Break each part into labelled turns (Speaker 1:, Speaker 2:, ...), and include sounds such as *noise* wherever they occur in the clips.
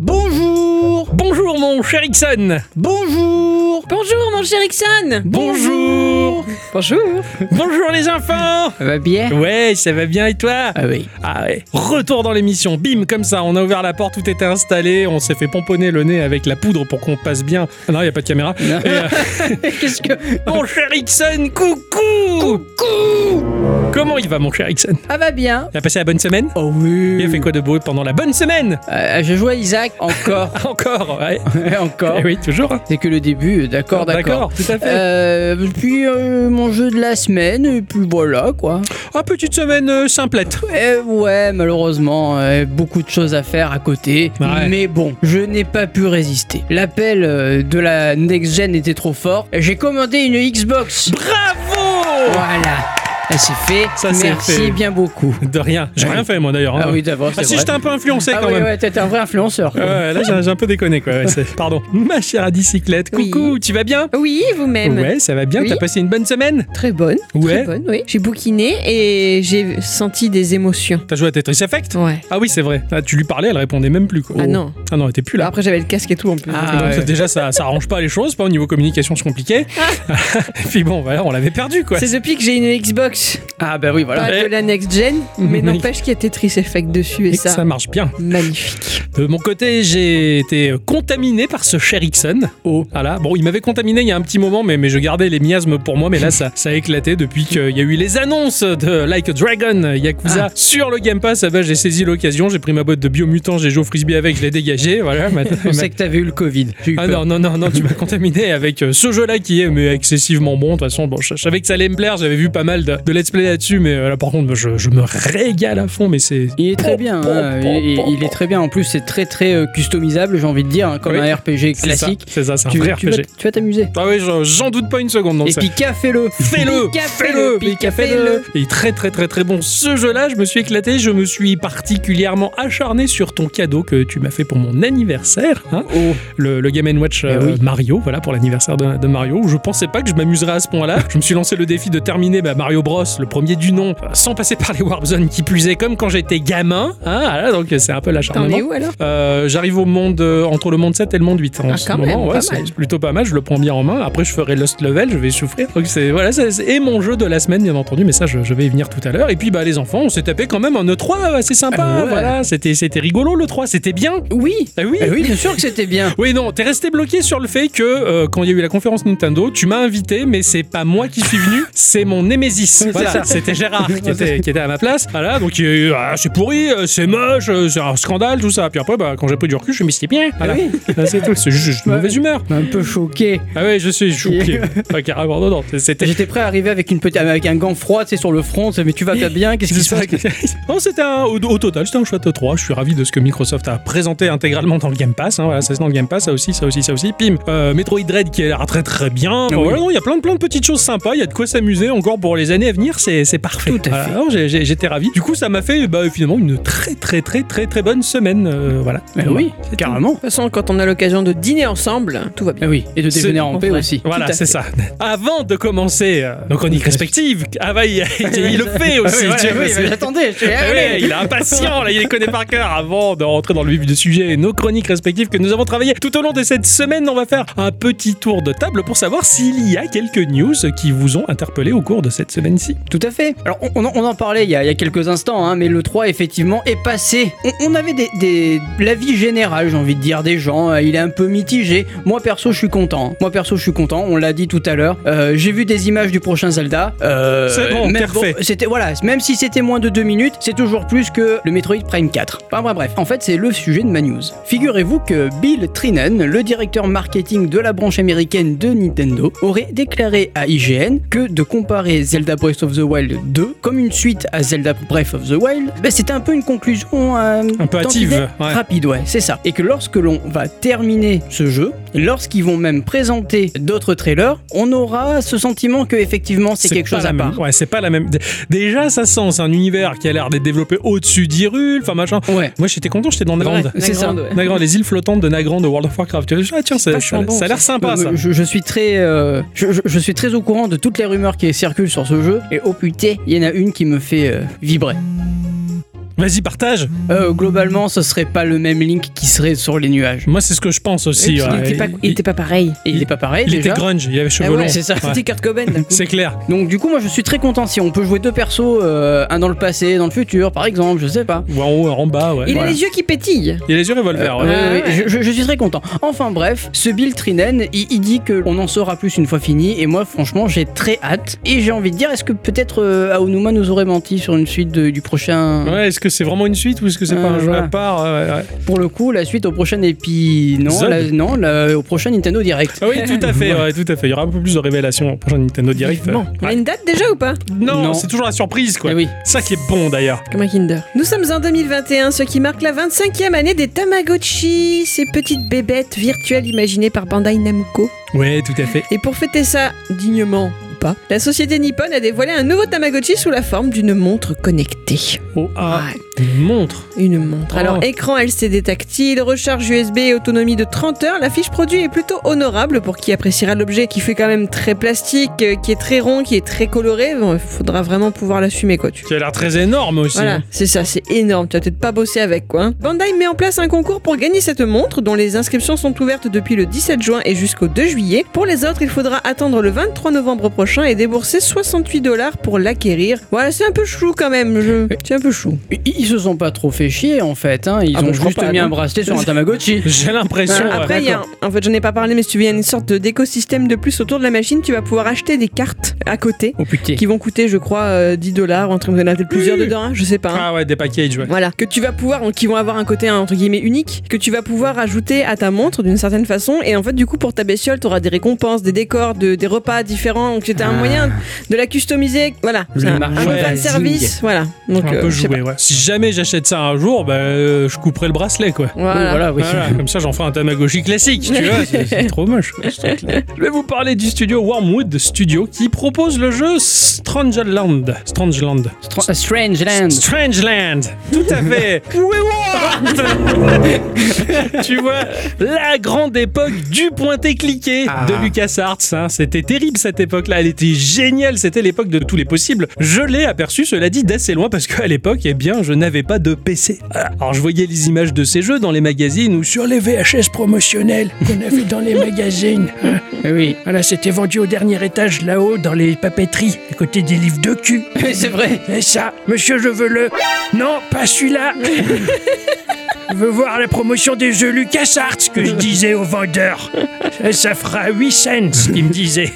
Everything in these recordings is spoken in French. Speaker 1: Bonjour
Speaker 2: Bonjour mon cher Ixon
Speaker 1: Bonjour
Speaker 3: Bonjour mon cher Ixon
Speaker 2: Bonjour
Speaker 3: Bonjour
Speaker 2: Bonjour les enfants
Speaker 1: Ça va bien
Speaker 2: Ouais, ça va bien et toi
Speaker 1: Ah oui.
Speaker 2: Ah ouais. Retour dans l'émission, bim, comme ça, on a ouvert la porte, tout était installé, on s'est fait pomponner le nez avec la poudre pour qu'on passe bien. Ah non, il a pas de
Speaker 1: *laughs*
Speaker 2: caméra.
Speaker 1: Non.
Speaker 2: Et, euh,
Speaker 1: Qu'est-ce que.
Speaker 2: mon cher Ixon, coucou Comment il va mon cher Ixon
Speaker 1: Ah va bien
Speaker 2: Il a passé la bonne semaine
Speaker 1: Oh oui
Speaker 2: Il a fait quoi de beau pendant la bonne semaine *laughs*
Speaker 1: Euh, Je vois Isaac encore. *laughs*
Speaker 2: Encore, ouais.
Speaker 1: encore.
Speaker 2: Eh oui, toujours. hein.
Speaker 1: C'est que le début, euh, d'accord, d'accord.
Speaker 2: tout à fait.
Speaker 1: Euh, puis euh, mon jeu de la semaine, et puis voilà quoi.
Speaker 2: Ah, petite semaine euh, simplette.
Speaker 1: Euh, ouais, malheureusement, euh, beaucoup de choses à faire à côté.
Speaker 2: Ouais.
Speaker 1: Mais bon, je n'ai pas pu résister. L'appel euh, de la next gen était trop fort. J'ai commandé une Xbox.
Speaker 2: Bravo
Speaker 1: Voilà, Ah, c'est fait.
Speaker 2: Ça, c'est
Speaker 1: Merci
Speaker 2: fait.
Speaker 1: bien beaucoup.
Speaker 2: De rien. J'ai
Speaker 1: Ouais.
Speaker 2: rien fait moi d'ailleurs. hein.
Speaker 1: Ah oui, d'abord,
Speaker 2: Ah
Speaker 1: c'est
Speaker 2: si,
Speaker 1: vrai.
Speaker 2: j'étais un peu influencé
Speaker 1: Ah
Speaker 2: quand
Speaker 1: ouais,
Speaker 2: même.
Speaker 1: ouais, t'es un vrai influenceur. quoi.
Speaker 2: Ouais, là j'ai- j'ai un peu déconné quoi. ouais, c'est- Pardon. *laughs* Ma chère Adicyclette,
Speaker 3: Oui.
Speaker 2: coucou, tu vas bien
Speaker 3: Oui, vous-même
Speaker 2: Ouais, ça va bien,
Speaker 3: Oui.
Speaker 2: t'as passé une bonne semaine
Speaker 3: Très bonne.
Speaker 2: Ouais.
Speaker 3: Très bonne, oui. J'ai bouquiné et j'ai senti des émotions.
Speaker 2: T'as joué à Tetris Effect
Speaker 3: Ouais.
Speaker 2: Ah oui, c'est vrai. Ah, tu lui parlais, elle répondait même plus quoi.
Speaker 3: Ah
Speaker 2: Oh.
Speaker 3: non.
Speaker 2: Ah non, elle était plus là.
Speaker 3: Après j'avais le casque et tout en plus.
Speaker 1: Ah,
Speaker 2: Donc,
Speaker 1: ouais.
Speaker 2: ça, Déjà, ça, ça arrange pas les choses, pas au niveau communication, c'est compliqué.
Speaker 1: Ah.
Speaker 2: *laughs* Et puis bon, voilà, on l'avait perdu quoi.
Speaker 3: C'est depuis que j'ai une Xbox,
Speaker 1: Ah bah oui, voilà.
Speaker 3: pas
Speaker 2: Eh.
Speaker 3: de la next gen, mais
Speaker 1: *laughs*
Speaker 2: Magnifique.
Speaker 3: n'empêche qu'il y a Tetris Effect dessus et
Speaker 2: Et que
Speaker 3: ça,
Speaker 2: ça marche bien.
Speaker 3: magnifique.
Speaker 2: De mon côté, j'ai été contaminé par ce cher Ixon.
Speaker 1: Oh.
Speaker 2: Voilà. Bon, il m'avait contaminé il y a un petit moment, mais, mais je gardais les miasmes pour moi. Mais là, ça, ça a éclaté depuis qu'il y a eu les annonces de Like a Dragon Yakuza sur le Game Pass. Ah bah, j'ai saisi l'occasion, j'ai pris ma boîte de biomutant, j'ai joué au frisbee avec, je l'ai dégagé. Voilà. ma-
Speaker 1: *laughs* On
Speaker 2: ma-
Speaker 1: sait que t'avais eu le Covid. J'ai eu
Speaker 2: Ah
Speaker 1: peur.
Speaker 2: non, non, non, non, tu m'as contaminé avec euh, ce jeu-là qui est mais excessivement bon. De toute façon, bon, je, je savais que ça allait me plaire, j'avais vu pas mal de, de let's play là-dessus, mais euh, là par contre, je, je me régale à fond, mais c'est.
Speaker 1: Il est très bien, hein. il, il est très bien. En plus, c'est très très euh, customisable, j'ai envie de dire, hein, comme
Speaker 2: Oui.
Speaker 1: un RPG
Speaker 2: c'est ça,
Speaker 1: classique.
Speaker 2: C'est ça, c'est un
Speaker 1: Tu,
Speaker 2: vrai
Speaker 1: tu vas,
Speaker 2: RPG.
Speaker 1: tu vas t'amuser.
Speaker 2: Ah oui, j'en- j'en doute pas une seconde. Donc
Speaker 1: Et
Speaker 2: ça-
Speaker 1: Pika, fais-le.
Speaker 2: *laughs* Fais-le,
Speaker 1: Pika,
Speaker 2: fais-le, Pika, fais-le. Et très très très très bon. Ce jeu-là, je me suis éclaté. Je me suis particulièrement acharné sur ton cadeau que tu m'as fait pour mon anniversaire, hein,
Speaker 1: Oh,
Speaker 2: le, le Game Watch euh,
Speaker 1: Eh oui.
Speaker 2: Mario, voilà pour l'anniversaire de, de Mario. Je pensais pas que je m'amuserais à ce point-là. Je me suis lancé le défi de terminer bah, Mario Bros, le premier du nom, euh, sans passer par les Warp Zones qui puisaient comme quand j'étais gamin. Hein, voilà, donc c'est un peu
Speaker 3: T'en
Speaker 2: l'acharnement.
Speaker 3: es où alors
Speaker 2: Euh, J'arrive au monde euh, entre le monde 7 et le monde 8 en
Speaker 3: Ah,
Speaker 2: ce
Speaker 3: quand
Speaker 2: moment.
Speaker 3: même,
Speaker 2: ouais,
Speaker 3: pas
Speaker 2: c'est
Speaker 3: mal.
Speaker 2: c'est plutôt pas mal. Je le prends bien en main. Après, je ferai Lost Level. Je vais souffrir. Donc c'est voilà. c'est- c'est- et mon jeu de la semaine, bien entendu. Mais ça, je, je vais y venir tout à l'heure. Et puis bah les enfants, on s'est tapé quand même un E E3 assez sympa.
Speaker 1: Ah ouais.
Speaker 2: Voilà, c'était c'était rigolo le 3. C'était bien.
Speaker 1: Oui.
Speaker 2: Ah oui.
Speaker 1: Eh oui, bien sûr que c'était bien.
Speaker 2: Oui, non, t'es resté bloqué sur le fait que euh, quand il y a eu la conférence Nintendo, tu m'as invité, mais c'est pas moi qui suis
Speaker 1: *laughs*
Speaker 2: venu, c'est mon Némésis.
Speaker 1: c'est
Speaker 2: Voilà,
Speaker 1: ça.
Speaker 2: c'était Gérard qui
Speaker 1: *laughs*
Speaker 2: était, qui était à ma place. Voilà, donc il y a eu, ah, c'est pourri, euh, c'est moche, euh, c'est un scandale, tout ça. Puis après, bah, quand j'ai pris du recul, je me suis dit, mais c'était bien. Voilà.
Speaker 1: Eh Oui.
Speaker 2: Ah, C'est tout, c'est juste, juste une
Speaker 1: Ouais.
Speaker 2: mauvaise humeur.
Speaker 1: Un peu choqué.
Speaker 2: Ah ouais, je suis
Speaker 1: *laughs*
Speaker 2: choqué. Enfin, carrément, non, non, c'était.
Speaker 1: J'étais prêt à arriver avec une petite, avec un gant froid, c'est sur le front. c'est, Mais tu vas
Speaker 2: *laughs*
Speaker 1: pas bien Qu'est-ce qui se passe
Speaker 2: non, c'était un, au, au total, c'était un chouette 3. Je suis ravi de ce que Microsoft a présenté intégralement dans le Game Pass. hein. voilà, ça c'est dans le Game Pass, ça aussi, ça aussi, ça aussi. Pim, Euh, Metroid Dread qui a l'air très très bien. Enfin,
Speaker 1: oui.
Speaker 2: voilà, non, il y a plein de, plein de petites choses sympas. Il y a de quoi s'amuser encore pour les années à venir. C'est c'est parfait.
Speaker 1: Tout à
Speaker 2: Voilà.
Speaker 1: fait.
Speaker 2: Non, j'ai- j'ai- J'étais ravi. Du coup, ça m'a fait bah, finalement une très très très très très bonne semaine. euh, voilà.
Speaker 1: *laughs* Ben
Speaker 2: *laughs*
Speaker 1: oui, carrément.
Speaker 3: De toute façon, quand on a l'occasion de dîner ensemble, tout va bien.
Speaker 1: Ah oui, et de
Speaker 2: C'est-
Speaker 1: déjeuner en paix
Speaker 3: Ouais.
Speaker 1: aussi.
Speaker 2: Voilà,
Speaker 3: Tout à
Speaker 2: c'est
Speaker 3: fait.
Speaker 2: ça. Avant de commencer euh, nos chroniques respectives, ah bah, il, il
Speaker 1: *laughs*
Speaker 2: le fait aussi.
Speaker 1: Ah oui,
Speaker 2: tu
Speaker 1: ouais,
Speaker 2: vois,
Speaker 1: oui,
Speaker 2: c'est-
Speaker 1: mais j'attendais. je-
Speaker 2: *laughs* Ah ouais, il est impatient, là, il les connaît par cœur. Avant de rentrer dans le vif du sujet et nos chroniques respectives que nous avons travaillées tout au long de cette semaine, on va faire un petit tour de table pour savoir s'il y a quelques news qui vous ont interpellé au cours de cette semaine-ci.
Speaker 1: Tout à fait. Alors, on, on en- on en parlait il y, a, il y a quelques instants, hein, mais le 3, effectivement, est passé. On, on avait des, des, l'avis général, j'ai envie de dire, des gens. euh, il est un peu mitigé. Moi, perso, je suis content. hein. Moi, perso, je suis content. On l'a dit tout à l'heure. Euh, j'ai vu des images du prochain Zelda. Euh,
Speaker 2: C'est bon,
Speaker 1: même,
Speaker 2: parfait.
Speaker 1: c'était, voilà, même si c'était moins de 2 minutes, c'est toujours plus que le Metroid Prime 4. Enfin, bref, bref. En fait, c'est le sujet de ma news. Figurez-vous que Bill Trinan, le directeur marketing de la branche américaine de Nintendo, aurait déclaré à IGN que de comparer Zelda Breath of the Wild 2 comme une suite à Zelda Breath of the Wild, ben, c'était un peu une conclusion euh,
Speaker 2: Un peu hâtive,
Speaker 1: tentinaire,
Speaker 2: ouais.
Speaker 1: rapide, ouais, c'est ça. Et que lorsque l'on va terminer ce jeu, lorsqu'ils vont même présenter d'autres trailers, on aura ce sentiment que effectivement c'est quelque
Speaker 2: pas
Speaker 1: chose
Speaker 2: la
Speaker 1: à
Speaker 2: même-
Speaker 1: part.
Speaker 2: Ouais, c'est pas la même. Dé- Déjà, ça sent, c'est un univers qui a l'air d'être développé au-dessus d'Irul, enfin machin.
Speaker 1: Ouais.
Speaker 2: Moi, j'étais content, j'étais dans Nagrand.
Speaker 1: c'est ça.
Speaker 3: Nagrande, ouais.
Speaker 2: Nagrand, les îles flottantes de Nagrand de World of Warcraft. Tu vois, Ah, tiens, ça, ça,
Speaker 3: vachement bon,
Speaker 2: ça a l'air sympa
Speaker 1: Euh,
Speaker 2: ça.
Speaker 1: Je, je suis très, euh, je, je- je suis très au courant de toutes les rumeurs qui circulent sur ce jeu. Et oh putain, il y en a une qui me fait euh, vibrer.
Speaker 2: Vas-y, partage.
Speaker 1: Euh, globalement, ce serait pas le même Link qui serait sur les nuages.
Speaker 2: Moi, c'est ce que je pense
Speaker 3: Et
Speaker 2: aussi.
Speaker 3: puis,
Speaker 2: ouais.
Speaker 3: il, était pas, il
Speaker 2: Il-
Speaker 3: était pas pareil.
Speaker 1: Et il est pas pareil
Speaker 2: il
Speaker 1: déjà.
Speaker 2: était grunge, il avait
Speaker 1: Ah
Speaker 2: cheveux
Speaker 1: ouais,
Speaker 2: longs.
Speaker 1: c'est ça,
Speaker 2: Ouais.
Speaker 1: c'était Kurt
Speaker 2: *laughs*
Speaker 1: Cobain. d'un coup.
Speaker 2: C'est clair.
Speaker 1: Donc du coup, moi je suis très content si on peut jouer deux persos, euh, un dans le passé, dans le futur, par exemple, je sais pas.
Speaker 2: Ou en haut, ou en bas, ouais.
Speaker 3: il
Speaker 2: Voilà.
Speaker 3: a les yeux qui pétillent.
Speaker 2: Il a les yeux revolver, Ah ouais.
Speaker 1: Euh,
Speaker 3: Ah ouais.
Speaker 1: je, je- je suis très content. Enfin bref, ce Bill Trinen, il, il dit qu'on en saura plus une fois fini, et moi franchement j'ai très hâte. Et j'ai envie de dire, est-ce que peut-être euh, Aonuma nous aurait menti sur une suite de- du prochain...
Speaker 2: Ouais, est-ce que c'est vraiment une suite ou est-ce que c'est
Speaker 1: Euh,
Speaker 2: pas un jeu
Speaker 1: voilà.
Speaker 2: à part Ouais, ouais, ouais.
Speaker 1: Pour le coup, la suite au prochain épi... Non,
Speaker 2: Zod.
Speaker 1: la- non la- au prochain Nintendo Direct.
Speaker 2: Ah oui, tout à fait, ouais, tout à fait. Il y aura un peu plus de révélations au prochain Nintendo Direct.
Speaker 3: Bon, on a une date déjà ou pas
Speaker 2: Non,
Speaker 1: Non.
Speaker 2: c'est toujours la surprise, quoi.
Speaker 1: Eh oui.
Speaker 2: Ça qui est bon d'ailleurs.
Speaker 3: Comme un Kinder. Nous sommes en 2021, ce qui marque la 25e année des Tamagotchi, ces petites bébêtes virtuelles imaginées par Bandai Namco.
Speaker 2: Ouais, tout à fait.
Speaker 3: Et pour fêter ça, dignement ou pas, la société nippone a dévoilé un nouveau Tamagotchi sous la forme d'une montre connectée.
Speaker 2: Oh, ah,
Speaker 3: Ouais,
Speaker 2: une montre.
Speaker 3: une montre.
Speaker 2: Oh.
Speaker 3: Alors, écran LCD tactile, recharge USB et autonomie de 30 heures, la fiche produit est plutôt honorable pour qui appréciera l'objet qui fait quand même très plastique, euh, qui est très rond, qui est très coloré. Bon, il faudra vraiment pouvoir l'assumer, quoi. Tu...
Speaker 2: Qui a l'air très énorme aussi. hein.
Speaker 3: Voilà, c'est ça, c'est énorme. Tu vas peut-être pas bosser avec quoi. hein. Bandai met en place un concours pour gagner cette montre, dont les inscriptions sont ouvertes depuis le 17 juin et jusqu'au 2 juillet. Pour les autres, il faudra attendre le 23 novembre prochain et débourser 68 dollars pour l'acquérir. Voilà, c'est un peu chou quand même. Je... C'est un peu chou.
Speaker 1: Ils- Ils se sont pas trop fait chier en fait, hein. ils
Speaker 3: Ah
Speaker 1: ont
Speaker 3: bon, je crois
Speaker 1: juste
Speaker 3: pas,
Speaker 1: mis
Speaker 3: non.
Speaker 1: un bracelet sur un
Speaker 2: *laughs*
Speaker 1: Tamagotchi.
Speaker 2: J'ai l'impression. ouais.
Speaker 3: Après, il y a, un- en fait, j'en ai pas parlé, mais si tu veux, il y a une sorte de- d'écosystème de plus autour de la machine. Tu vas pouvoir acheter des cartes à côté
Speaker 1: Oh putain.
Speaker 3: qui vont coûter, je crois, euh, 10 dollars. En train de peut-être plusieurs
Speaker 2: Oui.
Speaker 3: dedans, hein, je sais pas. hein.
Speaker 2: Ah ouais, des packages, ouais.
Speaker 3: Voilà, que tu vas pouvoir, qui vont avoir un côté hein, entre guillemets unique, que tu vas pouvoir ajouter à ta montre d'une certaine façon. Et en fait, du coup, pour ta bestiole, tu auras des récompenses, des décors, de- des repas différents. Donc, c'était un
Speaker 1: Ah.
Speaker 3: moyen de la customiser. Voilà,
Speaker 1: Le
Speaker 3: c'est un, un
Speaker 1: marchandising.
Speaker 3: fan service. Voilà, donc
Speaker 2: un
Speaker 3: euh,
Speaker 2: peu
Speaker 3: je sais
Speaker 2: joué, ouais. Si jamais j'achète ça un jour, bah, euh, je couperai le bracelet, quoi.
Speaker 3: pas. Voilà.
Speaker 1: Voilà, oui. *laughs*
Speaker 2: Voilà, Ah, comme ça j'en ferai un Tamagotchi classique, tu vois, c'est c'est trop moche. quoi, ce truc-là. Je vais vous parler du studio Wormwood Studio qui propose le jeu Strangeland. Strangeland.
Speaker 1: Stra- Strange Land.
Speaker 2: Strangeland. Tout à fait. We want. *laughs* tu vois, la grande époque du pointé-cliqué de LucasArts. hein. C'était terrible cette époque-là. Elle était géniale. C'était l'époque de tous les possibles. Je l'ai aperçu, cela dit, d'assez loin parce qu'à l'époque, eh bien, je n'avais pas de PC. Voilà. Alors, je voyais les images de ces jeux dans les magazines ou sur les VHS promotionnels qu'on avait dans les *laughs* magazines.
Speaker 1: Eh Oui, *laughs*
Speaker 2: Voilà, c'était vendu au dernier étage là-haut dans les papeteries, à côté des livres de cul.
Speaker 1: c'est vrai.
Speaker 2: Et ça, monsieur, je veux le. Non, pas celui-là Je veux voir la promotion des jeux LucasArts que je disais au vendeur. Ça, ça fera 8 cents, il me disait.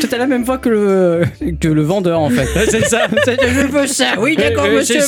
Speaker 1: Tout à la même fois que le, que le vendeur en fait.
Speaker 2: *laughs* C'est ça.
Speaker 1: Je veux ça, Eh oui, d'accord, monsieur.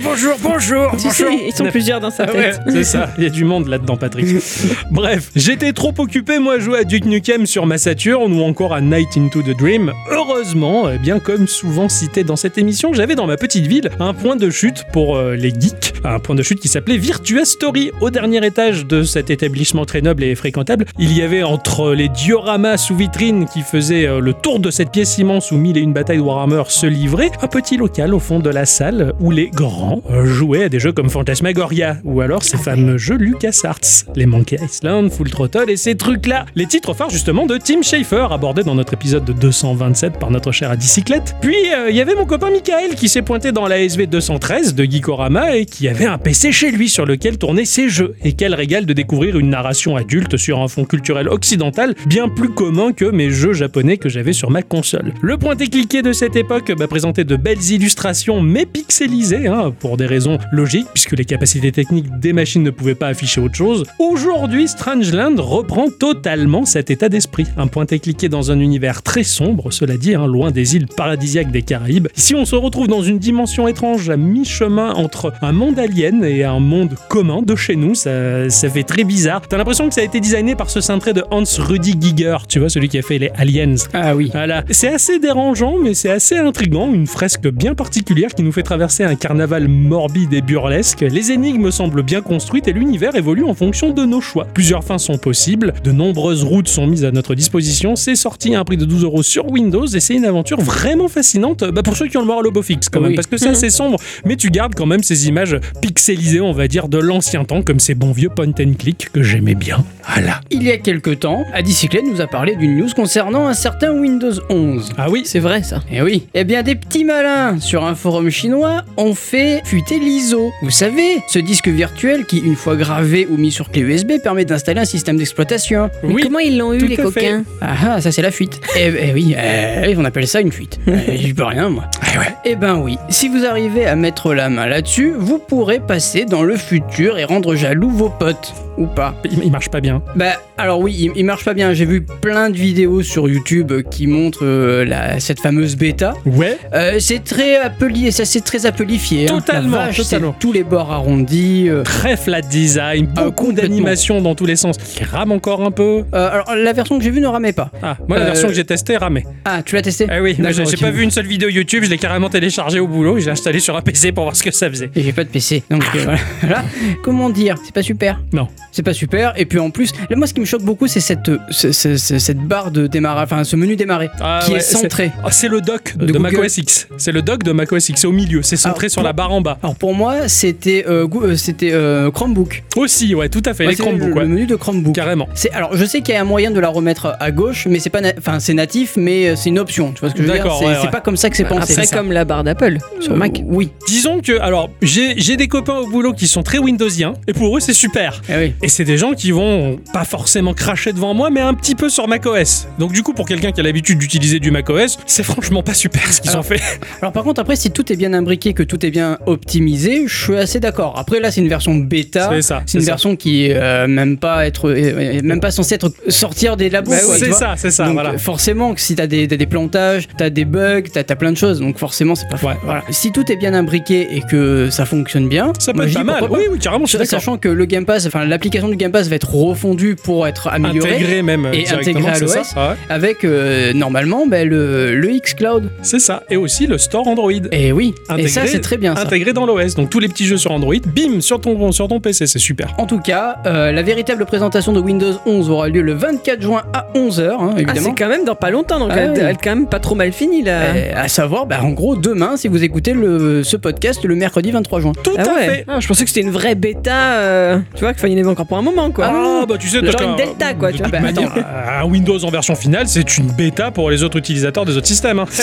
Speaker 2: bonjour, bonjour,
Speaker 3: Tu sais, *laughs* ils sont plusieurs dans sa
Speaker 2: Ah ouais,
Speaker 3: tête.
Speaker 2: c'est ça, *laughs* il y a du monde là-dedans, Patrick. *laughs* Bref, j'étais trop occupé, moi, à jouer à Duke Nukem sur ma Saturn ou encore à Night into the Dream. Heureusement, eh bien comme souvent cité dans cette émission, j'avais dans ma petite ville un point de chute pour euh, les geeks, un point de chute qui s'appelait Virtua Story. Au dernier étage de cet établissement très noble et fréquentable, il y avait entre les dioramas sous vitrine qui faisaient euh, le tour de cette pièce immense où mille et une batailles de Warhammer se livraient, un petit local au fond de la salle où les grands euh, jouaient à des jeux comme Phantasmagoria ou alors ces fameux jeux LucasArts, les Monkey Island, Full Throttle et ces trucs-là. Les titres phares justement de Tim Schafer abordés dans notre épisode de 227 par notre cher à bicyclette. Puis euh, il y avait mon copain Michael qui s'est pointé dans la SV 213 de Geekorama et qui avait un PC chez lui sur lequel tournaient ses jeux. Et quel régal de découvrir une narration adulte sur un fond culturel occidental bien plus commun que mes jeux japonais que j'avais sur ma console. Le pointé cliqué de cette époque m'a présenté de belles illustrations mais pixelisées hein, pour des raisons logiques puisque les capacités techniques des machines ne pouvaient pas afficher autre chose. Aujourd'hui, Strangeland reprend totalement cet état d'esprit. Un pointé cliqué dans un univers très sombre, cela dit, hein, loin des îles paradisiaques des Caraïbes. Ici, on se retrouve dans une dimension étrange à mi-chemin entre un monde alien et un monde commun de chez nous. Ça, ça fait très bizarre. T'as l'impression que ça a été designé par ce cintré de Hans Rudi Giger, tu vois, celui qui a fait les Aliens.
Speaker 1: Ah oui.
Speaker 2: Voilà. C'est assez dérangeant, mais c'est assez intrigant. Une fresque bien particulière qui nous fait traverser un carnaval morbide et burlesque. Les énigmes semblent bien construites et l'univers évolue en fonction de nos choix. Plusieurs fins sont possibles, de nombreuses routes sont mises à notre disposition. C'est sorti à un prix de 12 euros sur Windows et c'est une aventure vraiment fascinante bah, pour ceux qui ont le moral au beau fixe quand même,
Speaker 1: Oui.
Speaker 2: parce que c'est assez sombre, mais tu gardes quand même ces images pixelisées, on va dire, de ancien temps, comme ces bons vieux point and click que j'aimais bien. Voilà.
Speaker 1: Il y a quelque temps, Adicyclette nous a parlé d'une news concernant un certain Windows 11.
Speaker 2: Ah oui
Speaker 3: C'est vrai ça.
Speaker 1: Eh oui. Eh bien, des petits malins sur un forum chinois ont fait fuiter l'ISO. Vous savez, ce disque virtuel qui, une fois gravé ou mis sur clé USB, permet d'installer un système d'exploitation.
Speaker 3: Mais
Speaker 2: Oui
Speaker 3: comment ils l'ont eu
Speaker 2: tout
Speaker 3: les
Speaker 2: à fait.
Speaker 3: coquins
Speaker 1: Ah ah, ça c'est la fuite. Eh, ben oui, eh, on appelle ça une fuite. Eh, J'y peux rien, moi.
Speaker 2: Ah
Speaker 1: Eh ben oui, si vous arrivez à mettre la main là-dessus, vous pourrez passer dans le futur et rendre jaloux vos potes. Ou pas.
Speaker 2: Il, il marche pas bien.
Speaker 1: Bah alors oui, il, il marche pas bien. J'ai vu plein de vidéos sur YouTube qui montrent euh, la- cette fameuse bêta.
Speaker 2: Ouais
Speaker 1: Euh, c'est très appelé, ça c'est très appelifié. hein.
Speaker 2: Totalement,
Speaker 1: La vache, c'est
Speaker 2: totalement.
Speaker 1: Tous les bords arrondis. euh.
Speaker 2: Très flat design,
Speaker 1: Ah,
Speaker 2: beaucoup
Speaker 1: complètement.
Speaker 2: d'animation dans tous les sens, qui rame encore un peu.
Speaker 1: Euh, alors la version que j'ai vue ne ramait pas.
Speaker 2: Ah, moi la
Speaker 1: Euh,
Speaker 2: version que j'ai testée ramait.
Speaker 1: Ah, tu l'as testé
Speaker 2: Ah oui, moi,
Speaker 1: D'accord,
Speaker 2: j'ai j'ai
Speaker 1: ok.
Speaker 2: pas vu une seule vidéo YouTube, je l'ai carrément téléchargée au boulot, je l'ai installée sur un PC pour voir ce que ça faisait.
Speaker 1: Et j'ai pas de PC, donc euh,
Speaker 2: *laughs*
Speaker 1: voilà. voilà. Comment dire C'est pas super.
Speaker 2: Non.
Speaker 1: C'est pas super. Et puis en plus, là, moi, ce qui me choque beaucoup, c'est cette, euh, ce- ce- ce- cette barre de démarrage, enfin, ce menu démarrer,
Speaker 2: Ah
Speaker 1: qui
Speaker 2: ouais,
Speaker 1: est centré.
Speaker 2: Ah, c'est le dock
Speaker 1: De
Speaker 2: de,
Speaker 1: Google.
Speaker 2: macOS X. C'est le dock de macOS X, c'est au milieu, c'est centré
Speaker 1: Ah,
Speaker 2: sur la barre en bas.
Speaker 1: Alors pour moi, c'était euh, Go- euh, c'était euh, Chromebook.
Speaker 2: Aussi, ouais, tout à fait,
Speaker 1: Moi,
Speaker 2: les
Speaker 1: c'est
Speaker 2: Chromebooks,
Speaker 1: le,
Speaker 2: ouais.
Speaker 1: le menu de Chromebook.
Speaker 2: Carrément.
Speaker 1: C'est- alors je sais qu'il y a un moyen de la remettre à gauche, mais c'est pas, na- enfin, c'est natif, mais euh, c'est une option. Tu vois ce que je veux dire
Speaker 2: D'accord,
Speaker 1: C'est
Speaker 2: ouais,
Speaker 1: c'est
Speaker 2: ouais.
Speaker 1: pas comme ça que c'est pensé.
Speaker 3: Après comme la barre d'Apple sur
Speaker 1: Euh,
Speaker 3: Mac.
Speaker 1: Oui.
Speaker 2: Disons que, alors, j'ai j'ai des copains au boulot qui sont très Windowsiens, et pour eux, c'est super.
Speaker 1: Eh oui.
Speaker 2: Et c'est des gens qui vont pas forcément cracher devant moi, mais un petit peu sur macOS. Donc, du coup, pour quelqu'un qui a l'habitude d'utiliser du macOS, c'est franchement pas super ce qu'ils ont
Speaker 1: Alors,
Speaker 2: fait.
Speaker 1: Alors par contre après si tout est bien imbriqué, que tout est bien optimisé, je suis assez d'accord. Après là c'est une version bêta.
Speaker 2: C'est ça,
Speaker 1: C'est
Speaker 2: c'est
Speaker 1: une
Speaker 2: ça.
Speaker 1: version qui est euh, même pas être euh, même pas censée être sortir des labos. quoi, tu
Speaker 2: Bah C'est
Speaker 1: vois.
Speaker 2: ça, c'est ça,
Speaker 1: Donc,
Speaker 2: voilà.
Speaker 1: euh, Forcément que si t'as des, t'as des plantages, t'as des bugs, t'as as plein de choses, donc forcément c'est pas fou.
Speaker 2: Ouais.
Speaker 1: Voilà. Si tout est bien imbriqué et que ça fonctionne bien,
Speaker 2: Ça peut
Speaker 1: moi,
Speaker 2: être
Speaker 1: je
Speaker 2: pas
Speaker 1: dis
Speaker 2: mal.
Speaker 1: pourquoi
Speaker 2: Oui, oui, carrément, je suis d'accord.
Speaker 1: Sachant que le Game Pass, enfin l'application du Game Pass va être refondue pour être améliorée
Speaker 2: Intégré même euh,
Speaker 1: et
Speaker 2: directement,
Speaker 1: intégré à
Speaker 2: c'est ça
Speaker 1: l'OS.
Speaker 2: Ah ouais.
Speaker 1: avec euh, normalement ben, le, le X Cloud.
Speaker 2: C'est ça. Et aussi le store Android.
Speaker 1: Et oui, et
Speaker 2: Intégré-
Speaker 1: ça c'est très bien ça.
Speaker 2: Intégré dans l'OS. Donc tous les petits jeux sur Android, bim, sur ton, sur ton PC, c'est super.
Speaker 1: En tout cas, euh, la véritable présentation de Windows 11 aura lieu le 24 juin à 11h,
Speaker 3: Ah,
Speaker 1: évidemment.
Speaker 3: c'est quand même dans pas longtemps, donc
Speaker 1: Ah
Speaker 3: elle,
Speaker 1: oui.
Speaker 3: elle est quand même pas trop mal finie là.
Speaker 1: Euh, à savoir, bah, en gros, demain, si vous écoutez le, ce podcast le mercredi 23 juin.
Speaker 2: Tout
Speaker 3: ah
Speaker 2: à
Speaker 3: ouais.
Speaker 2: fait.
Speaker 3: Ah, je pensais que c'était une vraie bêta, euh, tu vois, qu'il fallait y en avait encore pour un moment quoi.
Speaker 2: Ah, bah tu sais,
Speaker 3: Genre
Speaker 2: t'as
Speaker 3: une
Speaker 2: qu'un-
Speaker 3: delta, quoi, tu
Speaker 2: de
Speaker 3: vois.
Speaker 2: toute
Speaker 1: Ah bah,
Speaker 2: manière, un Windows en version finale, c'est une bêta pour les autres utilisateurs des autres systèmes. hein.
Speaker 1: *laughs*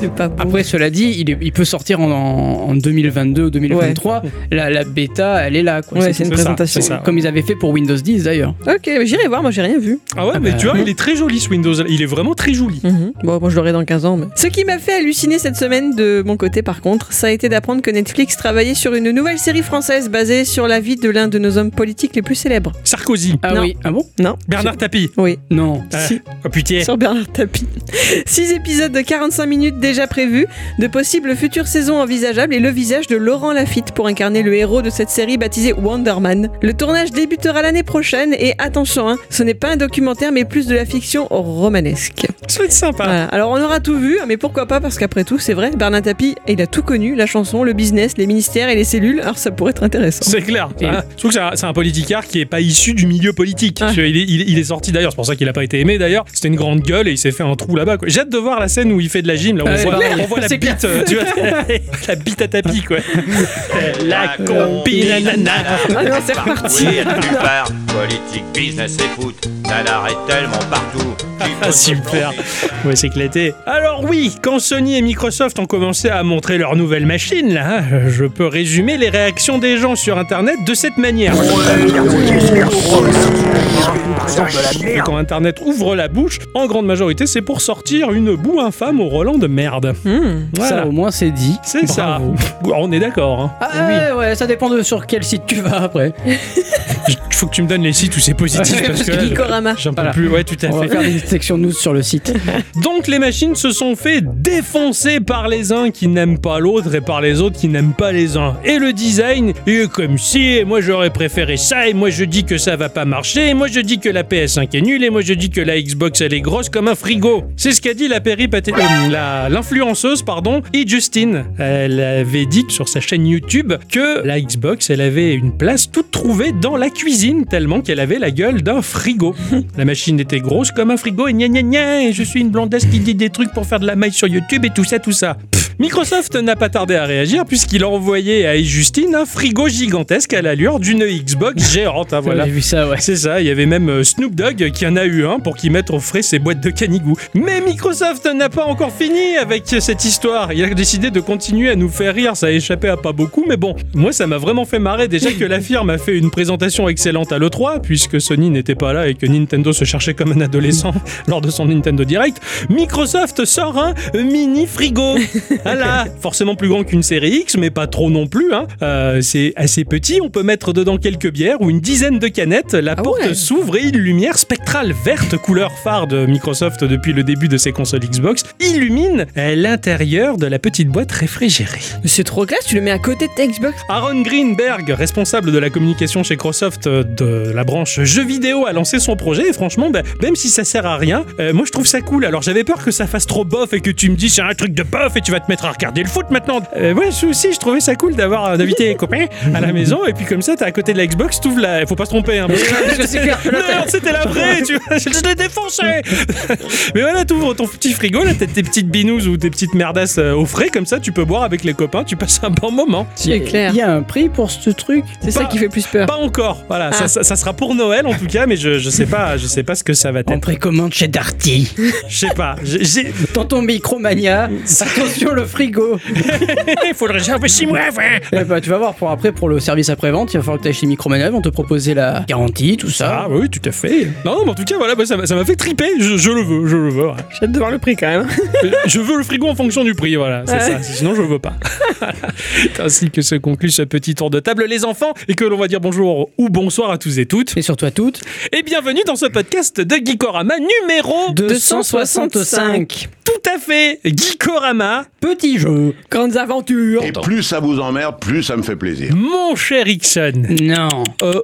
Speaker 3: C'est pas beau.
Speaker 1: Après, cela dit, il, est- il peut sortir en, en- en 2022 ou 2023. La, la bêta, elle est là. Quoi.
Speaker 3: Ouais,
Speaker 1: C'est-
Speaker 3: c'est une
Speaker 2: ça,
Speaker 3: présentation.
Speaker 2: c'est ça.
Speaker 1: Comme ils avaient fait pour Windows 10 d'ailleurs.
Speaker 3: Ok, mais j'irai voir, moi j'ai rien vu.
Speaker 2: Ah ouais,
Speaker 1: Ah
Speaker 2: mais
Speaker 1: bah,
Speaker 2: tu vois,
Speaker 1: oui.
Speaker 2: il est très joli ce Windows. Il est vraiment très joli.
Speaker 3: Bon, moi je l'aurai dans 15 ans. mais- Ce qui m'a fait halluciner cette semaine de mon côté, par contre, ça a été d'apprendre que Netflix travaillait sur une nouvelle série française basée sur la vie de l'un de nos hommes politiques les plus célèbres.
Speaker 2: Sarkozy,
Speaker 1: Ah
Speaker 3: Non.
Speaker 1: oui, ah bon
Speaker 3: Non
Speaker 2: Bernard Tapie.
Speaker 3: Oui.
Speaker 1: Non.
Speaker 2: Ah,
Speaker 3: Si.
Speaker 2: oh putain.
Speaker 3: Sur Bernard Tapie. Six épisodes de 45 minutes déjà prévus, de possibles futures saisons envisageables et le visage de Laurent Lafitte pour incarner le héros de cette série baptisée Wonderman. Le tournage débutera l'année prochaine et attention, hein, ce n'est pas un documentaire mais plus de la fiction romanesque.
Speaker 2: Ça va être sympa.
Speaker 3: Voilà. Alors on aura tout vu, hein, mais pourquoi pas Parce qu'après tout, c'est vrai, Bernard Tapie, il a tout connu, la chanson, le business, les ministères et les cellules. Alors ça pourrait être intéressant.
Speaker 2: C'est clair.
Speaker 1: Et-
Speaker 2: Hein. Je trouve que c'est un- c'est un politicard qui est pas issu du milieu politique.
Speaker 3: Ouais.
Speaker 1: Ah.
Speaker 2: Parce que Il, est, il est- il est sorti d'ailleurs, c'est pour ça qu'il a pas été aimé d'ailleurs. C'était une grande gueule et il s'est fait un trou là-bas. quoi. J'ai hâte de voir la scène où il fait de la gym. Là, où
Speaker 1: Ouais,
Speaker 2: on, voit,
Speaker 1: pareil.
Speaker 2: on voit la
Speaker 1: C'est
Speaker 2: bite, euh, tu vois, *laughs* la bite à tapis
Speaker 1: *laughs*
Speaker 2: quoi. la
Speaker 4: combine,
Speaker 2: nana.
Speaker 3: Ah non, c'est reparti.
Speaker 4: Courir à nulle part, politique, business et foot, ça l'arrête tellement partout. qu'il
Speaker 2: Ah
Speaker 4: faut se
Speaker 2: super,
Speaker 4: planter.
Speaker 2: on va s'éclater. Alors oui, quand Sony et Microsoft ont commencé à montrer leur nouvelle machine, là, hein, je peux résumer les réactions des gens sur Internet de cette manière. Et quand Internet ouvre la bouche, en grande majorité, c'est pour sortir une boue infâme au Roland de merde.
Speaker 3: Hmm.
Speaker 1: Ça
Speaker 2: Voilà.
Speaker 1: au moins c'est dit.
Speaker 2: C'est ça.
Speaker 1: Bravo.
Speaker 2: On est d'accord. Hein.
Speaker 1: Ah ouais, ouais, ça dépend de sur quel site tu vas après.
Speaker 2: Il faut que tu me donnes les sites où c'est positif parce que là,
Speaker 3: Gikorama.
Speaker 2: j'en peux
Speaker 1: Voilà.
Speaker 2: plus. Ouais, tout à
Speaker 1: *laughs* On va
Speaker 2: fait.
Speaker 1: faire des sections news sur le *laughs* site.
Speaker 2: Donc les machines se sont fait défoncer par les uns qui n'aiment pas l'autre et par les autres qui n'aiment pas les uns. Et le design est comme si, et moi j'aurais préféré ça, et moi je dis que ça va pas marcher, et moi je dis que la PS5 est nulle, et moi je dis que la Xbox elle est grosse comme un frigo. C'est ce qu'a dit la péripaté... euh, la- l'influenceuse, pardon, et Justine. Elle avait dit sur sa chaîne YouTube que la Xbox elle avait une place toute trouvée dans la cuisine tellement qu'elle avait la gueule d'un frigo. la machine était grosse comme un frigo et gna gna gna, et je suis une blondasse qui dit des trucs pour faire de la maille sur YouTube et tout ça, tout ça. Pff. Microsoft n'a pas tardé à réagir puisqu'il a envoyé à Justine un frigo gigantesque à l'allure d'une Xbox géante. hein, voilà.
Speaker 1: J'ai vu ça, ouais.
Speaker 2: C'est ça, il y avait même euh, Snoop Dogg qui en a eu un pour qu'il mette au frais ses boîtes de canigou. Mais Microsoft n'a pas encore fini avec cette histoire. Il a décidé de continuer à nous faire rire, ça a échappé à pas beaucoup, mais bon, moi ça m'a vraiment fait marrer déjà que la firme a fait une présentation excellente à l'E3, puisque Sony n'était pas là et que Nintendo se cherchait comme un adolescent *laughs* lors de son Nintendo Direct. Microsoft sort un mini frigo.
Speaker 3: *laughs*
Speaker 2: Voilà, forcément plus grand qu'une série X, mais pas trop non plus. hein. Euh, c'est assez petit, on peut mettre dedans quelques bières ou une dizaine de canettes. La
Speaker 3: Ah
Speaker 2: porte
Speaker 3: ouais.
Speaker 2: s'ouvre et une lumière spectrale verte, couleur phare de Microsoft depuis le début de ses consoles Xbox, illumine euh, l'intérieur de la petite boîte réfrigérée.
Speaker 3: Mais C'est trop classe, tu le mets à côté de ta Xbox.
Speaker 2: Aaron Greenberg, responsable de la communication chez Microsoft euh, de la branche jeux vidéo, a lancé son projet et franchement, bah, même si ça sert à rien, euh, moi je trouve ça cool. Alors j'avais peur que ça fasse trop bof et que tu me dis c'est un truc de bof et tu vas te mettre à regarder le foot maintenant. Euh, ouais, je- aussi je trouvais ça cool d'avoir euh, d'inviter les copains à la maison et puis comme ça t'es à côté de la Xbox, t'ouvres la. Faut pas se tromper. Hein, parce que-
Speaker 1: Parce
Speaker 3: *laughs*
Speaker 1: que c'est clair, là, t'as-
Speaker 2: Merde, c'était la vraie, tu vois, je l'ai défoncé *laughs* Mais voilà, t'ouvres ton petit frigo, là, t'as tes petites binouses ou tes petites merdasses euh, au frais, comme ça, tu peux boire avec les copains, tu passes un bon moment.
Speaker 3: C'est clair.
Speaker 1: Il y a un prix pour ce truc.
Speaker 3: C'est ça
Speaker 2: Pas-
Speaker 3: qui fait plus peur.
Speaker 2: Pas encore, voilà, ça,
Speaker 3: Ah.
Speaker 2: ça- ça sera pour Noël en tout cas, mais je, je sais pas, je sais pas ce que ça va
Speaker 1: En
Speaker 2: être.
Speaker 1: précommande chez Darty.
Speaker 2: Je sais pas, j'ai- j'ai- *laughs*
Speaker 1: Dans ton *laughs* Micromania, attention le frigo.
Speaker 2: il faut le réserver six mois, ouais.
Speaker 1: Eh ben, tu vas voir, pour après, pour le service après-vente, il va falloir que tu chez Micromania, ils vont te proposer la garantie, tout ça.
Speaker 2: Ah oui, tout à fait. Non, non, mais en tout cas, voilà, bah, ça m'a ça m'a fait triper. Je, je le veux, je le veux. ouais.
Speaker 3: J'ai hâte de voir le prix quand même.
Speaker 2: je veux le frigo en fonction du prix, voilà, c'est ça. Sinon, je veux pas. C'est *laughs* Ainsi que se conclut ce petit tour de table, les enfants, et que l'on va dire bonjour ou bonsoir à tous et toutes.
Speaker 1: Et sur toi toutes,
Speaker 2: Et bienvenue dans ce podcast de Geekorama numéro
Speaker 1: 265.
Speaker 2: tout à fait Geekorama.
Speaker 1: Petit jeu.
Speaker 3: Grandes aventures.
Speaker 5: Et plus ça vous emmerde, plus ça me fait plaisir.
Speaker 2: Mon cher Ixon.
Speaker 1: Non.
Speaker 2: Euh,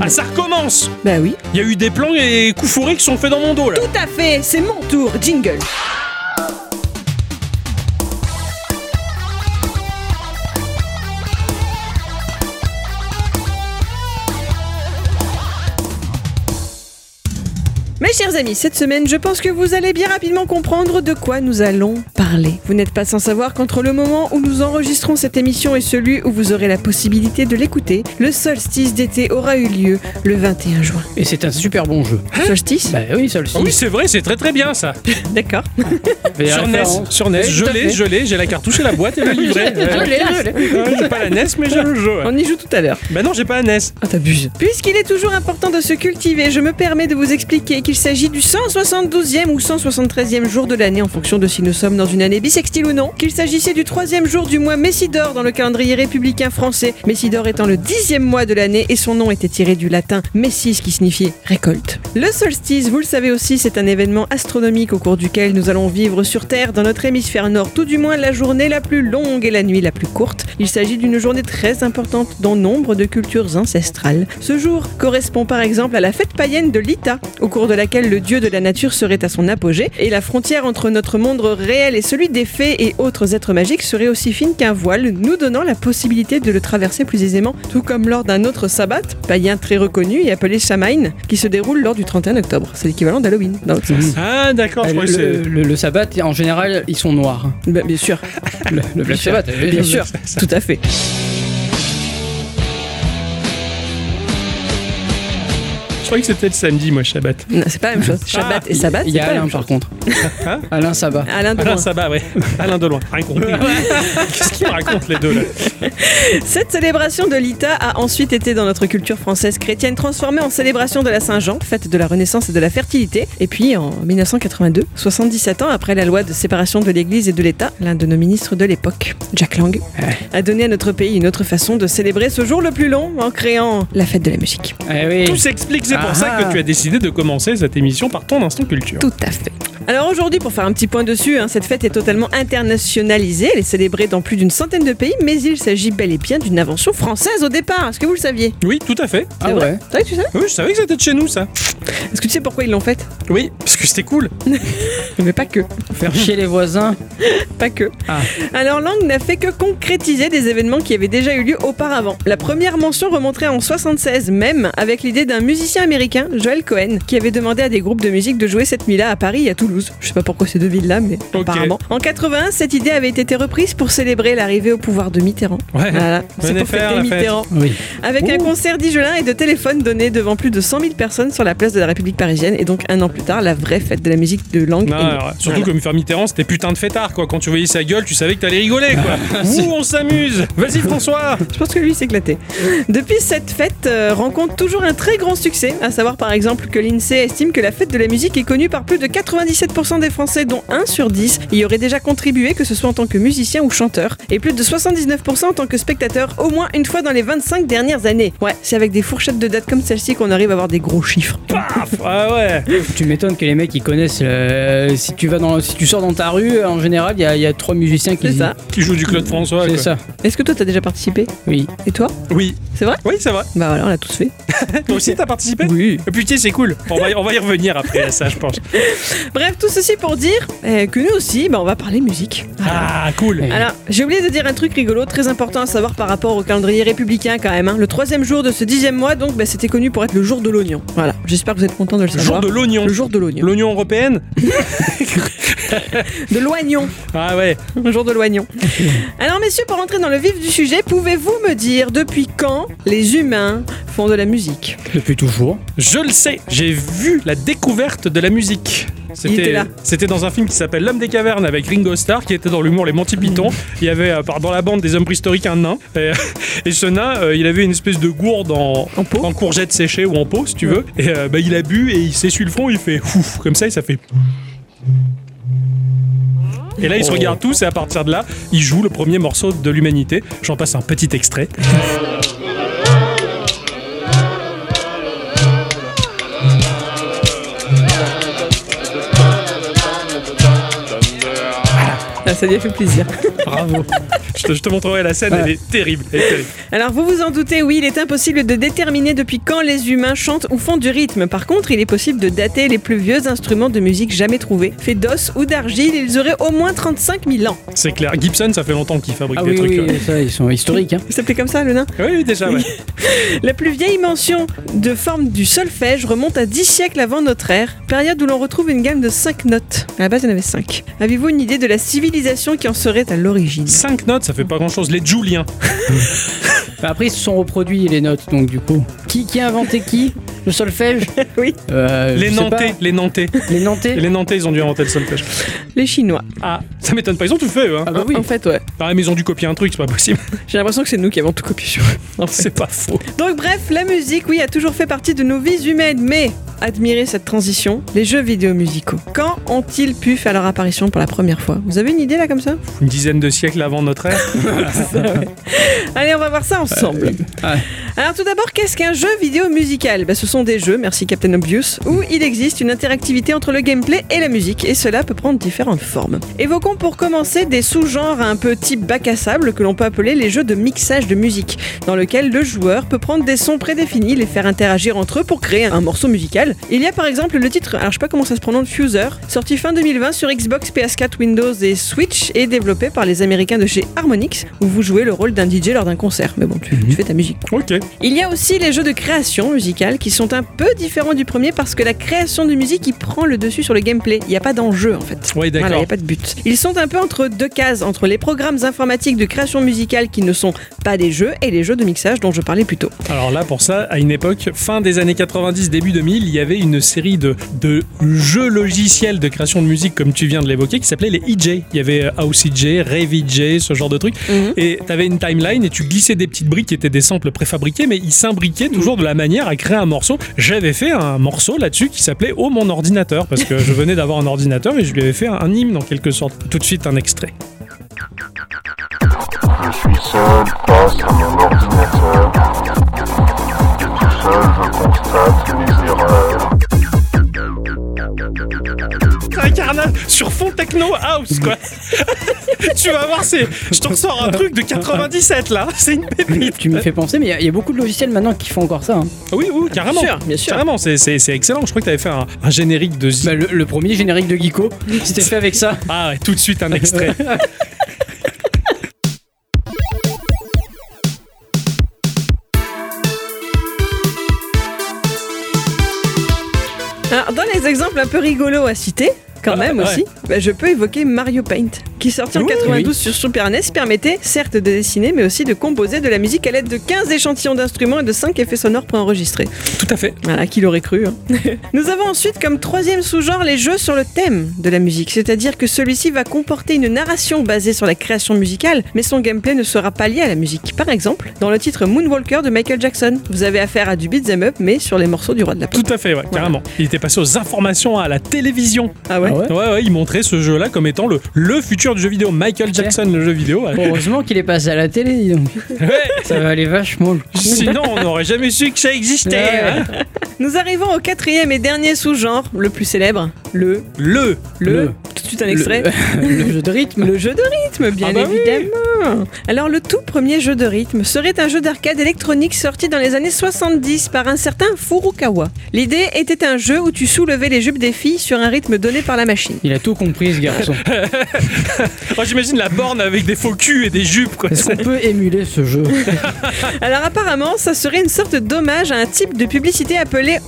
Speaker 2: Ah, ça recommence
Speaker 3: Bah oui.
Speaker 2: Il y a eu des plans et coups fourrés qui sont faits dans mon dos, là.
Speaker 3: Tout à fait, c'est mon tour. Jingle. Mes chers amis, cette semaine, je pense que vous allez bien rapidement comprendre de quoi nous allons parler. Vous n'êtes pas sans savoir qu'entre le moment où nous enregistrons cette émission et celui où vous aurez la possibilité de l'écouter, le solstice d'été aura eu lieu le 21 juin.
Speaker 1: Et c'est un super bon jeu.
Speaker 3: Solstice
Speaker 1: Bah oui, ça le
Speaker 2: Ah oui, c'est vrai, c'est très très bien ça.
Speaker 3: D'accord.
Speaker 2: Sur NES, sur NES, je
Speaker 1: Tout à
Speaker 2: l'ai,
Speaker 1: fait.
Speaker 2: je l'ai, j'ai la cartouche et la boîte *laughs* et le livret. Ouais. Ouais, J'ai pas la NES, mais j'ai le jeu. ouais.
Speaker 3: On y joue tout à l'heure.
Speaker 2: Bah non, j'ai pas la NES.
Speaker 3: Ah, t'abuses. Puisqu'il est toujours important de se cultiver, je me permets de vous expliquer qu'il s'agit du 172e ou 173e jour de l'année en fonction de si nous sommes dans une année bissextile ou non, qu'il s'agissait du troisième jour du mois Messidor dans le calendrier républicain français, Messidor étant le dixième mois de l'année et son nom était tiré du latin messis qui signifiait récolte. Le solstice, vous le savez aussi, c'est un événement astronomique au cours duquel nous allons vivre sur Terre dans notre hémisphère nord, tout du moins la journée la plus longue et la nuit la plus courte. Il s'agit d'une journée très importante dans nombre de cultures ancestrales. Ce jour correspond par exemple à la fête païenne de Lita, au cours de laquelle le dieu de la nature serait à son apogée, et la frontière entre notre monde réel et celui des fées et autres êtres magiques serait aussi fine qu'un voile, nous donnant la possibilité de le traverser plus aisément, tout comme lors d'un autre sabbat, païen très reconnu et appelé Shamain, qui se déroule lors du 31 octobre. C'est l'équivalent d'Halloween, dans l'autre sens.
Speaker 2: Ah d'accord, je
Speaker 1: Le,
Speaker 2: crois que c'est...
Speaker 1: le, le- le sabbat, en général, ils sont noirs.
Speaker 3: Bah, bien sûr,
Speaker 1: Le, le Black Sabbath, euh,
Speaker 3: bien sûr, tout à fait.
Speaker 2: Je croyais que c'était le samedi, moi, Shabbat.
Speaker 3: Non, C'est pas la même chose. Shabbat et sabbat,
Speaker 1: Ah, Il
Speaker 3: c'est
Speaker 1: y
Speaker 3: pas
Speaker 1: a
Speaker 3: la
Speaker 1: Alain
Speaker 3: même chose.
Speaker 1: par contre.
Speaker 2: Hein
Speaker 1: Alain Sabat.
Speaker 3: Alain de
Speaker 2: Alain
Speaker 3: Loin.
Speaker 2: Sabat, Ah, ouais. Alain de loin. Rien compris. *laughs* Qu'est-ce qu'ils racontent les deux là
Speaker 3: Cette célébration de l'Ita a ensuite été dans notre culture française chrétienne transformée en célébration de la Saint-Jean, fête de la Renaissance et de la fertilité. Et puis en 1982, 77 ans après la loi de séparation de l'Église et de l'État, l'un de nos ministres de l'époque, Jack Lang, a donné à notre pays une autre façon de célébrer ce jour le plus long en créant la fête de la musique.
Speaker 1: Eh oui.
Speaker 2: Tout s'explique, c'est pour ça
Speaker 1: Ah.
Speaker 2: que tu as décidé de commencer cette émission par ton instant culture.
Speaker 3: Tout à fait. Alors aujourd'hui, pour faire un petit point dessus, hein, cette fête est totalement internationalisée. Elle est célébrée dans plus d'une centaine de pays, mais il s'agit bel et bien d'une invention française au départ. Est-ce que vous le saviez
Speaker 2: Oui, tout à fait.
Speaker 1: Ah ouais
Speaker 3: C'est vrai que tu savais
Speaker 2: Oui, je savais que c'était de chez nous, ça.
Speaker 3: Est-ce que tu sais pourquoi ils l'ont faite
Speaker 2: Oui, parce que c'était cool.
Speaker 3: *laughs* Mais pas que.
Speaker 1: Faire chier les voisins.
Speaker 3: Pas que.
Speaker 1: Ah.
Speaker 3: Alors Lang n'a fait que concrétiser des événements qui avaient déjà eu lieu auparavant. La première mention remonterait en 76 même avec l'idée d'un musicien américain, Joel Cohen, qui avait demandé à des groupes de musique de jouer cette nuit-là à Paris et à Toulouse. Je sais pas pourquoi ces deux villes-là, mais
Speaker 2: Ok.
Speaker 3: apparemment. En 81, cette idée avait été reprise pour célébrer l'arrivée au pouvoir de Mitterrand.
Speaker 2: Ouais.
Speaker 3: Voilà, c'est
Speaker 2: Eh, Venez
Speaker 3: pour
Speaker 2: faire
Speaker 3: fêter
Speaker 2: la fête.
Speaker 3: Mitterrand.
Speaker 1: Oui.
Speaker 3: Avec un concert d'Igelin et de téléphone donné devant plus de 100 000 personnes sur la place de la République parisienne. Et donc un an plus tard, la vraie fête de la musique de Lang.
Speaker 2: Non,
Speaker 3: est née.
Speaker 2: ouais, ouais. surtout comme faire Mitterrand, c'était putain de fêtard quoi. Quand tu voyais sa gueule, tu savais que t'allais rigoler quoi. Ouh, on s'amuse. Vas-y François.
Speaker 3: Je pense que lui s'est éclaté. Depuis, cette fête euh, rencontre toujours un très grand succès, à savoir par exemple que l'INSEE estime que la fête de la musique est connue par plus de 97% des Français, dont 1 sur 10 y aurait déjà contribué, que ce soit en tant que musicien ou chanteur, et plus de 79% en tant que spectateur, au moins une fois dans les 25 dernières années. Ouais, c'est avec des fourchettes de dates comme celle-ci qu'on arrive à avoir des gros chiffres.
Speaker 2: Paf. Ah ouais.
Speaker 1: Tu m'étonnes que les mecs ils connaissent. euh, si tu vas dans, si tu sors dans ta rue, en général, il y, a- il y a trois musiciens qui.
Speaker 3: C'est ça.
Speaker 2: Qui joue du Claude François.
Speaker 1: C'est
Speaker 2: quoi.
Speaker 1: ça.
Speaker 3: Est-ce que toi t'as déjà participé
Speaker 1: Oui.
Speaker 3: Et toi
Speaker 2: Oui.
Speaker 3: C'est vrai
Speaker 2: Oui, c'est vrai.
Speaker 3: Bah voilà, on l'a tous fait.
Speaker 2: Toi aussi t'as participé.
Speaker 1: Oui.
Speaker 2: Ah, Putain, c'est cool. On va, on va y revenir après à ça, je pense.
Speaker 3: Bref, tout ceci pour dire euh, que nous aussi, bah, on va parler musique.
Speaker 2: Ah cool.
Speaker 1: Ouais.
Speaker 3: Alors, j'ai oublié de dire un truc rigolo, très important à savoir par rapport au calendrier républicain quand même. hein. Le troisième jour de ce dixième mois, donc, bah, c'était connu pour être le jour de l'oignon. Voilà, j'espère que vous êtes content de le
Speaker 2: Le jour
Speaker 3: savoir.
Speaker 2: de l'oignon.
Speaker 3: Le jour de l'oignon.
Speaker 2: L'oignon européenne.
Speaker 3: De l'oignon.
Speaker 2: Ah ouais.
Speaker 3: Le jour
Speaker 2: *laughs*
Speaker 3: de l'oignon. Alors, messieurs, pour rentrer dans le vif du sujet, pouvez-vous me dire depuis quand les humains font de la musique
Speaker 1: Depuis toujours.
Speaker 2: Je le sais, j'ai vu la découverte de la musique.
Speaker 3: était
Speaker 2: C'était
Speaker 3: là.
Speaker 2: c'était dans un film qui s'appelle L'homme des cavernes avec Ringo Starr qui était dans l'humour les Monty Python. Il y avait euh, par- dans la bande des hommes préhistoriques un nain et, *laughs* et ce nain euh, il avait une espèce de gourde en,
Speaker 3: En pot.
Speaker 2: courgette séchée ou en pot si tu veux et euh, bah, il a bu et il s'essuie le front il fait ouf comme ça et ça fait et là ils se
Speaker 3: Oh.
Speaker 2: regardent tous et à partir de là ils jouent le premier morceau de l'humanité. J'en passe un petit extrait.
Speaker 3: Ah, Ça lui a fait plaisir.
Speaker 2: Bravo. *laughs* je, te, je te montrerai la scène, elle est terrible. Elle est terrible.
Speaker 3: Alors vous vous en doutez, oui, il est impossible de déterminer depuis quand les humains chantent ou font du rythme. Par contre, il est possible de dater les plus vieux instruments de musique jamais trouvés. Faits d'os ou d'argile, ils auraient au moins 35 000 ans.
Speaker 2: C'est clair. Gibson, ça fait longtemps qu'il fabrique
Speaker 1: Ah
Speaker 2: des
Speaker 1: oui,
Speaker 2: trucs.
Speaker 1: oui,
Speaker 2: ouais.
Speaker 1: ça, ils sont historiques. Hein.
Speaker 3: Il s'appelait comme ça, le nain
Speaker 2: Oui, oui, déjà,
Speaker 1: *laughs*
Speaker 2: ouais.
Speaker 3: La plus vieille mention de forme du solfège remonte à 10 siècles avant notre ère, période où l'on retrouve une gamme de 5 notes. À la base, il y en avait 5. Avez-vous une idée de la civilisation qui en serait à l'origine
Speaker 2: 5 notes, ça fait pas grand chose. Les Juliens.
Speaker 1: Enfin, *laughs* après, ils se sont reproduits les notes, donc du coup. Qui, qui a inventé qui Le solfège
Speaker 3: Oui.
Speaker 1: Euh,
Speaker 2: Les
Speaker 1: je sais
Speaker 2: Nantais. Les Nantais.
Speaker 1: pas. Les Nantais
Speaker 2: Et les Nantais, ils ont dû inventer le solfège.
Speaker 3: Les Chinois.
Speaker 2: Ah, ça m'étonne pas. Ils ont tout fait, eux. Hein.
Speaker 1: Ah bah oui.
Speaker 3: En fait, ouais.
Speaker 2: Ah, mais ils ont dû copier un truc, c'est pas
Speaker 1: *laughs*
Speaker 2: possible.
Speaker 3: J'ai l'impression que c'est nous qui avons tout copié sur eux.
Speaker 2: Non, c'est pas faux.
Speaker 3: Donc bref, la musique, oui, a toujours fait partie de nos vies humaines, mais admirez cette transition, les jeux vidéo musicaux. Quand ont-ils pu faire leur apparition pour la première fois Vous avez une idée là comme ça
Speaker 2: Une dizaine de siècles avant notre ère.
Speaker 3: *laughs* Allez, on va voir ça ensemble.
Speaker 1: Ah,
Speaker 3: Alors tout d'abord, qu'est-ce qu'un jeu vidéo musical Bah, Ce sont des jeux, merci Captain Obvious, où il existe une interactivité entre le gameplay et la musique, et cela peut prendre différentes formes. Évoquons pour commencer des sous-genres un peu type bac à sable que l'on peut appeler les jeux de mixage de musique, dans lequel le joueur peut prendre des sons prédéfinis, les faire interagir entre eux pour créer un morceau musical. Il y a par exemple le titre, alors je sais pas comment ça se prononce, Fuser, sorti fin 2020 sur Xbox, PS4, Windows et Switch, et développé par les Américains de chez Harmonix, où vous jouez le rôle d'un DJ lors d'un concert. Mais bon, tu, tu fais ta musique.
Speaker 2: Ok.
Speaker 3: Il y a aussi les jeux de création musicale qui sont un peu différents du premier parce que la création de musique y prend le dessus sur le gameplay. Il n'y a pas d'enjeu en fait.
Speaker 2: Oui,
Speaker 3: Voilà, il n'y
Speaker 2: d'accord.
Speaker 3: a pas de but. Ils sont un peu entre deux cases, entre les programmes informatiques de création musicale qui ne sont pas des jeux et les jeux de mixage dont je parlais plus tôt.
Speaker 2: Alors là, pour ça, à une époque, fin des années 90, début 2000, il y avait une série de, de jeux logiciels de création de musique, comme tu viens de l'évoquer, qui s'appelait les EJ. Il y avait euh, House EJ, Rave EJ, ce genre de trucs.
Speaker 3: Mhm.
Speaker 2: Et t'avais une timeline et tu glissais des petites briques qui étaient des samples préfabriqués, mais ils s'imbriquaient toujours de la manière à créer un morceau. J'avais fait un morceau là-dessus qui s'appelait Oh mon ordinateur, parce que je venais d'avoir un ordinateur et je lui avais fait un hymne en quelque sorte. Tout de suite, un extrait. Incarnat techno house, *laughs* quoi. tu vas voir, c'est. Je t'en sors un truc de 97 là. *laughs* C'est une pépite.
Speaker 1: Tu me fais penser, mais il y a- il y, a beaucoup de logiciels maintenant qui font encore ça. hein.
Speaker 2: Ah Oui, oui, carrément.
Speaker 3: Bien sûr, bien sûr.
Speaker 2: Carrément, c'est- c'est c'est excellent. Je crois que t'avais fait un, un générique de. Z-
Speaker 1: Bah, le, le premier générique de Geeko, c'était fait avec *laughs* ça.
Speaker 2: Ah, ouais, tout de suite un *laughs* extrait.
Speaker 3: Alors, dans les exemples un peu rigolos à citer, quand
Speaker 2: Ah,
Speaker 3: même
Speaker 2: ouais.
Speaker 3: aussi, bah, je peux évoquer Mario Paint, qui sorti en
Speaker 1: Oui,
Speaker 3: 92 sur Super NES, permettait certes de dessiner, mais aussi de composer de la musique à l'aide de 15 échantillons d'instruments et de 5 effets sonores préenregistrés.
Speaker 2: tout à fait.
Speaker 3: Voilà, qui l'aurait cru.
Speaker 1: *laughs*
Speaker 3: hein. Nous avons ensuite comme troisième sous-genre les jeux sur le thème de la musique, c'est-à-dire que celui-ci va comporter une narration basée sur la création musicale, mais son gameplay ne sera pas lié à la musique. Par exemple, dans le titre Moonwalker de Michael Jackson, vous avez affaire à du beat'em up, mais sur les morceaux du roi de la
Speaker 2: Tout
Speaker 3: pop.
Speaker 2: à fait, ouais, carrément. Il était passé aux informations à la télévision.
Speaker 3: Ah ouais
Speaker 1: Ah ouais
Speaker 2: Ouais, ouais, il montrait ce jeu-là comme étant le, le futur du jeu vidéo. Michael Jackson, le jeu vidéo. ouais.
Speaker 1: Heureusement qu'il est passé à la télé, dis donc.
Speaker 2: Ouais.
Speaker 1: Ça valait vachement le coup.
Speaker 2: *laughs* Sinon, on n'aurait jamais su que ça existait.
Speaker 1: Ouais.
Speaker 2: hein.
Speaker 3: Nous arrivons au quatrième et dernier sous-genre, le plus célèbre, le,
Speaker 2: Le.
Speaker 3: le,
Speaker 1: Le.
Speaker 3: tout de suite un extrait,
Speaker 1: Le, le jeu de rythme.
Speaker 3: le, jeu de rythme, bien
Speaker 2: Ah bah oui.
Speaker 3: évidemment. Alors le tout premier jeu de rythme serait un jeu d'arcade électronique sorti dans les années 70 par un certain Furukawa. L'idée était un jeu où tu soulevais les jupes des filles sur un rythme donné par la machine.
Speaker 1: Il a tout compris, ce *laughs* garçon.
Speaker 2: Oh, J'imagine la borne avec des faux culs et des jupes, quoi.
Speaker 1: Est-ce qu'on peut émuler ce jeu Euh,
Speaker 3: Alors apparemment, ça serait une sorte d'hommage à un type de publicité appelé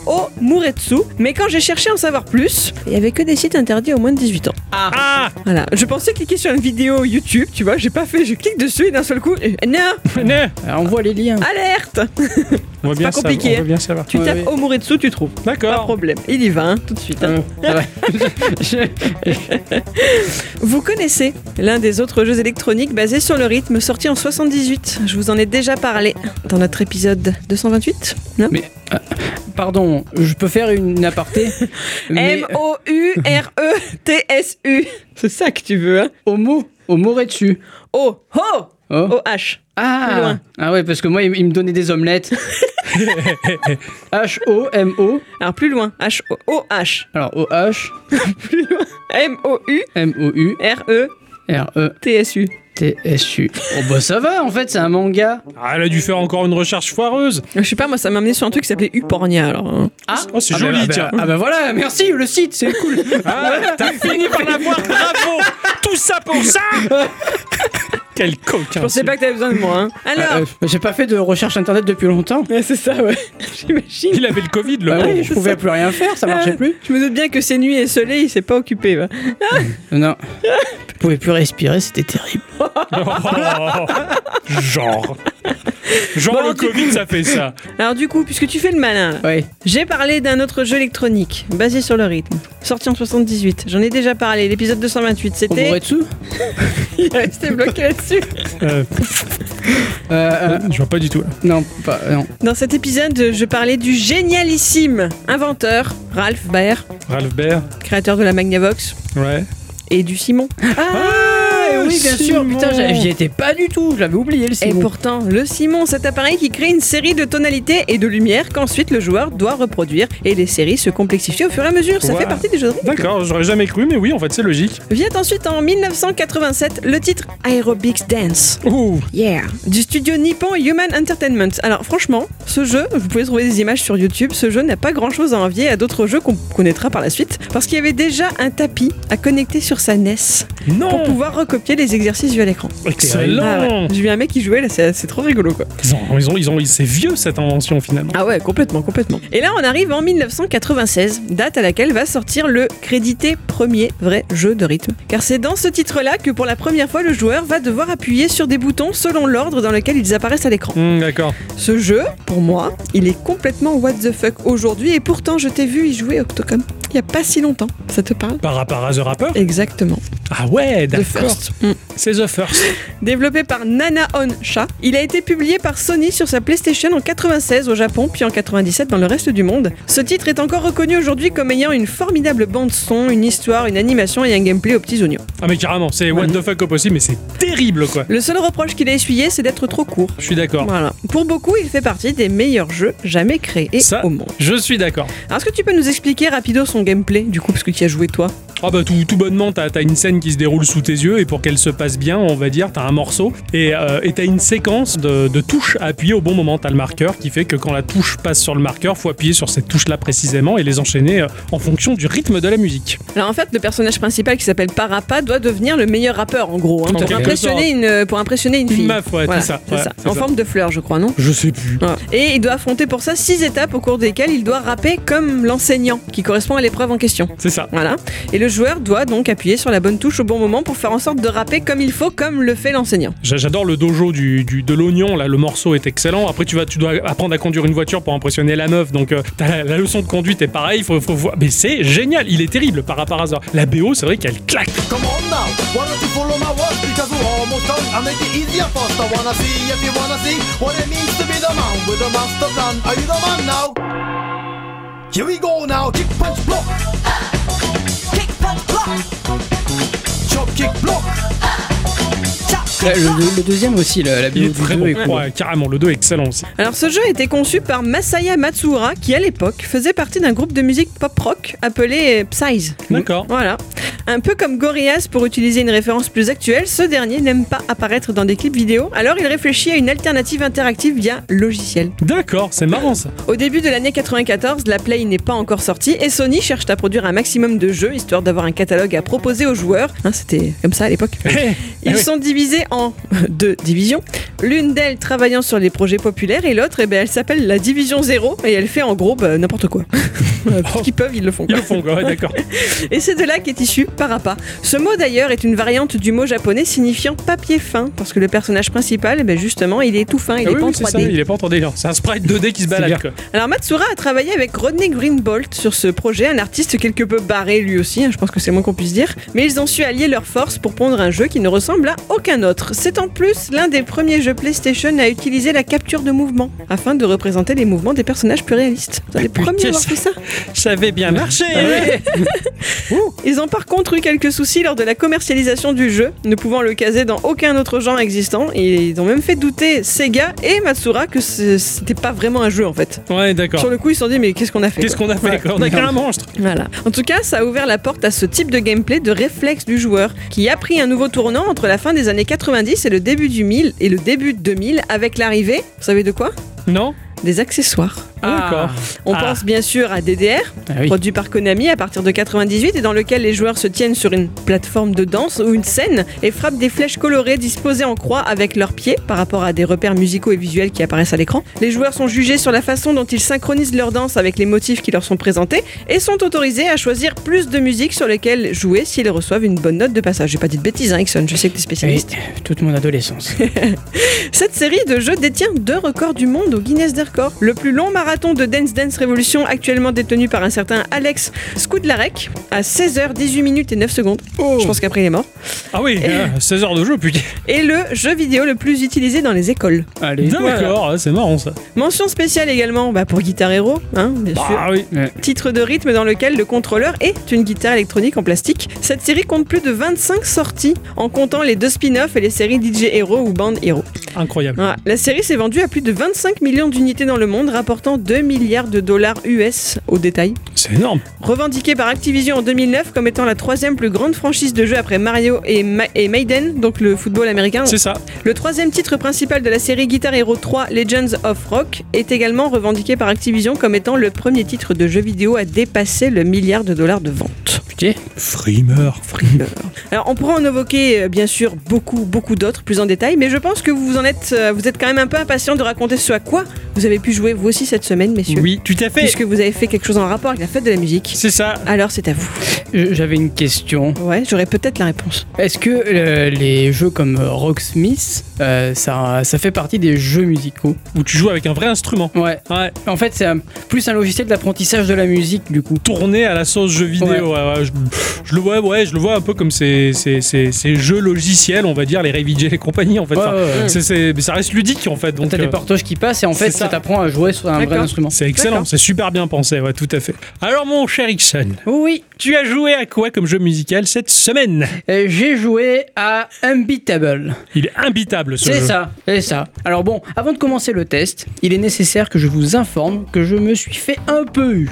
Speaker 3: Omuretsu, mais quand j'ai cherché à en savoir plus, il n'y avait que des sites interdits aux moins de 18 ans.
Speaker 2: Ah
Speaker 3: Voilà, je pensais cliquer sur une vidéo YouTube, tu vois, j'ai pas fait, je clique dessus et d'un seul coup, euh, non,
Speaker 2: non.
Speaker 1: Alors, On voit les liens.
Speaker 3: alerte
Speaker 2: On va bien
Speaker 3: pas
Speaker 2: savoir-
Speaker 3: compliqué,
Speaker 2: on va
Speaker 3: hein.
Speaker 2: bien savoir.
Speaker 3: Tu
Speaker 1: Ouais,
Speaker 3: tapes
Speaker 1: ouais.
Speaker 3: Omuretsu, tu trouves. Pas de
Speaker 2: D'accord.
Speaker 3: problème, il y va, hein, tout de suite. hein.
Speaker 1: Euh, ah ouais. *laughs* Je-
Speaker 3: Vous connaissez l'un des autres jeux électroniques basés sur le rythme, sorti en 78. Je vous en ai déjà parlé dans notre épisode 228. Non
Speaker 1: Mais- Pardon, je peux faire une aparté mais
Speaker 3: E M-O-U-R-E-T-S-U. C'est ça que tu veux, hein
Speaker 1: Homo, Homo dessus.
Speaker 3: Oh, oh,
Speaker 1: Oh.
Speaker 3: oh, H. Plus
Speaker 1: Ah,
Speaker 3: loin.
Speaker 1: ah ouais, parce que moi, il, il me donnait des *laughs* omelettes. H-O-M-O.
Speaker 3: Alors plus loin, H-O-H.
Speaker 1: Alors, O-H-M-O-U-R-E.
Speaker 3: Plus loin, M-O-U-R-E-T-S-U.
Speaker 1: T-S-U. Oh bah ça va en fait, c'est un manga.
Speaker 2: Ah, elle a dû faire encore une recherche foireuse.
Speaker 3: Je sais pas, moi ça m'a amené sur un truc qui s'appelait Upornia alors. hein.
Speaker 1: Ah,
Speaker 2: Oh, c'est
Speaker 1: ah
Speaker 2: joli,
Speaker 1: bah,
Speaker 2: tiens.
Speaker 1: bah, Ah bah voilà, merci le site, c'est cool.
Speaker 2: Ah, t'as fini par l'avoir, bravo Tout ça pour *laughs* ça Quel coquin
Speaker 3: Je pensais
Speaker 2: celui-là.
Speaker 3: pas que t'avais besoin de moi. hein.
Speaker 1: Ah,
Speaker 3: Alors,
Speaker 1: euh, J'ai pas fait de recherche internet depuis longtemps.
Speaker 3: Ouais, c'est ça, ouais. *laughs* J'imagine.
Speaker 2: Il avait le Covid, le
Speaker 1: Bah
Speaker 2: pauvre.
Speaker 1: oui, je
Speaker 3: c'est
Speaker 1: pouvais
Speaker 3: ça.
Speaker 1: plus rien faire, ça marchait
Speaker 3: Ah.
Speaker 1: plus.
Speaker 3: Je me doute bien que ces nuits esselées, il s'est pas occupé. va.
Speaker 1: *laughs* Non. Je pouvais plus respirer, c'était terrible.
Speaker 2: Oh, genre. Genre
Speaker 3: Bon,
Speaker 2: le
Speaker 3: tu-
Speaker 2: Covid, ça fait ça.
Speaker 3: Alors du coup, puisque tu fais le malin, là,
Speaker 1: Ouais.
Speaker 3: j'ai parlé d'un autre jeu électronique basé sur le rythme, sorti en 78. J'en ai déjà parlé, l'épisode 228. C'était.
Speaker 1: Omoretsu
Speaker 3: Il est *laughs* resté bloqué là-dessus.
Speaker 2: Euh,
Speaker 1: euh, euh,
Speaker 2: je vois pas du tout.
Speaker 1: Non, pas. Non.
Speaker 3: Dans cet épisode, je parlais du génialissime inventeur Ralph Baer,
Speaker 2: Ralph Baer,
Speaker 3: créateur de la Magnavox,
Speaker 2: ouais.
Speaker 3: et du Simon.
Speaker 1: Ah, oui, bien sûr,
Speaker 2: Simon.
Speaker 1: putain, j'a- j'y étais pas du tout, j'avais oublié le
Speaker 3: Et
Speaker 1: Simon.
Speaker 3: pourtant, le Simon, cet appareil qui crée une série de tonalités et de lumière qu'ensuite le joueur doit reproduire. Et les séries se complexifient au fur et à mesure. Ça
Speaker 2: Wow.
Speaker 3: fait partie des jeux de rythme.
Speaker 2: D'accord, j'aurais jamais cru, mais oui, en fait, c'est logique.
Speaker 3: Vient ensuite en 1987 le titre Aerobics Dance.
Speaker 2: Ouh,
Speaker 3: Yeah. Du studio nippon Human Entertainment. Alors franchement, ce jeu, vous pouvez trouver des images sur YouTube, ce jeu n'a pas grand chose à envier à d'autres jeux qu'on connaîtra par la suite, parce qu'il y avait déjà un tapis à connecter sur sa NES pour
Speaker 2: non
Speaker 3: pouvoir recopier les exercices vus à l'écran. Ah
Speaker 2: Oh. Excellent
Speaker 3: ouais. J'ai vu un mec qui jouait là, c'est c'est trop rigolo quoi.
Speaker 2: Ils ont, ils ont, ils ont- c'est vieux cette invention finalement.
Speaker 3: Ah ouais, complètement, complètement. Et là, on arrive en 1996, date à laquelle va sortir le crédité premier vrai jeu de rythme. Car c'est dans ce titre-là que pour la première fois, le joueur va devoir appuyer sur des boutons selon l'ordre dans lequel ils apparaissent à l'écran.
Speaker 2: Hmm, D'accord.
Speaker 3: Ce jeu, pour moi, il est complètement what the fuck aujourd'hui, et pourtant, je t'ai vu y jouer Octocom il y a pas si longtemps. Ça te parle
Speaker 2: Par rapport à The Rapper
Speaker 3: Exactement.
Speaker 2: Ah ouais,
Speaker 3: The
Speaker 2: d'accord.
Speaker 3: First. Mm.
Speaker 2: C'est The First.
Speaker 3: Développé par Nana Onsha, il a été publié par Sony sur sa PlayStation en 96 au Japon, puis en 97 dans le reste du monde. Ce titre est encore reconnu aujourd'hui comme ayant une formidable bande son, une histoire, une animation et un gameplay aux petits oignons.
Speaker 2: Ah mais carrément, c'est what the fuck au possible, mais c'est terrible quoi.
Speaker 3: Le seul reproche qu'il a essuyé, c'est d'être trop court.
Speaker 2: Je suis d'accord.
Speaker 3: Voilà. Pour beaucoup, il fait partie des meilleurs jeux jamais créés
Speaker 2: Ça-
Speaker 3: au monde.
Speaker 2: Je suis d'accord.
Speaker 3: Alors, Est-ce que tu peux nous expliquer rapido son gameplay, du coup, parce que tu y as joué toi
Speaker 2: Ah bah tout, tout bonnement, t'as as une scène qui se déroule sous tes yeux et pour qu'elle se passe bien, on va dire, t'as un morceau et euh, et t'as une séquence de, de touches à appuyer au bon moment. T'as le marqueur qui fait que quand la touche passe sur le marqueur, faut appuyer sur cette touche-là précisément et les enchaîner euh, en fonction du rythme de la musique.
Speaker 3: Alors en fait, le personnage principal qui s'appelle Parappa doit devenir le meilleur rappeur en gros, hein,
Speaker 2: En
Speaker 3: pour,
Speaker 2: quelque
Speaker 3: impressionner une, pour impressionner une
Speaker 2: Une
Speaker 3: fille.
Speaker 2: meuf, ouais, c'est ça, ouais, c'est
Speaker 3: en
Speaker 2: ça.
Speaker 3: forme de fleur, je crois, non
Speaker 2: Je sais plus.
Speaker 3: Ouais. Et il doit affronter pour ça six étapes au cours desquelles il doit rapper comme l'enseignant, qui correspond à l'épreuve en question.
Speaker 2: C'est ça.
Speaker 3: Voilà. Et le joueur doit donc appuyer sur la bonne touche au bon moment pour faire en sorte de rapper comme il faut, comme le fait l'enseignant.
Speaker 2: J'a- J'adore le dojo du, du- de l'oignon, là, le morceau est excellent. Après, tu, vas, tu dois apprendre à conduire une voiture pour impressionner la meuf, donc euh, t'as la, la leçon de conduite est pareil, faut, faut voir. Mais c'est génial, il est terrible par rapport à ça. La BO, c'est vrai qu'elle claque.
Speaker 6: Come on now, why don't you follow my words? Because we're almost done. I make it easier first. I wanna see if you wanna see what it means to be the man with a master plan. Are you the man now? Here we go now, kick punch block. Kick punch block. Chop kick block. Chop
Speaker 1: Le,
Speaker 6: kick block.
Speaker 1: le- le deuxième aussi, la, la
Speaker 2: Il
Speaker 1: bio
Speaker 2: est
Speaker 1: du
Speaker 2: très
Speaker 1: jeu
Speaker 2: bon.
Speaker 1: est cool.
Speaker 2: Ouais, carrément, le 2 est excellent aussi.
Speaker 3: Alors ce jeu a été conçu par Masaya Matsuura, qui à l'époque faisait partie d'un groupe de musique pop-rock appelé Psyze.
Speaker 2: D'accord.
Speaker 3: Voilà. Un peu comme Gorillaz pour utiliser une référence plus actuelle, ce dernier n'aime pas apparaître dans des clips vidéo, alors il réfléchit à une alternative interactive via logiciel.
Speaker 2: D'accord, c'est marrant ça.
Speaker 3: Au début de l'année 94, la Play n'est pas encore sortie et Sony cherche à produire un maximum de jeux histoire d'avoir un catalogue à proposer aux joueurs. Hein, C'était comme ça à l'époque.
Speaker 2: Eh,
Speaker 3: Ils
Speaker 2: oui.
Speaker 3: sont divisés en *laughs* deux divisions. L'une d'elles travaillant sur les projets populaires et l'autre, eh ben, elle s'appelle la Division Zéro et elle fait en gros bah, n'importe quoi. *laughs*
Speaker 2: Oh.
Speaker 3: Ce qu'ils peuvent, ils le font.
Speaker 2: Ils
Speaker 3: quoi.
Speaker 2: le font, quoi, ouais, d'accord.
Speaker 3: Et c'est de là qu'est issu parappa. Ce mot d'ailleurs est une variante du mot japonais signifiant papier fin, parce que le personnage principal, eh ben justement, il est tout fin, il
Speaker 2: Ah
Speaker 3: est
Speaker 2: oui,
Speaker 3: pas en
Speaker 2: oui, c'est
Speaker 3: 3D.
Speaker 2: ça, il est pas en 3D. non. C'est un sprite 2D qui se balade. quoi.
Speaker 3: Alors Matsura a travaillé avec Rodney Greenbolt sur ce projet, un artiste quelque peu barré lui aussi, hein, je pense que c'est moins qu'on puisse dire, mais ils ont su allier leurs forces pour pondre un jeu qui ne ressemble à aucun autre. C'est en plus l'un des premiers jeux PlayStation à utiliser la capture de mouvement, afin de représenter les mouvements des personnages plus réalistes. C'est un des premiers à avoir fait ça.
Speaker 2: Ça avait bien marché.
Speaker 3: Ah Ils ont par contre eu quelques soucis lors de la commercialisation du jeu, ne pouvant le caser dans aucun autre genre existant, et ils ont même fait douter Sega et Matsura que ce- c'était pas vraiment un jeu en fait.
Speaker 2: Ouais, d'accord.
Speaker 3: Sur le coup, ils se sont dit, mais qu'est-ce qu'on a fait
Speaker 2: Qu'est-ce
Speaker 3: quoi
Speaker 2: qu'on a fait quoi On a créé un monstre.
Speaker 3: Voilà. En tout cas, ça a ouvert la porte à ce type de gameplay de réflexe du joueur, qui a pris un nouveau tournant entre la fin des années 90 et le début du 1000 et le début de 2000 avec l'arrivée, vous savez de quoi
Speaker 2: Non
Speaker 3: Des accessoires.
Speaker 2: D'accord.
Speaker 3: On
Speaker 2: Ah.
Speaker 3: pense bien sûr à DDR,
Speaker 1: Ah oui.
Speaker 3: produit par Konami à partir de 98 et dans lequel les joueurs se tiennent sur une plateforme de danse ou une scène et frappent des flèches colorées disposées en croix avec leurs pieds par rapport à des repères musicaux et visuels qui apparaissent à l'écran. Les joueurs sont jugés sur la façon dont ils synchronisent leur danse avec les motifs qui leur sont présentés et sont autorisés à choisir plus de musique sur lesquelles jouer s'ils reçoivent une bonne note de passage. J'ai pas dit de bêtises, hein, Ixon, je sais que t'es
Speaker 1: Ah Oui,
Speaker 3: spécialiste.
Speaker 1: toute
Speaker 2: *laughs*
Speaker 1: mon adolescence.
Speaker 3: Cette série de jeux détient deux records du monde au Guinness des records. Le plus long marathon de Dance Dance Revolution actuellement détenu par un certain Alex Skudlarek à 16h18 minutes et 9 secondes. Je pense qu'après il est mort.
Speaker 2: Ah oui, euh, 16 heures de jeu, puis.
Speaker 3: Et le jeu vidéo le plus utilisé dans les écoles.
Speaker 1: Allez, voilà.
Speaker 2: D'accord, ah, c'est marrant ça.
Speaker 3: Mention spéciale également bah, pour Guitar Hero, hein, bien sûr.
Speaker 2: Ah oui.
Speaker 3: Titre de rythme dans lequel le contrôleur est une guitare électronique en plastique. Cette série compte plus de 25 sorties en comptant les deux spin-offs et les séries DJ Hero ou Band Hero.
Speaker 2: Incroyable.
Speaker 3: Ouais, la série s'est vendue à plus de 25 millions d'unités dans le monde, rapportant 2 milliards de dollars US au détail.
Speaker 2: C'est énorme.
Speaker 3: Revendiquée par Activision en 2009 comme étant la troisième plus grande franchise de jeu après Mario et, Ma- et Maiden, donc le football
Speaker 1: Oh.
Speaker 3: américain,
Speaker 2: C'est ça.
Speaker 3: le troisième titre principal de la série Guitar Hero 3 Legends of Rock est également revendiqué par Activision comme étant le premier titre de jeu vidéo à dépasser le milliard de dollars de vente.
Speaker 1: Putain.
Speaker 2: Freemer.
Speaker 3: Alors on pourra en évoquer euh, bien sûr beaucoup beaucoup d'autres plus en détail, mais je pense que vous en êtes euh, vous êtes quand même un peu impatient de raconter ce à quoi vous avez pu jouer vous aussi cette semaine, messieurs,
Speaker 2: Oui, tout à fait.
Speaker 3: puisque vous avez fait quelque chose en rapport avec la fête de la musique.
Speaker 2: C'est ça.
Speaker 3: Alors c'est à vous.
Speaker 1: Je- J'avais une question.
Speaker 3: Ouais, j'aurais peut-être la réponse.
Speaker 1: Est-ce que euh, les jeux comme euh, Rocksmith, euh, ça, ça fait partie des jeux musicaux
Speaker 2: Où tu joues avec un vrai instrument.
Speaker 1: Ouais.
Speaker 2: Ouais.
Speaker 1: En fait, c'est un- plus un logiciel d'apprentissage de la musique, du coup.
Speaker 2: Tourné à la sauce jeu vidéo. ouais, ouais, je, je le vois, ouais, je le vois un peu comme ces, ces, ces- ces jeux logiciels, on va dire, les Ravy et compagnie, en fait.
Speaker 1: Ouais,
Speaker 2: Enfin,
Speaker 1: ouais, ouais.
Speaker 2: c'est- c'est- mais ça reste ludique, en fait. Donc,
Speaker 1: T'as
Speaker 2: euh,
Speaker 1: des portages qui passent et en fait,
Speaker 2: c'est ça.
Speaker 1: ça t'apprend à jouer sur un vrai
Speaker 3: D'accord.
Speaker 1: instrument.
Speaker 2: c'est excellent,
Speaker 3: D'accord.
Speaker 2: c'est super bien pensé, ouais, tout à fait. Alors, mon cher Ixon,
Speaker 1: Oui,
Speaker 2: tu as joué à quoi comme jeu musical cette semaine
Speaker 1: euh, j'ai joué à Unbeatable.
Speaker 2: Il est imbitable, ce jeu.
Speaker 1: C'est ça, c'est ça. Alors bon, avant de commencer le test, il est nécessaire que je vous informe que je me suis fait un peu eu.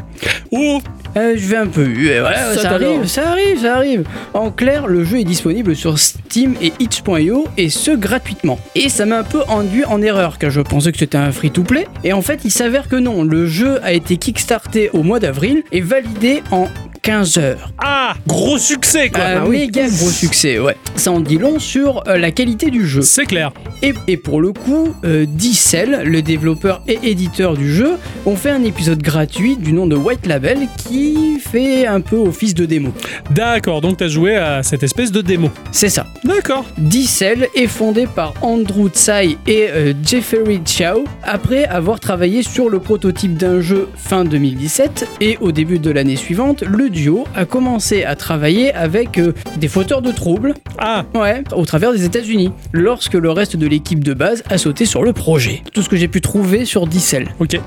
Speaker 2: Oh
Speaker 1: Euh, je vais un peu. euh, voilà,
Speaker 3: Ça
Speaker 1: ça
Speaker 3: t'adore.
Speaker 1: arrive, ça arrive, ça arrive. En clair, le jeu est disponible sur Steam et itch.io et ce gratuitement. Et ça m'a un peu enduit en erreur car je pensais que c'était un free-to-play. Et en fait, il s'avère que non. Le jeu a été kickstarté au mois d'avril et validé en 15 heures.
Speaker 2: Ah, gros succès quoi.
Speaker 1: Un
Speaker 3: bah oui.
Speaker 1: méga gros succès, ouais. Ça en dit long sur euh, la qualité du jeu.
Speaker 2: C'est clair.
Speaker 1: Et, et pour le coup, euh, Dicel, le développeur et éditeur du jeu, ont fait un épisode gratuit du nom de White Label qui fait un peu office de démo.
Speaker 2: D'accord, donc t'as joué à cette espèce de démo.
Speaker 1: C'est ça.
Speaker 2: D'accord.
Speaker 1: Dicel est fondé par Andrew Tsai et euh, Jeffrey Chow après avoir travaillé sur le prototype d'un jeu fin 2017 et au début de l'année suivante, le duo a commencé à travailler avec euh, des fauteurs de troubles
Speaker 2: Ah,
Speaker 1: Ouais, au travers des États-Unis, lorsque le reste de l'équipe de base a sauté sur le projet. Tout ce que j'ai pu trouver sur Dicel.
Speaker 2: ok.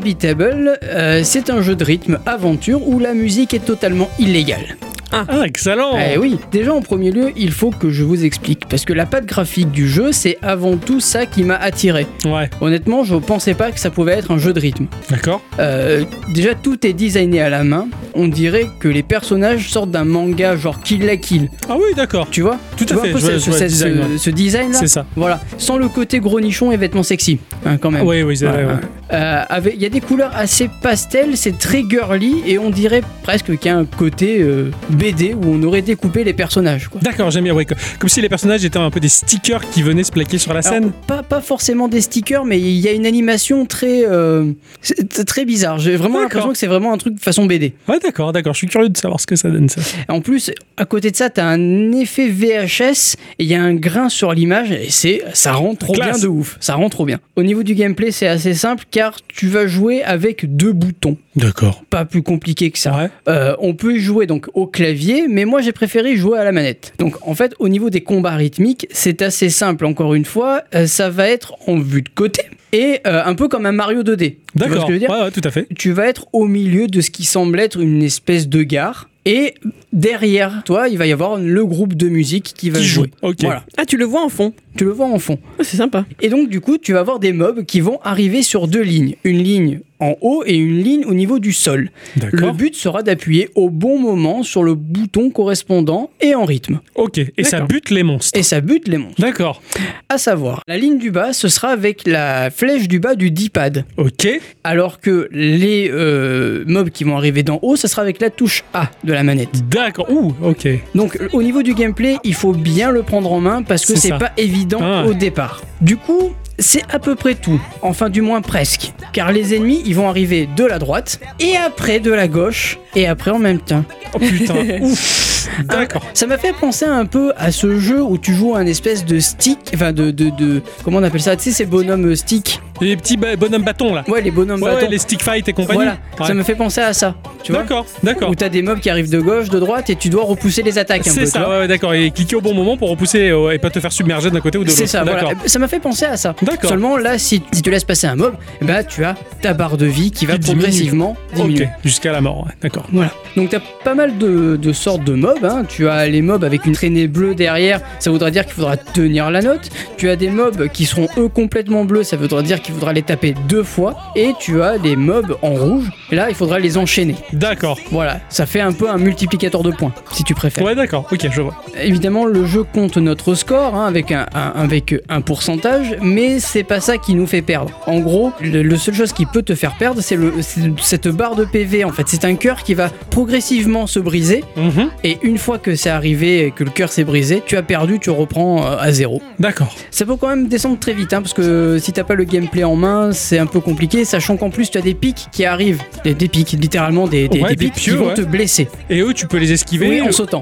Speaker 1: Unbeatable, euh, c'est un jeu de rythme aventure où la musique est totalement illégale.
Speaker 2: Ah, excellent.
Speaker 1: Eh oui, déjà en premier lieu, il faut que je vous explique, parce que la patte graphique du jeu, c'est avant tout ça qui m'a attiré.
Speaker 2: Ouais,
Speaker 1: Honnêtement, je pensais pas que ça pouvait être un jeu de rythme.
Speaker 2: d'accord.
Speaker 1: Euh, déjà, tout est designé à la main, on dirait que les personnages sortent d'un manga genre Kill la Kill,
Speaker 2: Ah oui, d'accord.
Speaker 1: tu vois
Speaker 2: Tout
Speaker 1: Tu
Speaker 2: à
Speaker 1: vois
Speaker 2: fait,
Speaker 1: un peu
Speaker 2: je vois-
Speaker 1: ce-
Speaker 2: je vois
Speaker 1: ce-
Speaker 2: le design,
Speaker 1: ce-
Speaker 2: ouais.
Speaker 1: ce design là
Speaker 2: C'est ça.
Speaker 1: voilà, sans le côté gros nichon et vêtements sexy, hein, quand même.
Speaker 2: Oui, oui, c'est vrai.
Speaker 1: Voilà.
Speaker 2: ouais.
Speaker 1: Euh, avec- Il y a des couleurs assez pastel, c'est très girly et on dirait presque qu'il y a un côté euh, BD où on aurait découpé les personnages. Quoi.
Speaker 2: D'accord, j'aime bien. ouais, co- Comme si les personnages étaient un peu des stickers qui venaient se plaquer sur la
Speaker 1: Alors,
Speaker 2: scène.
Speaker 1: pas, pas forcément des stickers, mais il y a une animation très, euh, c'est- c'est très bizarre. J'ai vraiment
Speaker 2: D'accord.
Speaker 1: l'impression que c'est vraiment un truc façon BD.
Speaker 2: Ouais, d'accord, d'accord. Je suis curieux de savoir ce que ça donne, ça.
Speaker 1: En plus, à côté de ça, t'as un effet VHS et il y a un grain sur l'image et c'est, ça rend trop
Speaker 2: Classe.
Speaker 1: bien de ouf. Ça rend trop bien. Au niveau du gameplay, c'est assez simple car tu vas jouer avec deux boutons.
Speaker 2: D'accord.
Speaker 1: pas plus compliqué que ça.
Speaker 2: Ouais.
Speaker 1: Euh, on peut y jouer donc au clavier, mais moi j'ai préféré jouer à la manette. Donc en fait, au niveau des combats rythmiques, c'est assez simple. Encore une fois, euh, ça va être en vue de côté et euh, un peu comme un Mario 2D. Tu vois ce
Speaker 2: D'accord.
Speaker 1: que je veux dire
Speaker 2: ouais, ouais, tout à fait.
Speaker 1: Tu vas être au milieu de ce qui semble être une espèce de gare. Et derrière toi, il va y avoir le groupe de musique qui va
Speaker 2: Qui joue.
Speaker 1: jouer.
Speaker 2: Ok.
Speaker 1: Voilà,
Speaker 3: Ah, tu le vois en fond.
Speaker 1: tu le vois en fond.
Speaker 3: Ah, c'est sympa.
Speaker 1: Et donc du coup, tu vas avoir des mobs qui vont arriver sur deux lignes. Une ligne en haut et une ligne au niveau du sol. Le
Speaker 2: D'accord.
Speaker 1: but sera d'appuyer au bon moment sur le bouton correspondant et en rythme.
Speaker 2: Ok. Et ça
Speaker 1: D'accord.
Speaker 2: bute les monstres.
Speaker 1: Et ça bute les monstres.
Speaker 2: D'accord.
Speaker 1: À savoir, la ligne du bas, ce sera avec la flèche du bas du D-pad.
Speaker 2: Ok.
Speaker 1: Alors que les euh, mobs qui vont arriver d'en haut, ce sera avec la touche A de la manette.
Speaker 2: D'accord. Ouh, ok.
Speaker 1: Donc au niveau du gameplay, il faut bien le prendre en main parce que
Speaker 2: C'est
Speaker 1: c'est
Speaker 2: ça.
Speaker 1: pas évident
Speaker 2: Ah.
Speaker 1: au départ. Du coup, c'est à peu près tout. Enfin du moins presque. Car les ennemis, ils vont arriver de la droite et après de la gauche et après en même temps. Ah,
Speaker 2: Oh
Speaker 1: *laughs*
Speaker 2: putain. Ouf. D'accord.
Speaker 1: Ça m'a fait penser un peu à ce jeu où tu joues à un espèce de stick, enfin de, de, de- comment on appelle ça, tu sais ces bonhommes euh, stick,
Speaker 2: Les petits ba- bonhommes bâtons là.
Speaker 1: ouais les bonhommes
Speaker 2: Ouais,
Speaker 1: bâtons.
Speaker 2: ouais, les stick fight et compagnie.
Speaker 1: Voilà,
Speaker 2: Ouais.
Speaker 1: ça me fait penser à ça, tu vois.
Speaker 2: D'accord, d'accord.
Speaker 1: Où t'as des mobs qui arrivent de gauche, de droite et tu dois repousser les attaques un peu.
Speaker 2: C'est
Speaker 1: tu
Speaker 2: ça,
Speaker 1: vois.
Speaker 2: ouais, ouais, d'accord. Et cliquer au bon moment pour repousser euh, et pas te faire submerger d'un côté ou de l'autre.
Speaker 1: C'est ça,
Speaker 2: d'accord.
Speaker 1: voilà. Ça m'a fait penser à ça.
Speaker 2: D'accord.
Speaker 1: Seulement là, si, si tu laisses passer un mob, bah tu as ta barre de vie qui va
Speaker 2: Qui diminue.
Speaker 1: progressivement diminuer.
Speaker 2: Ok, jusqu'à la mort, ouais, d'accord.
Speaker 1: Voilà. Donc t'as pas mal de, de sortes de mobs. hein. Tu as les mobs avec une traînée bleue derrière, ça voudra dire qu'il faudra tenir la note. Tu as des mobs qui seront eux complètement bleus, ça voudra dire qu'il faudra les taper deux fois. Et tu as des mobs en rouge, et là il faudra les enchaîner.
Speaker 2: D'accord.
Speaker 1: Voilà, ça fait un peu un multiplicateur de points, si tu préfères.
Speaker 2: Ouais, d'accord. Ok, je vois.
Speaker 1: Évidemment, le jeu compte notre score hein, avec, un, un- avec un pourcentage, mais c'est pas ça qui nous fait perdre. En gros, le, le seule chose qui peut te faire perdre, c'est le- c'est cette barre de PV. En fait, c'est un cœur qui va progressivement se briser,
Speaker 2: Mhm.
Speaker 1: et une fois que c'est arrivé et que le cœur s'est brisé, tu as perdu, tu reprends euh, à zéro.
Speaker 2: D'accord.
Speaker 1: Ça peut quand même descendre très vite, hein, parce que si t'as pas le gameplay en main, c'est un peu compliqué, sachant qu'en plus tu as des pics qui arrivent, des, des pics, littéralement des, des,
Speaker 2: Ouais,
Speaker 1: des
Speaker 2: des
Speaker 1: pics
Speaker 2: pieux,
Speaker 1: qui vont
Speaker 2: ouais.
Speaker 1: te blesser.
Speaker 2: Et eux, tu peux les esquiver.
Speaker 1: Oui, en
Speaker 2: euh,
Speaker 1: sautant.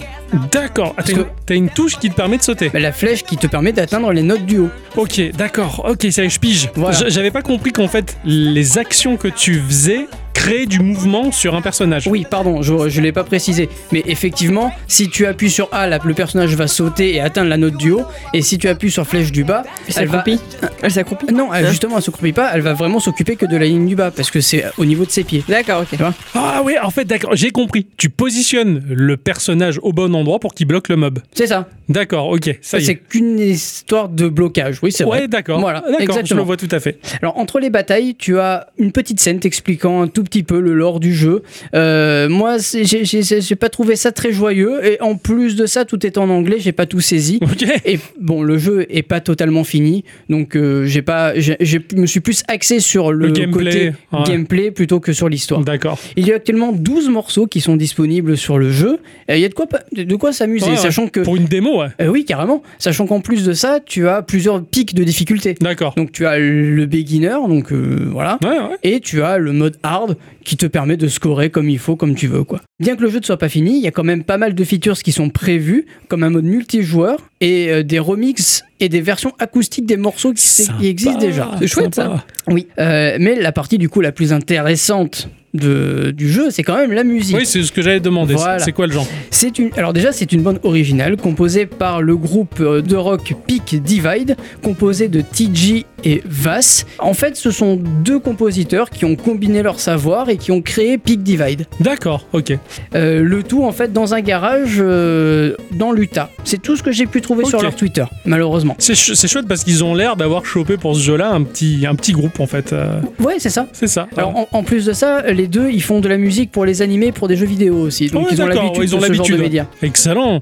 Speaker 2: D'accord. Ah, t'as,
Speaker 1: Parce
Speaker 2: une... t'as une touche qui te permet de sauter.
Speaker 1: Bah, la flèche qui te permet d'atteindre les notes du haut.
Speaker 2: Ok, d'accord. Ok, ça y est, je pige.
Speaker 1: Voilà.
Speaker 2: J- J'avais pas compris qu'en fait, les actions que tu faisais créaient du mouvement sur un personnage.
Speaker 1: Oui, pardon, je ne l'ai pas précisé. Mais effectivement, si tu appuies sur A, la- le personnage va sauter et atteindre la note du haut. Et si tu appuies sur flèche du bas, elle va. Euh,
Speaker 3: s'accroupit. Elle s'accroupit.
Speaker 1: Non, elle,
Speaker 3: Hein
Speaker 1: justement, elle s'occupe pas, elle va vraiment s'occuper que de la ligne du bas, parce que c'est au niveau de ses pieds.
Speaker 3: D'accord, ok.
Speaker 2: Ah oui, en fait, d'accord. J'ai compris. Tu positionnes le personnage au bon endroit pour qu'il bloque le mob.
Speaker 1: C'est ça.
Speaker 2: D'accord. Ok. Ça y
Speaker 1: C'est
Speaker 2: est.
Speaker 1: qu'une histoire de blocage, oui, c'est vrai.
Speaker 2: Ouais, d'accord.
Speaker 1: Voilà,
Speaker 2: d'accord. Je le
Speaker 1: exactement.
Speaker 2: vois tout à fait.
Speaker 1: Alors, entre les batailles, tu as une petite scène t'expliquant un tout petit petit peu le lore du jeu. Euh, moi, c'est- j'ai- j'ai j'ai- j'ai pas trouvé ça très joyeux. Et en plus de ça, tout est en anglais, j'ai pas
Speaker 2: *laughs*
Speaker 1: tout saisi.
Speaker 2: Ok.
Speaker 1: Et bon, le jeu est pas totalement fini, donc euh, j'ai pas, j'ai- j'ai- je me suis plus axé sur le,
Speaker 2: Le gameplay,
Speaker 1: côté
Speaker 2: ouais. Bah.
Speaker 1: gameplay plutôt que sur l'histoire.
Speaker 2: D'accord.
Speaker 1: Il y a actuellement 12 morceaux qui sont disponibles sur le jeu. Et il y a de quoi, pas- de quoi s'amuser,
Speaker 2: Ouais, ouais.
Speaker 1: sachant que
Speaker 2: Pour une démo, ouais.
Speaker 1: euh, oui, carrément. Sachant qu'en plus de ça, tu as plusieurs pics de difficulté.
Speaker 2: D'accord.
Speaker 1: Donc tu as le beginner, donc euh, voilà.
Speaker 2: Ouais, ouais.
Speaker 1: Et tu as le mode hard qui te permet de scorer comme il faut, comme tu veux. quoi. Bien que le jeu ne soit pas fini, il y a quand même pas mal de features qui sont prévues, comme un mode multijoueur et euh, des remixes et des versions acoustiques des morceaux qui,
Speaker 2: Sympa,
Speaker 1: qui existent déjà.
Speaker 3: C'est chouette,
Speaker 2: sympa.
Speaker 1: Oui. Euh, mais la partie du coup la plus intéressante de- du jeu, c'est quand même la musique.
Speaker 2: Oui, c'est ce que j'avais demandé.
Speaker 1: Voilà.
Speaker 2: C'est quoi le genre
Speaker 1: C'est une, alors déjà, c'est une bande originale composée par le groupe euh, de rock Peak Divide, composé de TG et Vass. En fait, ce sont deux compositeurs qui ont combiné leur savoir et qui ont créé Peak Divide.
Speaker 2: D'accord, ok.
Speaker 1: Euh, le tout, en fait, dans un garage euh, dans l'Utah. C'est tout ce que j'ai pu trouver sur
Speaker 2: Ok.
Speaker 1: leur Twitter, malheureusement.
Speaker 2: C'est ch- c'est chouette parce qu'ils ont l'air d'avoir chopé pour ce jeu-là un petit, un petit groupe en fait. euh,
Speaker 1: Ouais, c'est ça.
Speaker 2: c'est ça.
Speaker 1: Alors, en, en plus de ça, les deux, ils font de la musique pour les animés, pour des jeux vidéo aussi. Donc,
Speaker 2: Ouais,
Speaker 1: ils ont
Speaker 2: d'accord,
Speaker 1: l'habitude
Speaker 2: ils ont
Speaker 1: de ce genre de
Speaker 2: l'habitude.
Speaker 1: médias.
Speaker 2: Excellent.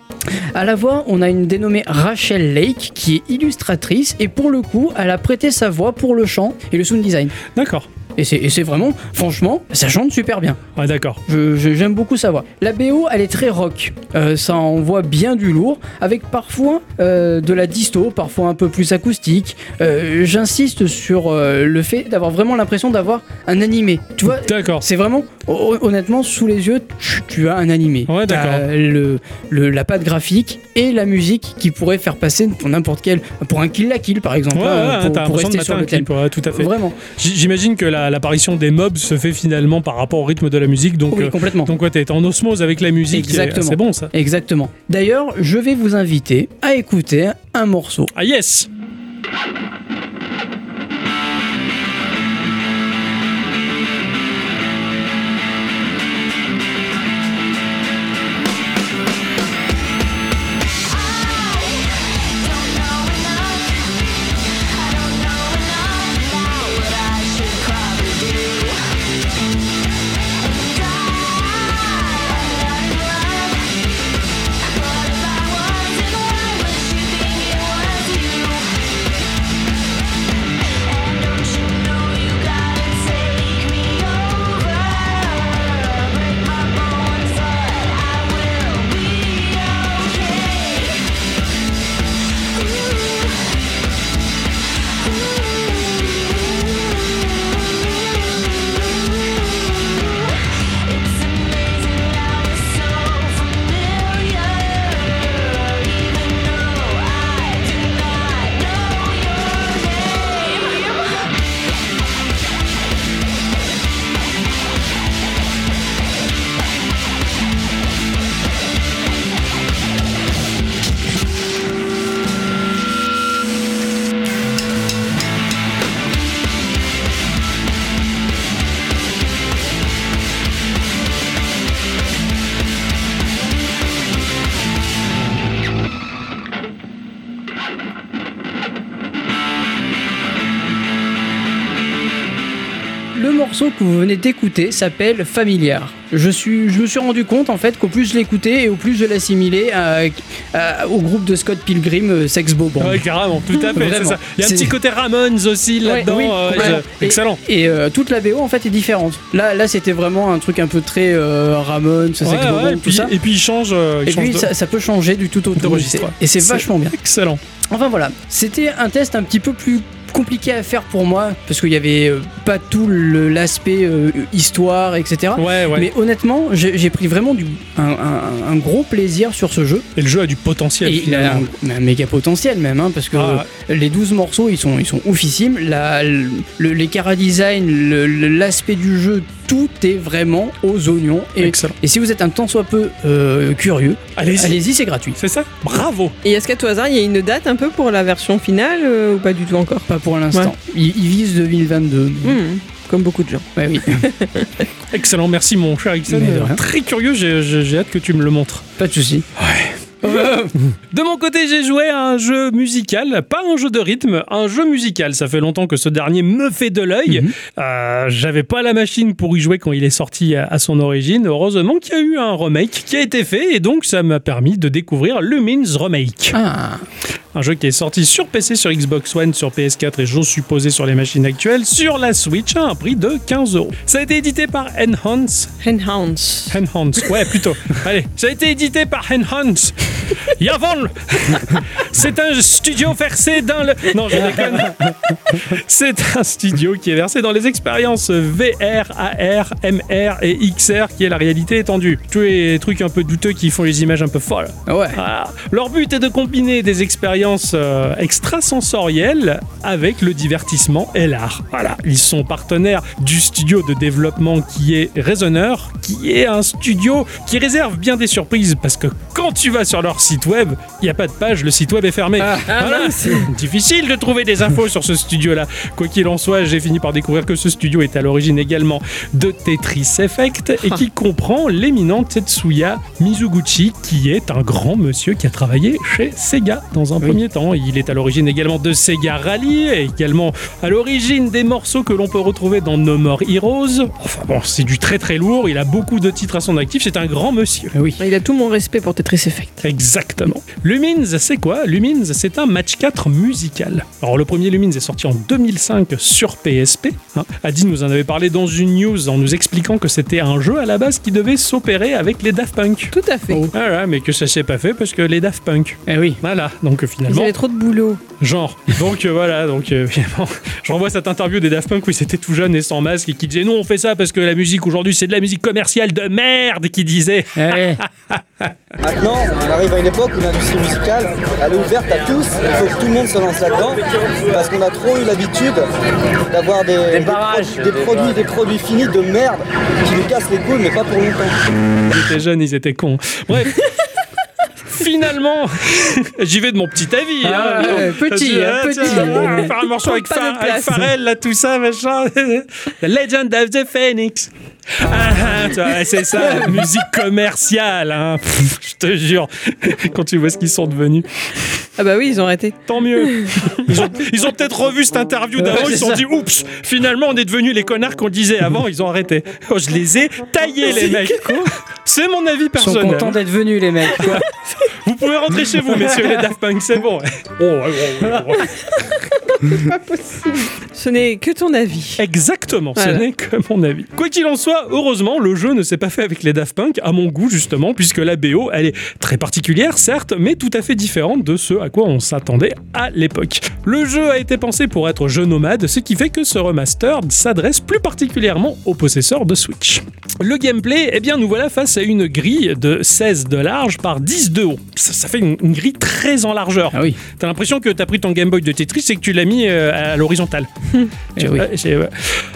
Speaker 1: À la voix, on a une dénommée Rachel Lake qui est illustratrice et pour le coup, elle a prêté sa voix pour le chant et le sound design.
Speaker 2: D'accord.
Speaker 1: Et c'est et c'est vraiment, franchement, ça chante super bien.
Speaker 2: Ouais, d'accord.
Speaker 1: Je- je- J'aime beaucoup sa voix. La BO, elle est très rock. Euh, ça envoie bien du lourd, avec parfois euh, de la disto, parfois un peu plus acoustique. Euh, J'insiste sur euh, le fait d'avoir vraiment l'impression d'avoir un animé. Tu vois,
Speaker 2: D'accord.
Speaker 1: c'est vraiment, hon- honnêtement, sous les yeux, tu, tu as un animé.
Speaker 2: Ouais,
Speaker 1: T'as
Speaker 2: d'accord.
Speaker 1: le, le- la patte graphique et la musique qui pourrait faire passer pour n'importe quel. pour un kill la kill, par exemple,
Speaker 2: Ouais, ouais,
Speaker 1: hein,
Speaker 2: t'as
Speaker 1: pour, pour
Speaker 2: l'impression de
Speaker 1: rester
Speaker 2: mater
Speaker 1: sur
Speaker 2: un
Speaker 1: le thème.
Speaker 2: clip, ouais, tout à fait.
Speaker 1: Vraiment,
Speaker 2: J- J'imagine que la- l'apparition des mobs se fait finalement par rapport au rythme de la musique, donc
Speaker 1: oui,
Speaker 2: euh,
Speaker 1: complètement.
Speaker 2: donc ouais, t'es en osmose avec la musique. et-
Speaker 1: Exactement.
Speaker 2: C'est bon ça.
Speaker 1: Exactement. D'ailleurs, je vais vous inviter à écouter un morceau.
Speaker 2: Ah yes.
Speaker 1: Le morceau que vous venez d'écouter s'appelle Familiar. Je, suis, je me suis rendu compte en fait qu'au plus je l'écoutais et au plus je l'assimilais à- à- au groupe de Scott Pilgrim, euh, Sex Boban.
Speaker 2: Ah Ouais, carrément, tout à fait.
Speaker 1: Vraiment.
Speaker 2: c'est ça. Il y a un
Speaker 1: C'est-
Speaker 2: petit côté Ramones aussi
Speaker 1: Ouais,
Speaker 2: là-dedans.
Speaker 1: oui,
Speaker 2: euh,
Speaker 1: complètement.
Speaker 2: je- Excellent.
Speaker 1: Et euh, toute la BO en fait est différente. Là, là c'était vraiment un truc un peu très euh, Ramones, Sex
Speaker 2: Ouais, ouais,
Speaker 1: Boban,
Speaker 2: et,
Speaker 1: tout
Speaker 2: puis,
Speaker 1: ça.
Speaker 2: et puis il change. euh, il
Speaker 1: Et
Speaker 2: change
Speaker 1: puis
Speaker 2: de-
Speaker 1: ça, ça peut changer du tout au tout.
Speaker 2: registre, ouais.
Speaker 1: Et c'est
Speaker 2: C'est-
Speaker 1: vachement bien.
Speaker 2: Excellent.
Speaker 1: Enfin voilà, c'était un test un petit peu plus compliqué à faire pour moi parce qu'il n'y avait euh, pas tout le- l'aspect euh, histoire, etc.
Speaker 2: Ouais, ouais.
Speaker 1: Mais honnêtement, j'ai j'ai pris vraiment du, un, un- un gros plaisir sur ce jeu.
Speaker 2: Et le jeu a du
Speaker 1: Et
Speaker 2: potentiel.
Speaker 1: il a
Speaker 2: finalement.
Speaker 1: un, un méga potentiel même, hein, parce que
Speaker 2: Ah,
Speaker 1: les 12 morceaux, ils sont, ils sont oufissimes. La, le, les chara-design, le- le- l'aspect du jeu, tout est vraiment aux oignons. Et,
Speaker 2: excellent.
Speaker 1: et si vous êtes un tant soit peu euh, curieux,
Speaker 2: Allez-y.
Speaker 1: allez-y, c'est gratuit.
Speaker 2: C'est ça Bravo.
Speaker 3: Et est-ce qu'à tout hasard, il y a une date un peu pour la version finale euh, ou pas du tout encore
Speaker 1: Pas pour l'instant. Ils, ils visent 2022. mais-
Speaker 3: Hmm, Comme beaucoup de gens.
Speaker 1: Ouais, oui. *laughs*
Speaker 2: Excellent, merci mon cher Ixon.
Speaker 1: Mais de rien.
Speaker 2: Très curieux, j'ai- j'ai j'ai hâte que tu me le montres.
Speaker 1: Pas de souci.
Speaker 2: De mon côté, j'ai joué à un jeu musical, pas un jeu de rythme, un jeu musical. Ça fait longtemps que ce dernier me fait de l'œil. Euh, J'avais pas la machine pour y jouer quand il est sorti à, à son origine. Heureusement qu'il y a eu un remake qui a été fait et donc ça m'a permis de découvrir Lumines Remake.
Speaker 1: Ah,
Speaker 2: Un jeu qui est sorti sur PC, sur Xbox One, sur PS4 et j'ose supposer sur les machines actuelles, sur la Switch à un prix de 15 euros. Ça a été édité par Enhance
Speaker 3: Enhance.
Speaker 2: Enhance, ouais, plutôt. Allez, ça a été édité par Enhance. Yavol C'est un studio versé dans le. Non, je déconne. C'est un studio qui est versé dans les expériences VR, AR, MR et XR, qui est la réalité étendue. Tous les trucs un peu douteux qui font les images un peu folles.
Speaker 1: ouais.
Speaker 2: Voilà. Ah. Leur but est de combiner des expériences euh, extrasensorielles avec le divertissement et l'art. Voilà, ils sont partenaires du studio de développement qui est Raisonneur, qui est un studio qui réserve bien des surprises parce que quand tu vas sur leur site web, il n'y a pas de page, le site web est fermé. Voilà. Difficile de trouver des infos sur ce studio-là. Quoi qu'il en soit, j'ai fini par découvrir que ce studio est à l'origine également de Tetris Effect et qui comprend l'éminent Tetsuya Mizuguchi, qui est un grand monsieur qui a travaillé chez Sega dans un premier temps. Il est à l'origine également de Sega Rally et également à l'origine des morceaux que l'on peut retrouver dans No More Heroes. Enfin bon, c'est du très très lourd. Il a beaucoup de titres à son actif. C'est un grand monsieur.
Speaker 1: Ah oui.
Speaker 3: Il a tout mon respect pour Tetris Effect.
Speaker 2: Exactement. Lumines, c'est quoi Lumines, c'est un match 4 musical. Alors, le premier Lumines est sorti en 2005 sur PSP. hein. Adi nous en avait parlé dans une news en nous expliquant que c'était un jeu à la base qui devait s'opérer avec les Daft Punk.
Speaker 3: Tout à fait.
Speaker 2: Voilà, mais que ça s'est pas fait parce que les Daft Punk.
Speaker 1: Eh oui.
Speaker 2: Voilà, donc euh,
Speaker 3: Ils
Speaker 2: finalement,
Speaker 3: avaient trop de boulot.
Speaker 2: genre. Donc euh, voilà, donc euh, évidemment, je renvoie cette interview des Daft Punk où ils étaient tout jeunes et sans masque et qui disaient non, on fait ça parce que la musique aujourd'hui c'est de la musique commerciale de merde, qui disait.
Speaker 1: Eh,
Speaker 7: Maintenant, on arrive à une époque où l'industrie musicale, elle est ouverte à tous. Il faut que tout le monde se lance là-dedans parce qu'on a trop eu l'habitude d'avoir des, des pro- des produits, des produits finis de merde qui nous cassent les couilles, mais pas pour longtemps.
Speaker 2: Ils étaient jeunes, ils étaient cons.
Speaker 1: *laughs*
Speaker 2: Bref. Finalement, j'y vais de mon petit avis. hein.
Speaker 1: Ah ouais, petit,
Speaker 2: Ah,
Speaker 1: hein,
Speaker 2: tiens,
Speaker 1: petit.
Speaker 2: on va faire un morceau avec,
Speaker 3: Prends pas
Speaker 2: Fa-
Speaker 3: de
Speaker 2: avec
Speaker 3: place.
Speaker 2: Pharrell, là, tout ça, machin. The Legend of the Phoenix. Ah, ah, tu vois, c'est ça, la musique commerciale. hein. Pff, Je te jure, quand tu vois ce qu'ils sont devenus,
Speaker 3: Ah bah oui, ils ont arrêté.
Speaker 2: tant mieux. Ils ont, ils ont peut-être revu cette interview d'avant,
Speaker 1: Ouais,
Speaker 2: ils
Speaker 1: c'est
Speaker 2: se sont
Speaker 1: ça.
Speaker 2: dit oups, finalement on est devenus les connards qu'on disait avant, ils ont arrêté. Oh, je les ai taillés, les mecs. C'est mon avis
Speaker 1: ils sont
Speaker 2: personnel.
Speaker 1: contents d'être venus, les mecs. quoi.
Speaker 2: Vous pouvez rentrer chez vous, messieurs les Daft Punk, c'est bon.
Speaker 3: Ce n'est que ton avis.
Speaker 2: Exactement,
Speaker 3: Voilà.
Speaker 2: ce n'est que mon avis. Quoi qu'il en soit, heureusement, le jeu ne s'est pas fait avec les Daft Punk, à mon goût justement, puisque la BO, elle est très particulière, certes, mais tout à fait différente de ce à quoi on s'attendait à l'époque. Le jeu a été pensé pour être jeu nomade, ce qui fait que ce remaster s'adresse plus particulièrement aux possesseurs de Switch. Le gameplay, eh bien, nous voilà face à une grille de 16 de large par 10 de haut. Ça, ça fait une, une grille très en largeur.
Speaker 1: Ah oui.
Speaker 2: T'as l'impression que t'as pris ton Game Boy de Tetris et que tu l'as mis euh, à l'horizontale.
Speaker 1: Eh oui.
Speaker 2: Ouais, j'ai- ouais.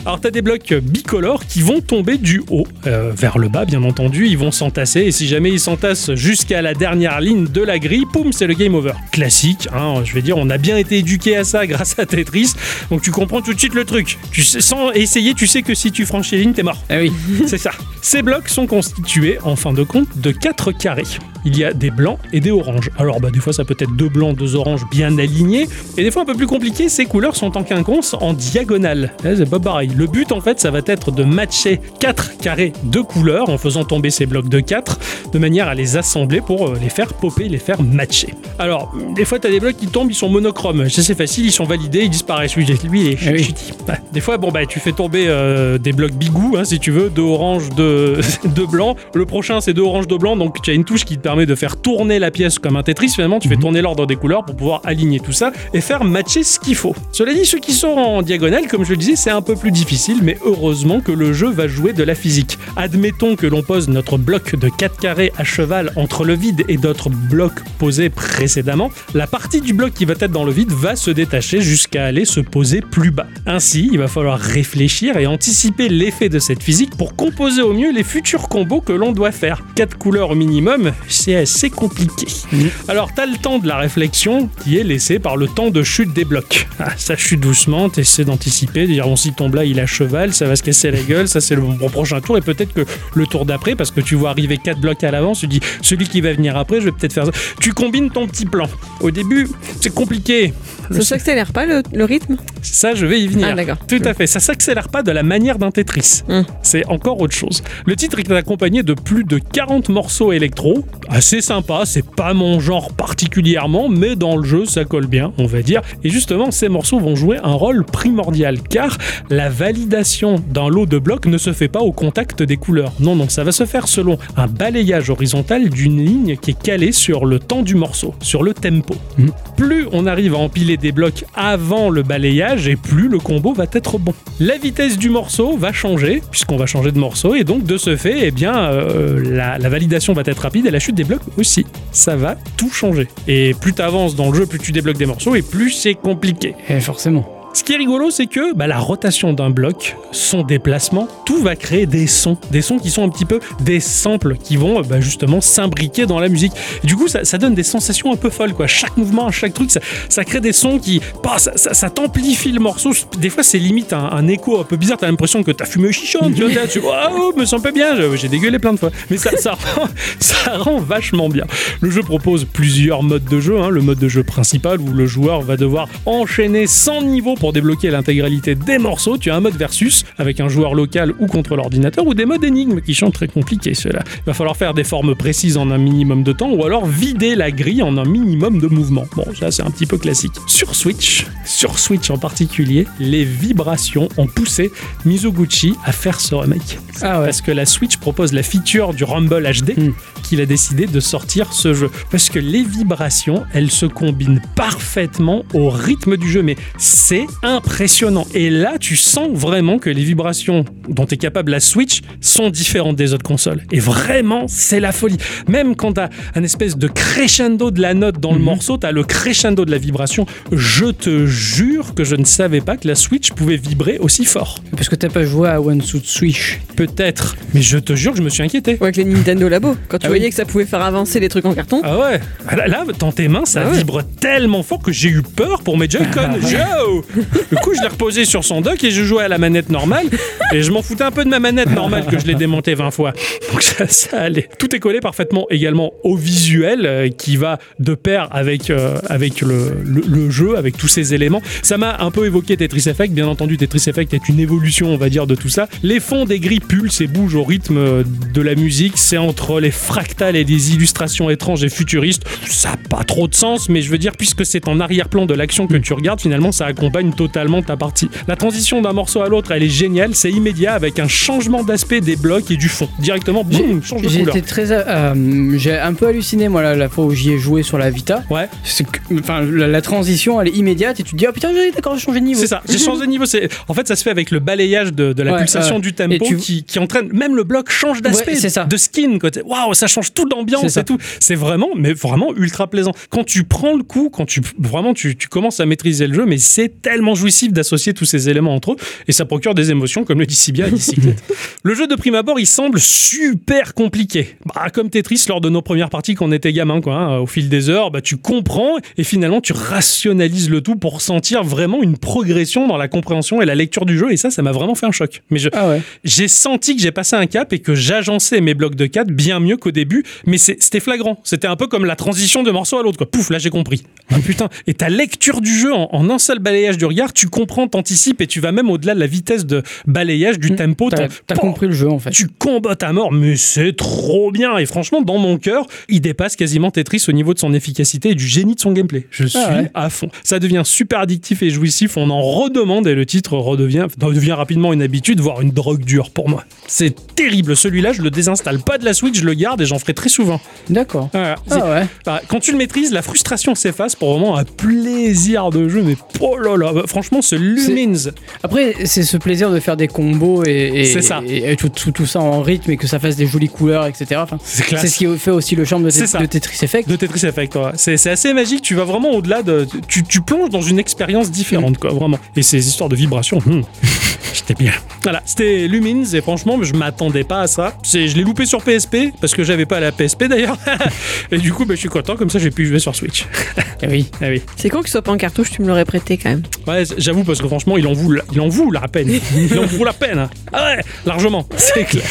Speaker 2: Alors t'as des blocs bicolores qui vont tomber du haut euh, vers le bas, bien entendu. Ils vont s'entasser et si jamais ils s'entassent jusqu'à la dernière ligne de la grille, poum, c'est le game over. Classique. hein, je vais dire, on a bien été éduqué à ça *laughs* grâce à Tetris. Donc tu comprends tout de suite le truc. Tu sais- sans essayer, tu sais que si tu franchis les lignes, t'es mort.
Speaker 1: Eh oui.
Speaker 2: *laughs* C'est ça. Ces blocs sont constitués, en fin de compte, de quatre carrés. Il y a des blancs et des oranges. Alors, bah, des fois, ça peut être deux blancs, deux oranges bien alignés. Et des fois, un peu plus compliqué, ces couleurs sont en quinconce, en diagonale. Là, c'est pas pareil. Le but, en fait, ça va être de matcher quatre carrés de couleurs en faisant tomber ces blocs de quatre, de manière à les assembler pour euh, les faire popper, les faire matcher. Alors, des fois, t'as des blocs qui tombent, ils sont monochromes. Ça, c'est facile, ils sont validés, ils disparaissent. Lui, lui, il est
Speaker 1: Eh oui.
Speaker 2: chutis. Ouais. Des fois, bon, bah, tu fais tomber euh, des blocs bigou, hein, si tu veux, deux oranges, deux, *laughs* deux blancs. Le prochain, c'est deux oranges, deux blancs. Donc, tu as une touche qui te permet de faire tourner la pièce comme un Tetris. Finalement, tu fais tourner l'ordre des couleurs pour pouvoir aligner tout ça et faire matcher ce qu'il faut. Cela dit, ceux qui sont en diagonale, comme je le disais, c'est un peu plus difficile, mais heureusement que le jeu va jouer de la physique. Admettons que l'on pose notre bloc de 4 carrés à cheval entre le vide et d'autres blocs posés précédemment. La partie du bloc qui va être dans le vide va se détacher jusqu'à aller se poser plus bas. Ainsi, il va falloir réfléchir et anticiper l'effet de cette physique pour composer au mieux les futurs combos que l'on doit faire. 4 couleurs au minimum, c'est assez compliqué. Alors, t'as le temps de la réflexion qui est laissé par le temps de chute des blocs. truc. Ah, ça chute doucement, t'essaies d'anticiper, de dire bon, si tombe là, il a cheval, ça va se casser la gueule, ça c'est le bon prochain tour, et peut-être que le tour d'après, parce que tu vois arriver quatre blocs à l'avance, tu dis celui qui va venir après, je vais peut-être faire ça. Tu combines ton petit plan. Au début, c'est compliqué. Le-
Speaker 3: Ça s'accélère pas le, le rythme
Speaker 2: ça, je vais y venir.
Speaker 3: Ah, d'accord.
Speaker 2: Tout à fait. Ça s'accélère pas de la manière d'un Tetris.
Speaker 3: Hum.
Speaker 2: C'est encore autre chose. Le titre est accompagné de plus de 40 morceaux électro. Assez sympa, c'est pas mon genre particulièrement, mais dans le jeu, ça colle bien, on va dire. Et justement, ces morceaux vont jouer un rôle primordial, car la validation d'un lot de blocs ne se fait pas au contact des couleurs. Non, non, ça va se faire selon un balayage horizontal d'une ligne qui est calée sur le temps du morceau, sur le tempo. Plus on arrive à empiler des blocs avant le balayage et plus le combo va être bon. La vitesse du morceau va changer puisqu'on va changer de morceau et donc de ce fait, eh bien, euh, la, la validation va être rapide et la chute des blocs aussi. Ça va tout changer. Et plus tu avances dans le jeu, plus tu débloques des morceaux et plus c'est compliqué.
Speaker 1: Eh, forcément.
Speaker 2: Ce qui est rigolo, c'est que bah, la rotation d'un bloc, son déplacement, tout va créer des sons. Des sons qui sont un petit peu des samples qui vont euh, bah, justement s'imbriquer dans la musique. Et du coup, ça, ça donne des sensations un peu folles. Quoi. Chaque mouvement, chaque truc, ça, ça crée des sons qui. bah, ça, ça, ça t'amplifie le morceau. Des fois, c'est limite un, un écho un peu bizarre. T'as l'impression que t'as fumé au chichon. Tu vois, t'as- tu waouh, me sens pas bien. je- J'ai dégueulé plein de fois. Mais ça, *laughs* ça, rend, ça rend vachement bien. Le jeu propose plusieurs modes de jeu. hein. Le mode de jeu principal où le joueur va devoir enchaîner 100 niveaux pour débloquer l'intégralité des morceaux. Tu as un mode versus avec un joueur local ou contre l'ordinateur ou des modes énigmes qui sont très compliqués. Cela. Il va falloir faire des formes précises en un minimum de temps ou alors vider la grille en un minimum de mouvements. Bon, ça c'est un petit peu classique. Sur Switch, sur Switch en particulier, les vibrations ont poussé Mizoguchi à faire ce remake
Speaker 1: Ah ouais.
Speaker 2: parce que la Switch propose la feature du Rumble HD
Speaker 1: Hmm.
Speaker 2: qu'il a décidé de sortir ce jeu. Parce que les vibrations, elles se combinent parfaitement au rythme du jeu, mais c'est impressionnant. Et là, tu sens vraiment que les vibrations dont est capable la Switch sont différentes des autres consoles. Et vraiment, c'est la folie. Même quand t'as un espèce de crescendo de la note
Speaker 1: Mhm.
Speaker 2: dans le morceau, t'as le crescendo de la vibration. Je te jure que je ne savais pas que la Switch pouvait vibrer aussi fort.
Speaker 1: Parce que t'as pas joué à One Suit Switch.
Speaker 2: Peut-être, mais je te jure que je me suis inquiété.
Speaker 3: Ou avec les Nintendo Labo Quand tu
Speaker 2: Ah oui.
Speaker 3: voyais que ça pouvait faire avancer les trucs en carton,
Speaker 2: Ah ouais Ah Là, là, dans tes mains, ça
Speaker 3: Ah ouais. Ah
Speaker 2: vibre tellement fort que j'ai eu peur pour mes Joy-Con. Yo Du coup, je l'ai reposé sur son dock et je jouais à la manette normale. Et je m'en foutais un peu de ma manette normale que je l'ai démontée 20 fois. Donc ça, ça allait. Tout est collé parfaitement également au visuel euh, qui va de pair avec, euh, avec le, le- le jeu, avec tous ces éléments. Ça m'a un peu évoqué Tetris Effect. Bien entendu, Tetris Effect est une évolution, on va dire, de tout ça. Les fonds des grilles pulsent et bougent au rythme euh, de la musique. C'est entre les fractales et des illustrations étranges et futuristes. Ça n'a pas trop de sens, mais je veux dire, puisque c'est en arrière-plan de l'action que tu regardes, finalement, ça accompagne totalement ta partie. La transition d'un morceau à l'autre, elle est géniale. C'est immédiat avec un changement d'aspect des blocs et du fond. Directement, boum, change de
Speaker 1: J'ai
Speaker 2: couleur.
Speaker 1: été très. euh, J'ai un peu halluciné, moi, la, la fois où j'y ai joué sur la Vita.
Speaker 2: Ouais.
Speaker 1: C'est que- Enfin, la, la transition, elle est immédiate et tu te dis, ah putain, j'ai- d'accord, j'ai changé de niveau.
Speaker 2: C'est ça,
Speaker 1: *laughs*
Speaker 2: j'ai changé de niveau. C'est- En fait, ça se fait avec le balayage de, de la
Speaker 1: Ouais,
Speaker 2: pulsation
Speaker 1: ouais.
Speaker 2: du tempo
Speaker 1: Et tu-
Speaker 2: qui, qui entraîne. Même le bloc change d'aspect,
Speaker 1: Ouais, c'est ça.
Speaker 2: de skin. quoi. T'es- Waouh, ça change toute
Speaker 1: C'est
Speaker 2: l'ambiance
Speaker 1: ça.
Speaker 2: et tout. C'est vraiment, mais vraiment ultra plaisant. Quand tu prends le coup, quand tu vraiment tu, tu commences à maîtriser le jeu, mais c'est tellement jouissif d'associer tous ces éléments entre eux et ça procure des émotions, comme le dit si bien
Speaker 1: *laughs*
Speaker 2: la bicyclette. le jeu de prime abord, il semble super compliqué. Bah, comme Tetris lors de nos premières parties quand on était gamin, quoi. hein. Au fil des heures, bah, tu comprends et finalement tu rationalises le tout pour sentir vraiment une progression dans la compréhension et la lecture du jeu. Et ça, ça m'a vraiment fait un choc. Mais je,
Speaker 1: Ah ouais.
Speaker 2: j'ai senti que j'ai passé un cap et que j'agençais mes blocs de 4 bien mieux qu'au début, mais c'est- c'était flagrant. C'était un peu comme la transition de morceau à l'autre. quoi. Pouf, là j'ai compris. Ah putain. Et ta lecture du jeu en, en un seul balayage du regard, tu comprends, t'anticipes et tu vas même au-delà de la vitesse de balayage du tempo.
Speaker 1: Mmh. T'as
Speaker 2: T'as-
Speaker 1: t'as
Speaker 2: Pan
Speaker 1: compris le jeu en fait.
Speaker 2: Bah, tu combattes à mort, mais c'est trop bien. Et franchement, dans mon cœur, il dépasse quasiment Tetris au niveau de son efficacité et du génie de son gameplay. Je suis
Speaker 1: Ah ouais.
Speaker 2: à fond. Ça devient super addictif et jouissif. On en redemande et le titre redevient, devient rapidement une habitude, voire une drogue dure pour moi. C'est terrible. Celui-là, je le désinstalle pas de la Switch, je le garde et j'en ferai très souvent.
Speaker 1: D'accord.
Speaker 2: Voilà. C'est-
Speaker 1: Ah ouais.
Speaker 2: bah, quand tu le maîtrises, la frustration s'efface pour vraiment un plaisir de jeu. Mais oh là là, bah, franchement, ce Lumines,
Speaker 1: Après, c'est ce plaisir de faire des combos et, et-
Speaker 2: C'est ça.
Speaker 1: et- et tout, tout, tout ça en rythme et que ça fasse fasse des jolies couleurs, etc. Enfin,
Speaker 2: C'est classe.
Speaker 1: c'est ce qui fait aussi le charme de,
Speaker 2: C'est ça.
Speaker 1: de Tetris Effect.
Speaker 2: de Tetris Effect. ouais. C'est c'est assez magique, tu vas vraiment au-delà de. Tu, tu plonges dans une expérience différente, quoi, vraiment. Et ces histoires de vibrations, *laughs* hmm, j'étais bien. Voilà, c'était Lumines, et franchement, je m'attendais pas à ça. C'est- Je l'ai loupé sur PSP, parce que j'avais pas la PSP d'ailleurs. *laughs* et du coup, bah, je suis content, comme ça, j'ai pu jouer sur Switch.
Speaker 1: Eh oui.
Speaker 2: Ah oui.
Speaker 3: C'est con qu'il soit pas en cartouche, tu me l'aurais prêté quand même.
Speaker 2: Ouais, j'avoue, parce que franchement, il en vaut, la- il en vaut la peine. *laughs* Il en vaut la peine. hein. Ah ouais, largement, c'est *laughs* clair.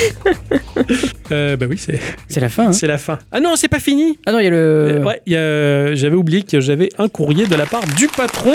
Speaker 2: Euh, bah oui, c'est
Speaker 1: C'est la fin. hein.
Speaker 2: c'est la fin. Ah non, c'est pas fini!
Speaker 1: Ah non, il y a le.
Speaker 2: Euh, Ouais, il y a- j'avais oublié que j'avais un courrier de la part du patron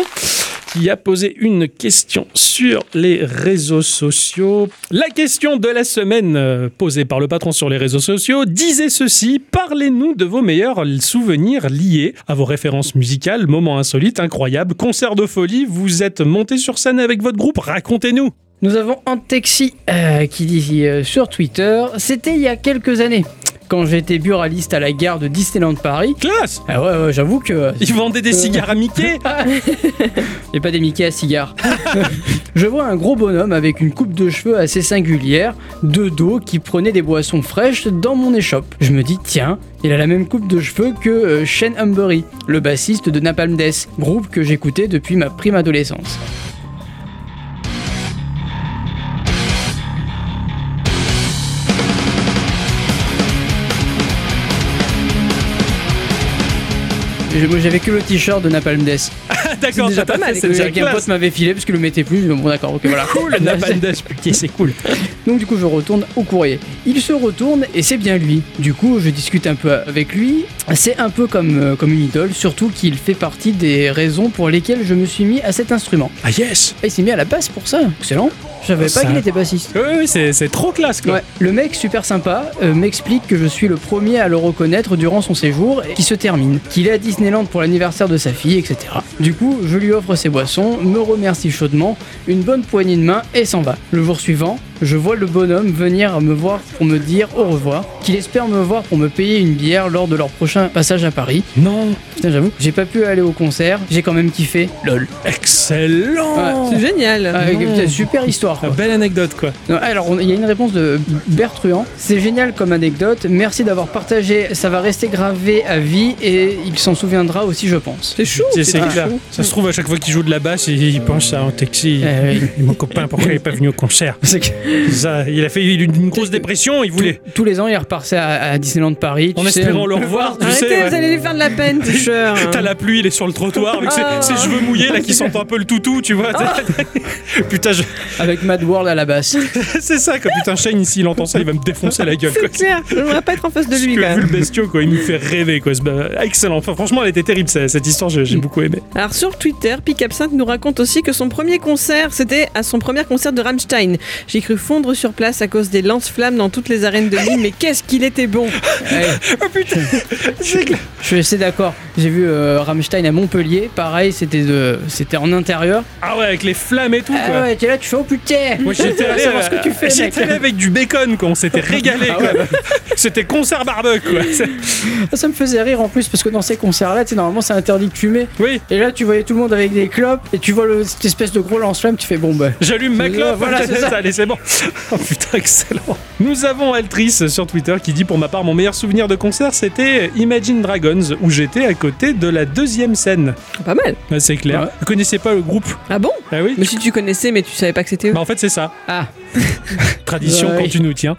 Speaker 2: qui a posé une question sur les réseaux sociaux. La question de la semaine euh, posée par le patron sur les réseaux sociaux disait ceci Parlez-nous de vos meilleurs souvenirs liés à vos références musicales, moments insolites, incroyables, concerts de folie. Vous êtes monté sur scène avec votre groupe, racontez-nous.
Speaker 1: Nous avons Antexi euh, qui dit euh, sur Twitter C'était il y a quelques années, quand j'étais buraliste à la gare de Disneyland Paris.
Speaker 2: Classe
Speaker 1: Ah ouais, ouais, j'avoue que.
Speaker 2: Ils vendaient
Speaker 1: Euh,
Speaker 2: des cigares à Mickey
Speaker 1: *laughs* Et pas des Mickey à cigares. *laughs* Je vois un gros bonhomme avec une coupe de cheveux assez singulière, de dos, qui prenait des boissons fraîches dans mon échoppe. Je me dis, tiens, il a la même coupe de cheveux que euh, Shane Humbury, le bassiste de Napalm Death, groupe que j'écoutais depuis ma prime adolescence. Et Moi j'avais que le t-shirt de Napalm Death.
Speaker 2: Ah, D'accord,
Speaker 1: déjà
Speaker 2: ça
Speaker 1: pas
Speaker 2: t'a
Speaker 1: mal.
Speaker 2: fait, c'est déjà
Speaker 1: Quelqu'un
Speaker 2: classe.
Speaker 1: pote m'avait filé parce qu'il le mettait plus. Bon, d'accord, ok, voilà. *laughs*
Speaker 2: Cool, Napalm Death, putain, c'est cool.
Speaker 1: Donc du coup je retourne au courrier. Il se retourne et c'est bien lui. Du coup je discute un peu avec lui. C'est un peu comme, euh, comme une idole, surtout qu'il fait partie des raisons pour lesquelles je me suis mis à cet instrument.
Speaker 2: Ah yes
Speaker 1: Et il s'est mis à la basse pour ça. Excellent. Je savais
Speaker 2: Ça-
Speaker 1: pas qu'il était bassiste.
Speaker 2: Oui, oui, c'est c'est trop classe, quoi.
Speaker 1: Ouais, le mec super sympa euh, m'explique que je suis le premier à le reconnaître durant son séjour et qui se termine, qu'il est à Disneyland pour l'anniversaire de sa fille, etc. Du coup, je lui offre ses boissons, me remercie chaudement, une bonne poignée de main et s'en va. Le jour suivant, je vois le bonhomme venir me voir pour me dire au revoir, qu'il espère me voir pour me payer une bière lors de leur prochain passage à Paris.
Speaker 2: Non,
Speaker 1: Putain, j'avoue, j'ai pas pu aller au concert, j'ai quand même kiffé. Lol.
Speaker 2: excellent
Speaker 3: C'est génial.
Speaker 1: Ah,
Speaker 2: non.
Speaker 1: putain, super histoire.
Speaker 2: Ah,
Speaker 1: quoi.
Speaker 2: Belle anecdote quoi.
Speaker 1: Non, alors, on- il y a une réponse de Bertruand. C'est génial comme anecdote. Merci d'avoir partagé. Ça va rester gravé à vie et il s'en souviendra aussi, je pense.
Speaker 3: C'est chou.
Speaker 2: C'est c'est
Speaker 1: très
Speaker 2: clair.
Speaker 1: chaud.
Speaker 2: Ça se trouve à chaque fois qu'il joue de la basse, il il pense à un taxi.
Speaker 3: Eh
Speaker 1: Euh, oui.
Speaker 2: Mon copain, pourquoi il est pas venu au concert
Speaker 1: C'est que
Speaker 2: Ça, Il a fait une, une grosse dépression, il voulait.
Speaker 1: tous les ans, il repartait à, à Disneyland Paris.
Speaker 2: En
Speaker 1: tu sais,
Speaker 2: espérant
Speaker 1: euh,
Speaker 2: le revoir, tu
Speaker 3: Arrêtez,
Speaker 2: sais. ouais.
Speaker 3: vous allez lui faire de
Speaker 2: *laughs*
Speaker 3: la peine, hein. toucheur.
Speaker 2: T'as la pluie, il est sur le trottoir avec ses,
Speaker 3: Ah.
Speaker 2: ses cheveux mouillés là qui sentent un peu le toutou, tu vois. *laughs* putain, je- *laughs*
Speaker 1: Avec Mad World à la basse.
Speaker 2: c'est ça quoi. Putain, Shane, s'il entend ça, il va me défoncer la gueule. quoi.
Speaker 3: C'est clair, je voudrais pas être en face de
Speaker 2: Parce
Speaker 3: lui
Speaker 2: que
Speaker 3: quand
Speaker 2: vu
Speaker 3: même.
Speaker 2: le bestiau quoi, il me fait rêver quoi. ce ba- Excellent. Enfin, franchement, elle était terrible ça- cette histoire, j'ai
Speaker 1: Mm.
Speaker 2: j'ai beaucoup aimé.
Speaker 3: Alors sur Twitter, Pic Absinthe nous raconte aussi que son premier concert, c'était à son premier concert de Rammstein. J'ai cru fondre sur place à cause des lance-flammes dans toutes les arènes de Lille, mais qu'est-ce qu'il était bon
Speaker 1: Ouais,
Speaker 2: Oh putain, c'est clair.
Speaker 1: je suis assez d'accord. J'ai vu euh, Rammstein à Montpellier. Pareil, c'était de, c'était en intérieur.
Speaker 2: Ah ouais, avec les flammes et tout quoi.
Speaker 1: Ah ouais, t'es là, tu fais oh putain.
Speaker 2: Moi
Speaker 1: *laughs*
Speaker 2: j'étais allé, euh,
Speaker 1: savoir ce que tu fais,
Speaker 2: j'étais
Speaker 1: mec.
Speaker 2: allé avec du bacon quoi, on s'était régalé
Speaker 1: *laughs* Ah
Speaker 2: quoi.
Speaker 1: ouais,
Speaker 2: C'était concert barbecue quoi. C'est-
Speaker 1: *laughs* Ah, Ça me faisait rire en plus parce que dans ces concerts-là, tu sais, normalement, c'est interdit de fumer.
Speaker 2: Oui,
Speaker 1: Et là, tu voyais tout le monde avec des clopes, et tu vois le- cette espèce de gros lance-flamme, tu fais bon bah.
Speaker 2: j'allume ma
Speaker 1: C'est-
Speaker 2: clope,
Speaker 1: voilà,
Speaker 2: *laughs* voilà,
Speaker 1: c'est
Speaker 2: c'est
Speaker 1: ça.
Speaker 2: ça, allez c'est bon. Oh putain, excellent. Nous avons Altrice sur Twitter qui dit pour ma part mon meilleur souvenir de concert c'était Imagine Dragons où j'étais à côté de la deuxième scène.
Speaker 3: Pas mal.
Speaker 2: Ah, c'est clair.
Speaker 1: Ouais.
Speaker 2: Vous connaissez pas le groupe
Speaker 3: Ah bon
Speaker 2: Ah oui
Speaker 3: Mais si tu connaissais, mais tu savais pas que c'était eux.
Speaker 2: bah en fait c'est ça,
Speaker 1: Ah,
Speaker 2: tradition
Speaker 1: Ouais.
Speaker 2: quand tu nous tiens.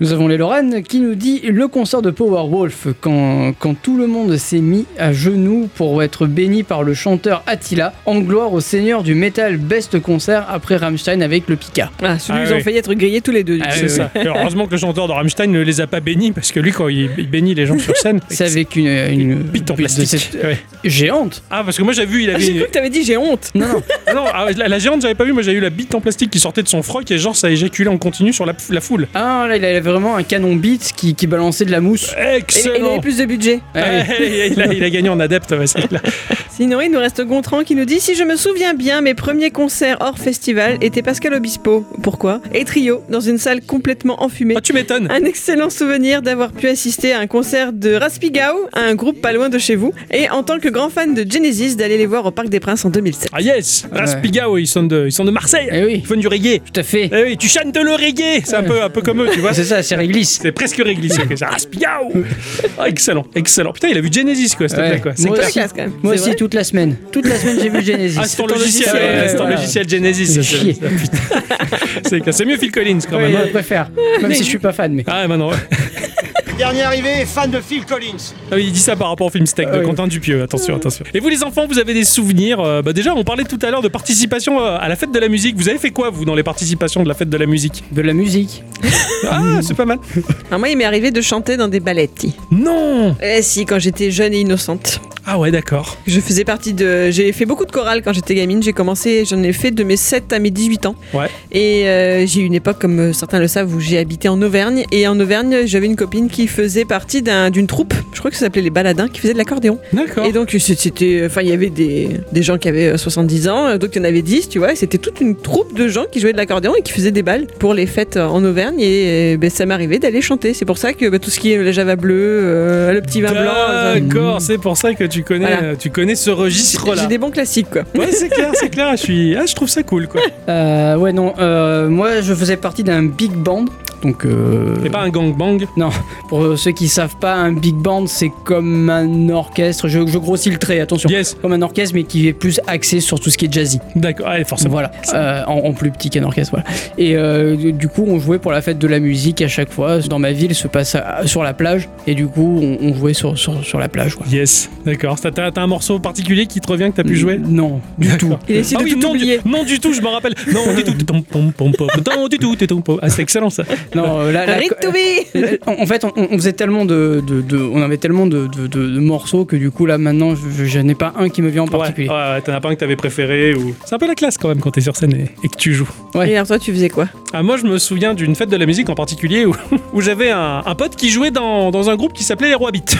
Speaker 1: nous avons les Lorraine qui nous dit le concert de Powerwolf, quand, quand tout le monde s'est mis à genoux pour être béni par le chanteur Attila, en gloire au seigneur du métal, best concert après Rammstein avec le Pika.
Speaker 3: Ah, celui
Speaker 2: Ah
Speaker 3: où ils ont
Speaker 2: oui.
Speaker 3: failli être grillés tous les deux. du
Speaker 1: Ah
Speaker 3: coup.
Speaker 1: oui,
Speaker 2: c'est
Speaker 1: oui.
Speaker 2: ça. Et heureusement que le chanteur de Rammstein ne les a pas bénis parce que lui quand il, il bénit les gens sur scène,
Speaker 1: C'est avec une, une
Speaker 2: pite en
Speaker 1: de
Speaker 2: plastique.
Speaker 1: cette-
Speaker 2: Ouais.
Speaker 1: géante.
Speaker 2: Ah parce que moi j'ai vu il
Speaker 3: Ah,
Speaker 2: avait
Speaker 3: j'ai
Speaker 1: *laughs*
Speaker 3: cru que t'avais dit j'ai honte.
Speaker 1: Non, non,
Speaker 2: Ah non, ah, la, la géante, j'avais pas vu. Moi, j'avais eu la bite en plastique qui sortait de son froc et genre, ça éjaculait en continu sur la, la foule.
Speaker 1: ah là, il avait vraiment un canon beat qui, qui balançait de la mousse.
Speaker 3: Et-
Speaker 1: Eh
Speaker 3: et il
Speaker 2: Excellent!
Speaker 3: avait plus de budget.
Speaker 1: Ah Ouais.
Speaker 2: Ouais, il, a, il a gagné en adepte, ouais, c'est clair.
Speaker 3: Sinon, il nous reste Gontran qui nous dit Si je me souviens bien, mes premiers concerts hors festival étaient Pascal Obispo. Pourquoi Et Trio, dans une salle complètement parfumé.
Speaker 2: Oh, tu m'étonnes.
Speaker 3: Un excellent souvenir d'avoir pu assister à un concert de Raspigao, un groupe pas loin de chez vous, et en tant que grand fan de Genesis, d'aller les voir au Parc des Princes en 2007.
Speaker 2: Ah yes, Raspigao, ils sont de, ils sont de Marseille.
Speaker 1: Eh oui.
Speaker 2: Ils font du reggae.
Speaker 1: Tout à fait.
Speaker 2: Eh oui, tu chantes le reggae. C'est un peu, un peu comme eux, tu vois.
Speaker 1: C'est ça, c'est réglisse.
Speaker 2: C'est presque
Speaker 1: *laughs*
Speaker 2: réglissé. c'est Raspigao. Ah, excellent, excellent. Putain, il a vu Genesis quoi, s'il te
Speaker 1: Ouais.
Speaker 2: plaît quoi. C'est
Speaker 1: Moi
Speaker 2: classe.
Speaker 1: aussi.
Speaker 3: classe, quand même.
Speaker 1: Moi
Speaker 3: C'est
Speaker 1: aussi,
Speaker 3: vrai
Speaker 1: toute la semaine. Toute la semaine, j'ai vu Genesis.
Speaker 2: Ah, c'est ton logiciel, ouais, c'est ton
Speaker 1: voilà.
Speaker 2: logiciel Genesis. ça,
Speaker 1: Chier.
Speaker 2: c'est- C'est classe. C'est mieux Phil Collins quand
Speaker 1: Oui,
Speaker 2: même. hein.
Speaker 1: je préfère. Même si je suis pas fan, mais.
Speaker 2: Ah, maintenant,
Speaker 4: *laughs*
Speaker 2: ouais.
Speaker 4: Dernier arrivé, fan de Phil Collins.
Speaker 2: Ah oui, il dit ça par rapport au film Steak de
Speaker 1: oui.
Speaker 2: Quentin Dupieux. Attention, attention. Et vous, les enfants, vous avez des souvenirs euh, bah Déjà, on parlait tout à l'heure de participation euh, à la fête de la musique. Vous avez fait quoi, vous, dans les participations de la fête de la musique
Speaker 1: De la musique.
Speaker 2: Ah, c'est pas mal.
Speaker 3: Alors moi, il m'est arrivé de chanter dans des balletti.
Speaker 2: Non
Speaker 3: Eh si, quand j'étais jeune et innocente.
Speaker 2: Ah ouais, d'accord.
Speaker 3: Je faisais partie de. J'ai fait beaucoup de chorales quand j'étais gamine. J'ai commencé, j'en ai fait de mes 7 à mes 18 ans.
Speaker 2: Ouais.
Speaker 3: Et euh, j'ai eu une époque, comme euh, certains le savent, où j'ai habité en Auvergne. Et en Auvergne, j'avais une copine qui faisait partie d'un- d'une troupe, je crois que ça s'appelait les Baladins, qui faisait de l'accordéon.
Speaker 2: D'accord.
Speaker 3: Et donc, c'est- c'était. Enfin, il y avait des, des gens qui avaient euh, 70 ans, euh, donc il y en avait 10, tu vois. Et c'était toute une troupe de gens qui jouaient de l'accordéon et qui faisaient des balles pour les fêtes euh, en Auvergne. Et euh, ben, ça m'arrivait d'aller chanter. C'est pour ça que ben, tout ce qui est la java bleue, euh, le petit vin blanc. euh,
Speaker 2: D'accord, c'est pour ça que tu connais,
Speaker 3: Voilà.
Speaker 2: euh, tu connais ce registre-là.
Speaker 3: j'ai des bons classiques, quoi.
Speaker 2: Ouais, c'est clair, c'est clair. Je suis, ah, je trouve ça cool, quoi.
Speaker 1: Euh, ouais, non. euh, moi, je faisais partie d'un big band. Donc. Euh...
Speaker 2: C'est pas un gangbang.
Speaker 1: Pour ceux qui savent pas, un big band c'est comme un orchestre. Je, je grossis le trait, attention.
Speaker 2: Yes.
Speaker 1: Comme un orchestre, mais qui est plus axé sur tout ce qui est jazzy.
Speaker 2: D'accord. Allez, forcément.
Speaker 1: Voilà, Euh, en, en plus petit qu'un orchestre. Voilà. Et euh, du- du coup, on jouait pour la fête de la musique à chaque fois. Dans ma ville, se passe à- sur la plage. Et du coup, on, on jouait sur, sur, sur la plage. Quoi.
Speaker 2: Yes, d'accord. T'as- T'as t'as un morceau particulier qui te revient que t'as pu jouer
Speaker 1: Non, du tout.
Speaker 2: D'accord.
Speaker 3: Il a essayé
Speaker 2: Ah
Speaker 3: de
Speaker 2: oui,
Speaker 3: tout
Speaker 2: non, du,
Speaker 3: oublier.
Speaker 2: non du tout, je me rappelle. Non du tout. Tom, pom, pom, pom. Non du tout. t'es tom, pom. Ah, c'est excellent ça.
Speaker 1: Non, euh, la- la-
Speaker 3: Read to *laughs* me.
Speaker 1: Euh, En en fait, on, on faisait tellement de, de- de- on avait tellement de, de- de- de morceaux que du coup là maintenant, je, je- je n'ai pas un qui me vient en
Speaker 2: Ouais, ouais,
Speaker 1: particulier.
Speaker 2: ouais, t'en as pas un que t'avais préféré ou. C'est un peu la classe quand même quand t'es sur scène et, et que tu joues.
Speaker 1: Ouais.
Speaker 3: Et alors toi, tu faisais quoi
Speaker 2: Ah, moi je me souviens d'une fête de la musique en particulier où, *laughs* où j'avais un, un pote qui jouait dans, dans un groupe qui s'appelait les Rois Beat.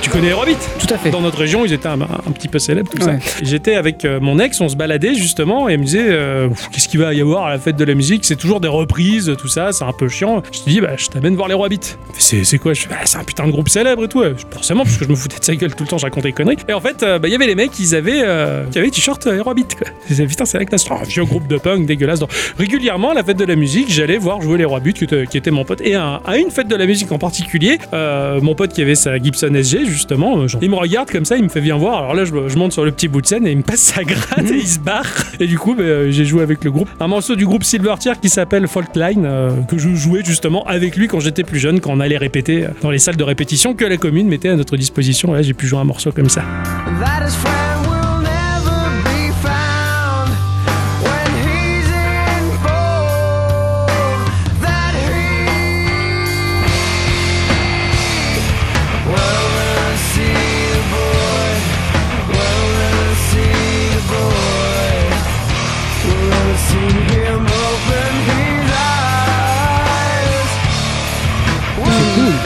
Speaker 2: Tu connais les Rois Beat
Speaker 1: Tout à fait.
Speaker 2: Dans notre région, ils étaient un, un petit peu célèbres, tout
Speaker 1: Ouais.
Speaker 2: ça. Et J'étais avec euh, mon ex, on se baladait justement, et elle me disait euh, Pff, Qu'est-ce qu'il va y avoir à la fête de la musique C'est toujours des reprises, tout ça, c'est un peu chiant. Je te dis Bah, je t'amène voir les Rois Beat. Elle fait, C'est c'est quoi Je fais, Bah, C'est un putain de groupe célèbre et tout. Euh, Forcément, parce que je me foutais de sa gueule tout le temps, je racontais des conneries. Et en fait, euh, bah, il y avait les mecs, ils avaient, euh, qui avaient t-shirt euh, les Rois Beat, quoi. Je disais, Putain, c'est la classe. Un vieux groupe de punk dégueulasse. Donc, régulièrement, à la fête de la musique, j'allais voir jouer les Rois Beat, qui était, qui était mon pote. Et à, à une fête de la musique en particulier, euh, mon pote qui avait sa Gibson SG, justement, euh, genre, il me regarde comme ça, il me fait Viens voir. Alors là, je, me- je monte sur le petit bout de scène et il me passe sa gratte et il se barre. Et du coup, bah, euh, j'ai joué avec le groupe. Un morceau du groupe Silver Tear qui s'appelle Folkline, euh, que je jouais justement avec lui quand j'étais plus jeune, quand on allait répéter euh, dans les salles de répétition que la commune mettait à notre disposition. Là, j'ai pu jouer un morceau comme ça.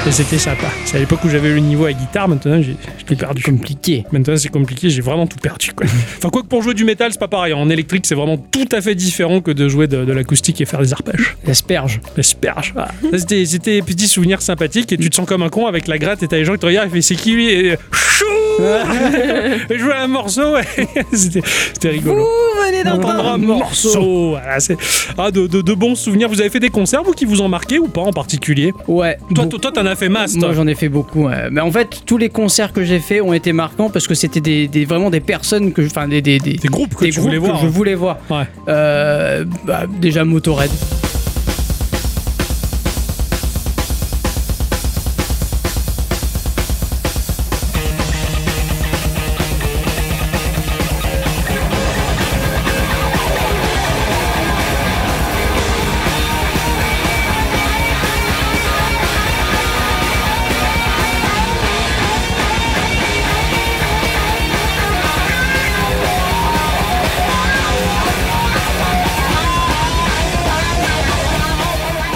Speaker 2: Et c'était sympa. C'est à l'époque où j'avais le niveau à guitare, maintenant j'ai j'ai tout perdu.
Speaker 1: Compliqué.
Speaker 2: Maintenant c'est compliqué, j'ai vraiment tout perdu
Speaker 1: *laughs*
Speaker 2: quoi. Enfin quoi que pour jouer du métal c'est pas pareil, hein. en électrique c'est vraiment tout à fait différent que de jouer de, de l'acoustique et faire des arpèges.
Speaker 1: L'asperge.
Speaker 2: L'asperge. Ah. Ça, C'était c'était des petits souvenirs sympathiques et tu te sens comme un con avec la gratte et t'as les gens qui te regardent et fait c'est qui lui et euh, chou
Speaker 1: *laughs*
Speaker 2: Et jouer à un morceau, ouais. *laughs* c'était c'était rigolo.
Speaker 3: Vous venez
Speaker 2: Entendre
Speaker 3: d'entendre
Speaker 2: un morceau, voilà, c'est- ah, de, de- de bons souvenirs. Vous avez fait des concerts, vous qui vous en marquez ou pas en particulier
Speaker 1: Ouais.
Speaker 2: Toi,
Speaker 1: Bon.
Speaker 2: toi, toi, t'en as fait masse, toi.
Speaker 1: Moi j'en ai fait beaucoup. ouais. Mais en fait, tous les concerts que j'ai fait ont été marquants parce que c'était des, des- vraiment des personnes que je. Enfin, des, des, des,
Speaker 2: Des groupes que
Speaker 1: des
Speaker 2: tu voulais
Speaker 1: groupes que
Speaker 2: voir. hein.
Speaker 1: je voulais voir.
Speaker 2: Ouais.
Speaker 1: Euh, bah, déjà Motorhead.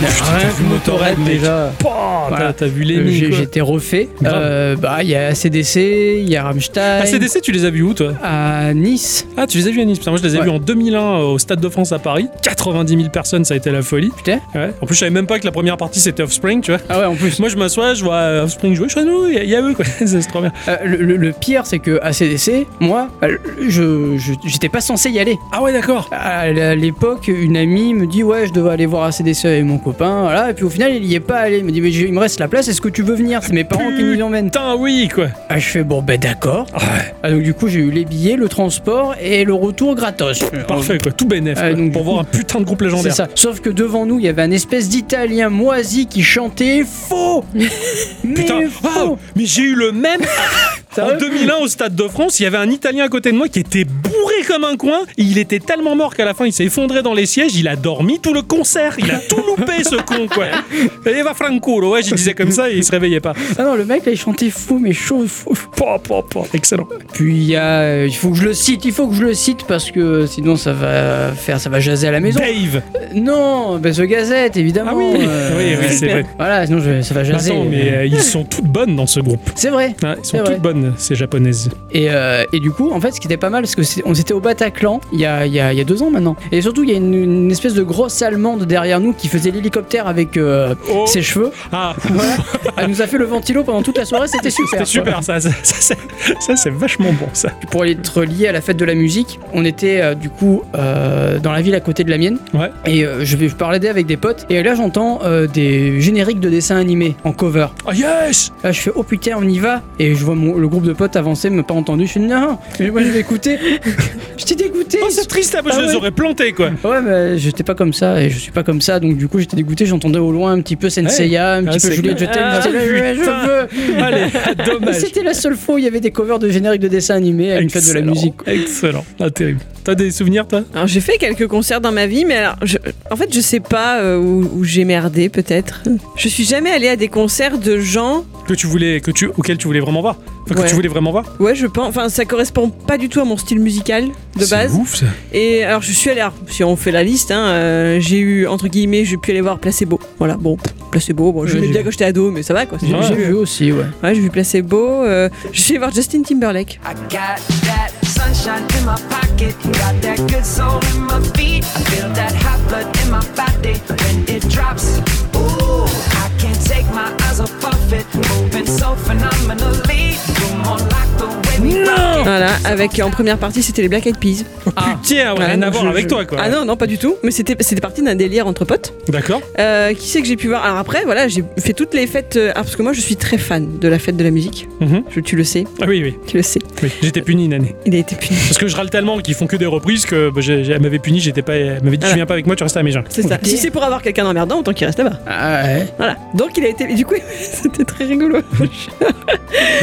Speaker 2: Rien que Motorhead déjà. Pouah,
Speaker 1: Voilà.
Speaker 2: t'as- T'as vu les
Speaker 1: Euh,
Speaker 2: mines,
Speaker 1: j'ai-
Speaker 2: quoi.
Speaker 1: J'étais refait.
Speaker 2: Grave.
Speaker 1: Euh, bah, il y a ACDC, il y a Rammstein.
Speaker 2: ACDC, tu les as vus où toi
Speaker 1: À Nice.
Speaker 2: Ah, tu les as vus à Nice Putain, Moi, je les ai
Speaker 1: Ouais.
Speaker 2: vus en 2001 euh, au Stade de France à Paris. 90 000 personnes, ça a été la folie.
Speaker 1: Putain.
Speaker 2: Ouais. En plus, je savais même pas que la première partie c'était Offspring, tu vois.
Speaker 1: Ah ouais, en plus.
Speaker 2: Moi, je m'assois, je vois euh, Offspring jouer, je fais, nous, il y, a- il y a eux, quoi. *laughs* c'est c'est trop bien.
Speaker 1: Euh, le, le- le pire, c'est que ACDC, moi, euh, je je- j'étais pas censé y aller.
Speaker 2: Ah ouais, d'accord.
Speaker 1: À l- à l'époque, une amie me dit Ouais, je devais aller voir ACDC avec mon copain. Voilà. Et puis au final, il y est pas allé. Il me dit Mais j'ai- il me reste la place, est-ce que tu veux venir C'est mes parents qui nous y emmènent.
Speaker 2: Putain, oui, quoi.
Speaker 1: Ah, je fais Bon, ben d'accord. Ah, donc du coup, j'ai eu les billets, le transport et le retour gratos.
Speaker 2: Parfait, quoi. Tout bénef.
Speaker 1: Ah,
Speaker 2: quoi,
Speaker 1: donc,
Speaker 2: pour
Speaker 1: du
Speaker 2: voir un
Speaker 1: coup,
Speaker 2: putain de groupe
Speaker 1: C'est
Speaker 2: légendaire.
Speaker 1: ça. Sauf que devant nous, il y avait un espèce d'italien moisi qui chantait
Speaker 2: *laughs*
Speaker 1: faux. Mais
Speaker 2: Putain,
Speaker 1: faux.
Speaker 2: waouh, mais j'ai eu le même. en 2001 au Stade de France, il y avait un Italien à côté de moi qui était bourré comme un coin. Et il était tellement mort qu'à la fin, il s'est effondré dans les sièges. Il a dormi tout le concert. Il a tout loupé, ce con, quoi. Et va Franco, ouais, je disais comme ça et il se réveillait pas.
Speaker 1: Ah non, le mec là, il chantait faux, mais chaud, faux.
Speaker 2: Pouah, pouah, pouah, Excellent.
Speaker 1: Puis il y a, euh, il faut que je le cite, il faut que je le cite parce que sinon ça va faire, ça va jaser à la maison.
Speaker 2: Dave.
Speaker 1: Euh, non, ben The Gazette évidemment.
Speaker 2: Ah oui. *laughs* Oui, oui, c'est
Speaker 1: super.
Speaker 2: vrai.
Speaker 1: Voilà, sinon je- ça va jaser.
Speaker 2: Attends, mais
Speaker 1: *laughs*
Speaker 2: euh, ils sont toutes bonnes dans ce groupe.
Speaker 1: C'est vrai.
Speaker 2: Ouais, elles
Speaker 1: C'est
Speaker 2: sont
Speaker 1: vrai.
Speaker 2: toutes bonnes, ces japonaises.
Speaker 1: Et, euh, et du coup, en fait, ce qui était pas mal, parce que c'est- on était au Bataclan il y a, il y a- il y a deux ans maintenant. Et surtout, il y a une, une espèce de grosse allemande derrière nous qui faisait l'hélicoptère avec euh,
Speaker 2: Oh.
Speaker 1: ses cheveux.
Speaker 2: Ah,
Speaker 1: Elle nous a fait le ventilo pendant toute la soirée, c'était super.
Speaker 2: *laughs* c'était super
Speaker 1: quoi.
Speaker 2: ça. Ça, ça, c'est- ça, c'est vachement bon ça.
Speaker 1: Pour être lié à la fête de la musique, on était euh, du coup euh, dans la ville à côté de la mienne.
Speaker 2: Ouais.
Speaker 1: Et euh, je vais parler d'elle avec des potes. Et là, j'entends euh, des génériques de dessins animés en cover.
Speaker 2: Oh yes
Speaker 1: Là, je fais oh putain, on y va. Et je vois mon- le groupe de potes avancer, mais pas entendu. Je fais non, mais moi je
Speaker 2: *laughs*
Speaker 1: vais écouter. J'étais dégoûté.
Speaker 2: Oh, c'est triste, après,
Speaker 1: Ah
Speaker 2: je les
Speaker 1: ouais.
Speaker 2: aurais plantés
Speaker 1: *laughs*
Speaker 2: quoi.
Speaker 1: Ouais, mais j'étais pas comme ça et je suis pas comme ça, donc du coup j'étais dégoûté. J'entendais au loin un petit peu Senseiya, un
Speaker 2: Ah,
Speaker 1: petit peu
Speaker 2: c'est
Speaker 1: Juliette, je
Speaker 2: clair.
Speaker 1: t'aime.
Speaker 2: Ah,
Speaker 1: j'étais là, ouais,
Speaker 2: putain.
Speaker 1: je veux.
Speaker 2: Allez,
Speaker 1: Mais
Speaker 2: dommage.
Speaker 1: *laughs* C'était la seule fois où il y avait des covers de génériques de dessins animés à une fête de la
Speaker 2: Excellent,
Speaker 1: musique.
Speaker 2: Excellent. Ah, terrible. T'as des souvenirs, toi
Speaker 3: Alors j'ai fait quelques concerts dans ma vie, mais alors je- en fait je sais pas euh, où, où j'ai merdé peut-être. Je suis jamais allée à des concerts de gens.
Speaker 2: que tu voulais, que tu, auquel tu voulais vraiment voir Enfin, que
Speaker 3: Ouais.
Speaker 2: tu voulais vraiment voir
Speaker 3: Ouais, je pense. Enfin, ça correspond pas du tout à mon style musical de
Speaker 2: C'est
Speaker 3: base.
Speaker 2: ouf, ça.
Speaker 3: Et alors je suis allée. alors, si on fait la liste, hein, euh, j'ai eu entre guillemets, j'ai pu aller voir Placebo. Voilà, bon, Placebo. Bon, je
Speaker 1: Ouais,
Speaker 3: l'ai
Speaker 1: j'ai
Speaker 3: bien
Speaker 1: vu.
Speaker 3: quand j'étais ado, mais ça va quoi. c'est-
Speaker 1: J'ai
Speaker 2: Ouais.
Speaker 1: j'ai vu aussi, ouais.
Speaker 3: Ouais, j'ai vu Placebo. euh, je suis allée voir Justin Timberlake.
Speaker 8: I got that sunshine in my pocket, got that good soul in my feet. I feel that hot blood in my body when it drops. Ooh, I can't take my eyes off of it, moving so phenomenally. Come on, like the way we rock it.
Speaker 3: Voilà, avec en première partie c'était les Black Eyed Peas.
Speaker 2: Tiens, ouais,
Speaker 3: Ah,
Speaker 2: rien
Speaker 3: non,
Speaker 2: à voir
Speaker 3: je-
Speaker 2: avec
Speaker 3: je-
Speaker 2: toi, quoi.
Speaker 3: Ah non, non, pas du tout. Mais c'était c'était parti d'un délire entre potes.
Speaker 2: D'accord.
Speaker 3: Euh, qui c'est que j'ai pu voir Alors après, voilà, j'ai fait toutes les fêtes. euh, ah, parce que moi, je suis très fan de la fête de la musique.
Speaker 2: Mhm.
Speaker 3: Je- tu le sais,
Speaker 2: Ah oui, oui.
Speaker 3: tu le sais.
Speaker 2: oui. J'étais puni une année.
Speaker 3: Il a été puni.
Speaker 2: Parce que je râle tellement qu'ils font que des reprises que bah, j'ai- j'ai- elle m'avait puni, j'étais pas. Elle m'avait dit, tu
Speaker 3: Voilà.
Speaker 2: viens pas avec moi, tu restes à la maison.
Speaker 3: Ah. C'est ça. Si c'est pour avoir quelqu'un d'emmerdant, autant qu'il reste là-bas.
Speaker 1: Ah ouais.
Speaker 3: Voilà. Donc il a été. Du coup, *laughs* c'était très rigolo.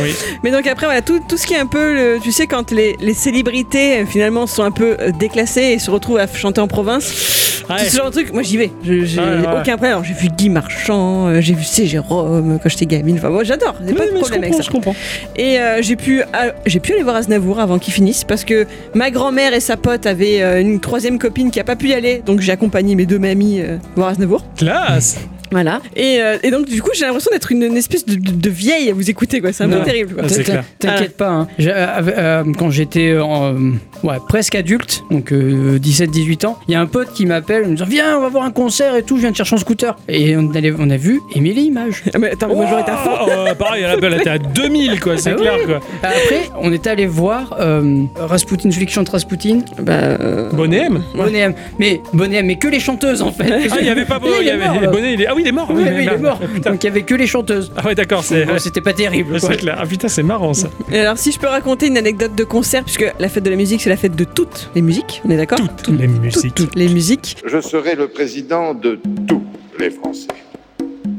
Speaker 2: Oui.
Speaker 3: *laughs* Mais donc après, voilà, tout, tout ce qui est un peu. le- tu sais, quand les, les célébrités, euh, finalement, sont un peu euh, déclassées et se retrouvent à chanter en province.
Speaker 2: Ouais.
Speaker 3: Tout ce genre de truc, moi j'y vais. Je- J'ai
Speaker 2: Ouais, ouais, ouais.
Speaker 3: aucun problème. Alors, J'ai vu Guy Marchand, euh, j'ai vu C. Jérôme quand j'étais gamine. Enfin, moi j'adore. J'ai pas
Speaker 2: Oui,
Speaker 3: de
Speaker 2: mais
Speaker 3: problème
Speaker 2: je
Speaker 3: avec ça.
Speaker 2: comprends, je comprends.
Speaker 3: Et euh, j'ai pu, ah, j'ai pu aller voir Aznavour avant qu'il finisse parce que ma grand-mère et sa pote avaient euh, une troisième copine qui a pas pu y aller, donc j'ai accompagné mes deux mamies euh, voir Aznavour.
Speaker 2: Classe
Speaker 3: Voilà. Et, euh, et donc du coup j'ai l'impression d'être une, une espèce de, de- de vieille à vous écouter quoi. C'est un peu
Speaker 2: Ouais.
Speaker 3: terrible. Quoi.
Speaker 2: Ah, c'est
Speaker 1: T'in-
Speaker 2: clair.
Speaker 1: T'inquiète pas, hein. J'ai- euh, euh, quand j'étais euh, ouais, presque adulte, donc 17-18 ans, il y a un pote qui m'appelle, il me dit Viens, on va voir un concert et tout, je viens de chercher un scooter. Et on, allait- on a vu
Speaker 2: *laughs*
Speaker 1: Émilie Image.
Speaker 3: Ah, mais attends, mais *laughs* moi j'aurais été à fond.
Speaker 2: Oh, euh, pareil, elle elle était à 2000, quoi, c'est
Speaker 1: Ah
Speaker 2: clair, quoi.
Speaker 1: Après, on était allé voir euh, Rasputin, celui qui chante Rasputin,
Speaker 3: Bah, euh,
Speaker 2: Bonnet M.
Speaker 1: Bonnet M. Mais Bonnet M, mais que les chanteuses en fait.
Speaker 2: Ah, il y avait pas
Speaker 1: Oui,
Speaker 2: Bonnet,
Speaker 1: il
Speaker 2: il y
Speaker 1: est mort,
Speaker 2: avait.
Speaker 1: là.
Speaker 2: Bonnet, il est. Ah oui, il est mort.
Speaker 1: Oui,
Speaker 2: oui,
Speaker 1: mais il est
Speaker 2: merde.
Speaker 1: mort. Donc il y avait que les chanteuses.
Speaker 2: Ah ouais, d'accord, c'est.
Speaker 1: Bon, C'était pas terrible. quoi.
Speaker 2: C'est clair. Ah putain, c'est marrant ça.
Speaker 3: et alors si je peux raconter une anecdote de concert, puisque la fête de la musique c'est la fête de toutes les musiques, on est d'accord
Speaker 2: Toutes les musiques.
Speaker 3: toutes les musiques.
Speaker 9: Je serai le président de tous les Français.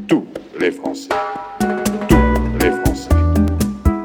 Speaker 9: Tous les Français. Tous les Français.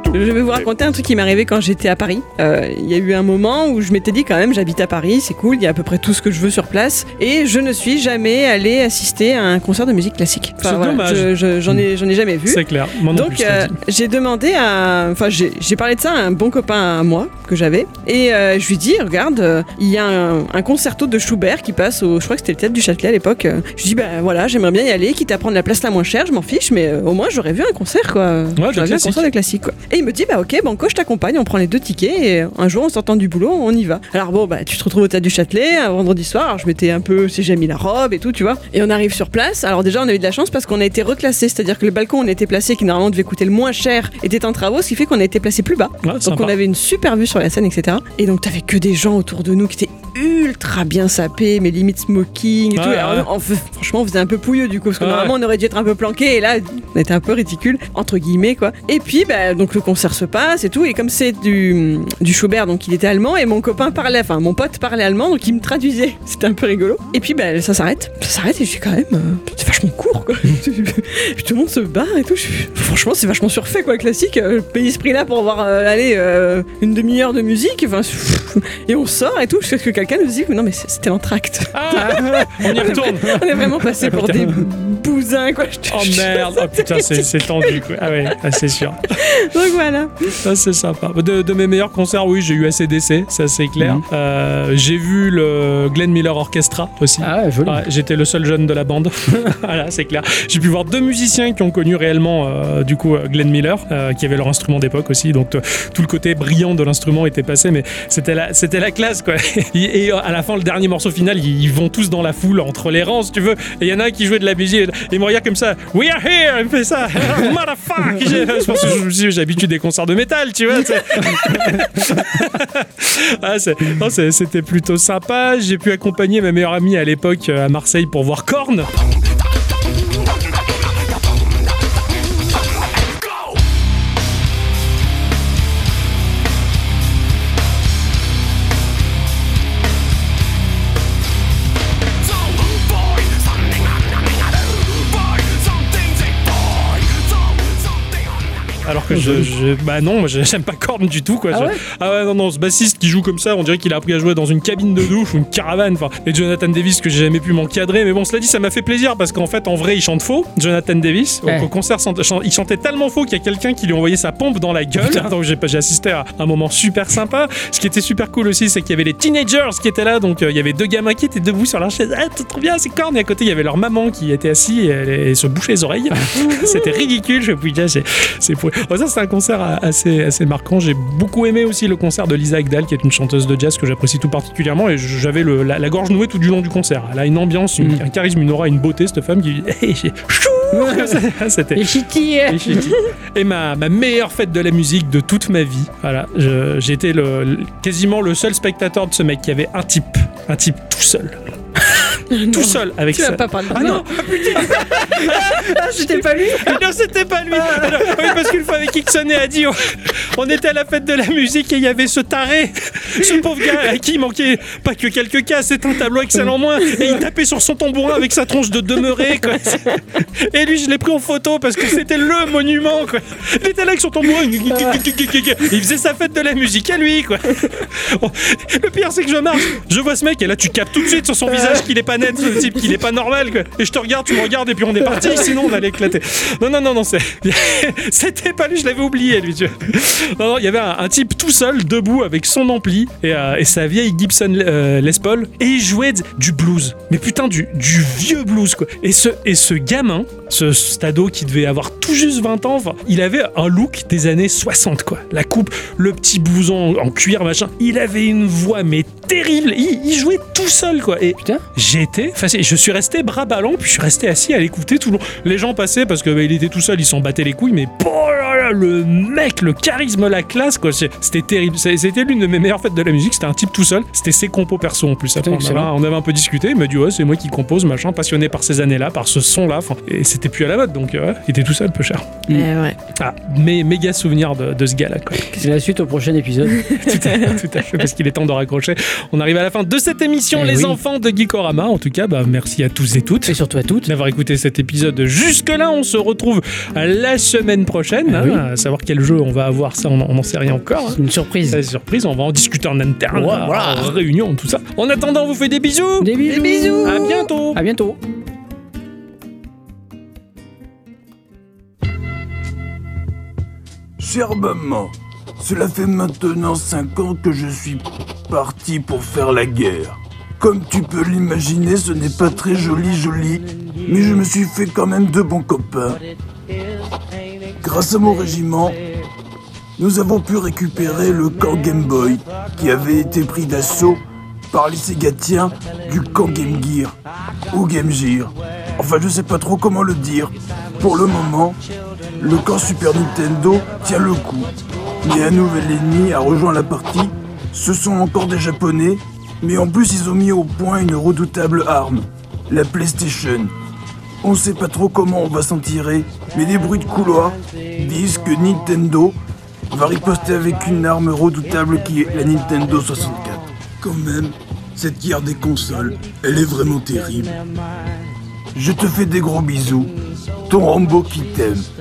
Speaker 9: Tous
Speaker 3: Je vais vous raconter un truc qui m'est arrivé quand j'étais à Paris. Euh, Il y a eu un moment où je m'étais dit quand même j'habite à Paris, c'est cool, il y a à peu près tout ce que je veux sur place. Et je ne suis jamais allée assister à un concert de musique classique.
Speaker 2: C'est dommage.
Speaker 3: je- je- J'en ai, j'en ai jamais vu.
Speaker 2: C'est clair. Moi non
Speaker 3: Mmh. Donc
Speaker 2: plus, je te le
Speaker 3: euh,
Speaker 2: dis.
Speaker 3: j'ai demandé à, enfin j'ai j'ai parlé de ça à un bon copain à moi que j'avais et euh, je lui dis regarde euh, il y a un, un concerto de Schubert qui passe au, je crois que c'était le théâtre du Châtelet à l'époque. Euh, Je lui dis bah voilà j'aimerais bien y aller quitte à prendre la place la moins chère je m'en fiche mais euh, au moins j'aurais vu un concert quoi.
Speaker 2: de
Speaker 3: J'aurais vu un
Speaker 2: classique.
Speaker 3: concert de classique quoi. Et il me dit bah ok banco je t'accompagne on prend les deux tickets et euh, un jour on s'entend du boulot on y va. Alors bon bah tu te retrouves au théâtre du Châtelet un vendredi soir Alors, je m'étais un peu si j'ai mis la robe et tout tu vois et on arrive sur place alors déjà on a eu de la chance parce qu'on a été reclassé c'est-à-dire que le balcon on était placé qui normalement devait coûter le moins cher était en travaux ce qui fait qu'on a été placé plus bas
Speaker 2: Ouais,
Speaker 3: donc
Speaker 2: Ah, sympa.
Speaker 3: on avait une super vue sur la scène etc et donc t'avais que des gens autour de nous qui étaient ultra bien sapés mais limite smoking et tout
Speaker 2: Ouais,
Speaker 3: Alors,
Speaker 2: ouais.
Speaker 3: on- on fait- franchement on faisait un peu pouilleux du coup parce que
Speaker 2: Ouais.
Speaker 3: normalement on aurait dû être un peu planqué et là on était un peu ridicule entre guillemets quoi et puis bah, donc le concert se passe et tout et comme c'est du, du Schubert donc il était allemand et mon copain parlait enfin mon pote parlait allemand donc il me traduisait *laughs* c'était un peu rigolo et puis bah, ça s'arrête ça s'arrête et je suis quand même euh, c'est vachement court quoi *laughs* tout le monde se barre et tout Je suis- franchement c'est vachement surfait quoi le classique euh, payer ce prix là pour avoir euh, allez, euh, une demi-heure de musique enfin, *laughs* et on sort et tout jusqu'à ce que quelqu'un nous dise mais non mais c'était l'entracte
Speaker 2: Ah, on y
Speaker 3: *laughs*
Speaker 2: retourne. Ah,
Speaker 3: on est vraiment passé pour des bousins, quoi. je te
Speaker 2: Oh
Speaker 3: jure.
Speaker 2: merde, oh putain, c'est c'est tendu quoi. Ah ouais, ah, c'est sûr.
Speaker 3: Donc voilà.
Speaker 2: Ça, c'est sympa. De, de mes meilleurs concerts, oui, j'ai eu ACDC, ça c'est clair.
Speaker 1: Mhm.
Speaker 2: Euh, j'ai vu le Glenn Miller Orchestra aussi.
Speaker 1: Ah ouais, joli.
Speaker 2: Ouais, J'étais le seul jeune de la bande. *laughs* voilà, c'est clair. J'ai pu voir deux musiciens qui ont connu réellement, euh, du coup, euh, Glenn Miller, euh, qui avait leur instrument d'époque aussi. Donc, euh, tout le côté brillant de l'instrument était passé, mais c'était la, c'était la classe, quoi. *laughs* et, et, euh, à la fin, le dernier morceau final, ils, ils vont tous dans la foule, entre les rangs, si tu veux. Et il y en a un qui jouait de la musique. et Il me regarde comme ça. We are here! Il me fait ça. *laughs* Motherfuck! J'ai- Je pense que je- j'ai l'habitude des concerts de métal, tu vois. c'est- ah, c'est- non, c'est- c'était plutôt sympa. J'ai pu accompagner ma meilleure amie à l'époque euh, à Marseille pour voir Korn. Alors que je, je- bah non, moi je- *laughs* j'aime pas Korn du tout quoi. Je- Ah, ouais non non, ce bassiste qui joue comme ça, on dirait qu'il a appris à jouer dans une cabine de douche ou une caravane. Enfin, et Jonathan Davis que j'ai jamais pu m'encadrer, mais bon, cela dit, ça m'a fait plaisir parce qu'en fait, en vrai, il chante faux. Jonathan Davis au-
Speaker 1: Ouais.
Speaker 2: au concert, chan- chan- il chantait tellement faux qu'il y a quelqu'un qui lui a envoyé sa pompe dans la gueule. Donc j'ai pas- j'ai assisté à un moment super sympa. Ce qui était super cool aussi, c'est qu'il y avait les teenagers qui étaient là, donc euh, il y avait deux gamins qui étaient debout sur leur chaise. Ah, c'est trop bien, c'est Korn. Et à côté, il y avait leur maman qui était assise et, elle- elle se bouchait les oreilles. C'était ridicule. Je puis déjà, c'est c'est pour. Oh, ça, c'est un concert a- assez, assez marquant. J'ai beaucoup aimé aussi le concert de Lisa Agdal, qui est une chanteuse de jazz que j'apprécie tout particulièrement. Et j- j'avais le- la, la gorge nouée tout du long du concert. Elle a une ambiance, une-
Speaker 1: Mm.
Speaker 2: un charisme, une aura, une beauté. Cette femme qui. Chou Comme *laughs* ça. C'était.
Speaker 1: eh.
Speaker 2: Et j'ai dit- Et ma, ma meilleure fête de la musique de toute ma vie. Voilà, je- j'étais le, le- quasiment le seul spectateur de ce mec qui avait un type, un type tout seul, tout seul avec
Speaker 3: Ah Tu
Speaker 2: ça.
Speaker 3: vas pas parler.
Speaker 2: Ah non,
Speaker 3: Ah, je t'ai pas lu.
Speaker 2: Ah *laughs* non, c'était pas lui. Ah non, oui, parce qu'une fois avec Hickson et Adi, on, on était à la fête de la musique et il y avait ce taré, ce pauvre gars à qui il manquait pas que quelques cas, c'est un tableau excellent moins. Et il tapait sur son tambourin avec sa tronche de demeuré. Quoi. Et lui, je l'ai pris en photo parce que c'était le monument. Quoi. Il était là avec son tambourin. Il faisait sa fête de la musique à lui. Quoi. Bon, *laughs* Le pire, c'est que je marche, je vois ce mec et là, tu captes tout de suite sur son visage qu'il est pas net, ce type, qu'il est pas normal. quoi. Et je te regarde, tu me regardes et puis on est parti. Sinon, on allait éclater. Non, non, non, non, c'est- *laughs* c'était pas lui, je l'avais oublié, lui. tu vois. Non, non, il y avait un, un type tout seul, debout, avec son ampli et, euh, et sa vieille Gibson euh, Les Paul, et il jouait d- du blues. Mais putain, du, du vieux blues, quoi. Et ce, et ce gamin, ce stado qui devait avoir tout juste 20 ans, enfin, il avait un look des années 60, quoi. La coupe, le petit blouson en cuir, machin. Il avait une voix, mais terrible. Il, il jouait tout seul, quoi. Et
Speaker 1: Putain.
Speaker 2: j'étais, enfin, c'est- je suis resté bras ballants, puis je suis resté assis à l'écouter tout le long. Les gens passaient parce que bah, il était tout seul, ils s'en battaient les couilles, mais oh là là, le mec, le charisme, la classe, quoi. c'est- C'était terrible. C'est- C'était l'une de mes meilleures fêtes de la musique. C'était un type tout seul. C'était ses compos perso en plus. Après, on,
Speaker 1: excellent.
Speaker 2: avait, on avait un peu discuté. Il m'a dit, ouais, c'est moi qui compose, machin, passionné par ces années-là, par ce son-là. Enfin, Et c'était plus à la mode, donc euh, ouais, il était tout seul, peu cher.
Speaker 1: Mm.
Speaker 3: Eh ouais.
Speaker 2: Ah, mais méga souvenir de, de ce gars-là,
Speaker 1: *laughs*
Speaker 2: quoi.
Speaker 1: C'est la suite au prochain épisode.
Speaker 2: tout, à, tout à fait, parce qu'il est temps de raccrocher. On arrive à la fin de cette émission,
Speaker 1: Eh
Speaker 2: les
Speaker 1: oui.
Speaker 2: enfants de Geekorama. En tout cas, bah, merci à tous et toutes
Speaker 1: Et surtout à toutes.
Speaker 2: d'avoir écouté cet épisode jusque-là. On se retrouve la semaine prochaine. hein,
Speaker 1: Ah oui.
Speaker 2: À savoir quel jeu on va avoir, ça, on n'en sait rien encore. hein.
Speaker 1: C'est une surprise.
Speaker 2: C'est surprise, on va en discuter en interne,
Speaker 1: Ouais,
Speaker 2: en
Speaker 1: voilà.
Speaker 2: réunion, tout ça. En attendant, on vous fait des bisous.
Speaker 1: Des bisous. bisous.
Speaker 2: À bientôt.
Speaker 1: À bientôt.
Speaker 10: Chère maman, cela fait maintenant 5 ans que je suis parti pour faire la guerre. Comme tu peux l'imaginer, ce n'est pas très joli, joli, mais je me suis fait quand même de bons copains. Grâce à mon régiment, nous avons pu récupérer le camp Game Boy, qui avait été pris d'assaut par les Ségatiens du camp Game Gear, ou Game Gear. Enfin, je sais pas trop comment le dire. Pour le moment, le camp Super Nintendo tient le coup. Mais un nouvel ennemi a rejoint la partie. Ce sont encore des Japonais, mais en plus ils ont mis au point une redoutable arme, la PlayStation. On sait pas trop comment on va s'en tirer, mais des bruits de couloir disent que Nintendo va riposter avec une arme redoutable qui est la Nintendo 64. Quand même, cette guerre des consoles, elle est vraiment terrible. Je te fais des gros bisous. Ton Rambo qui t'aime.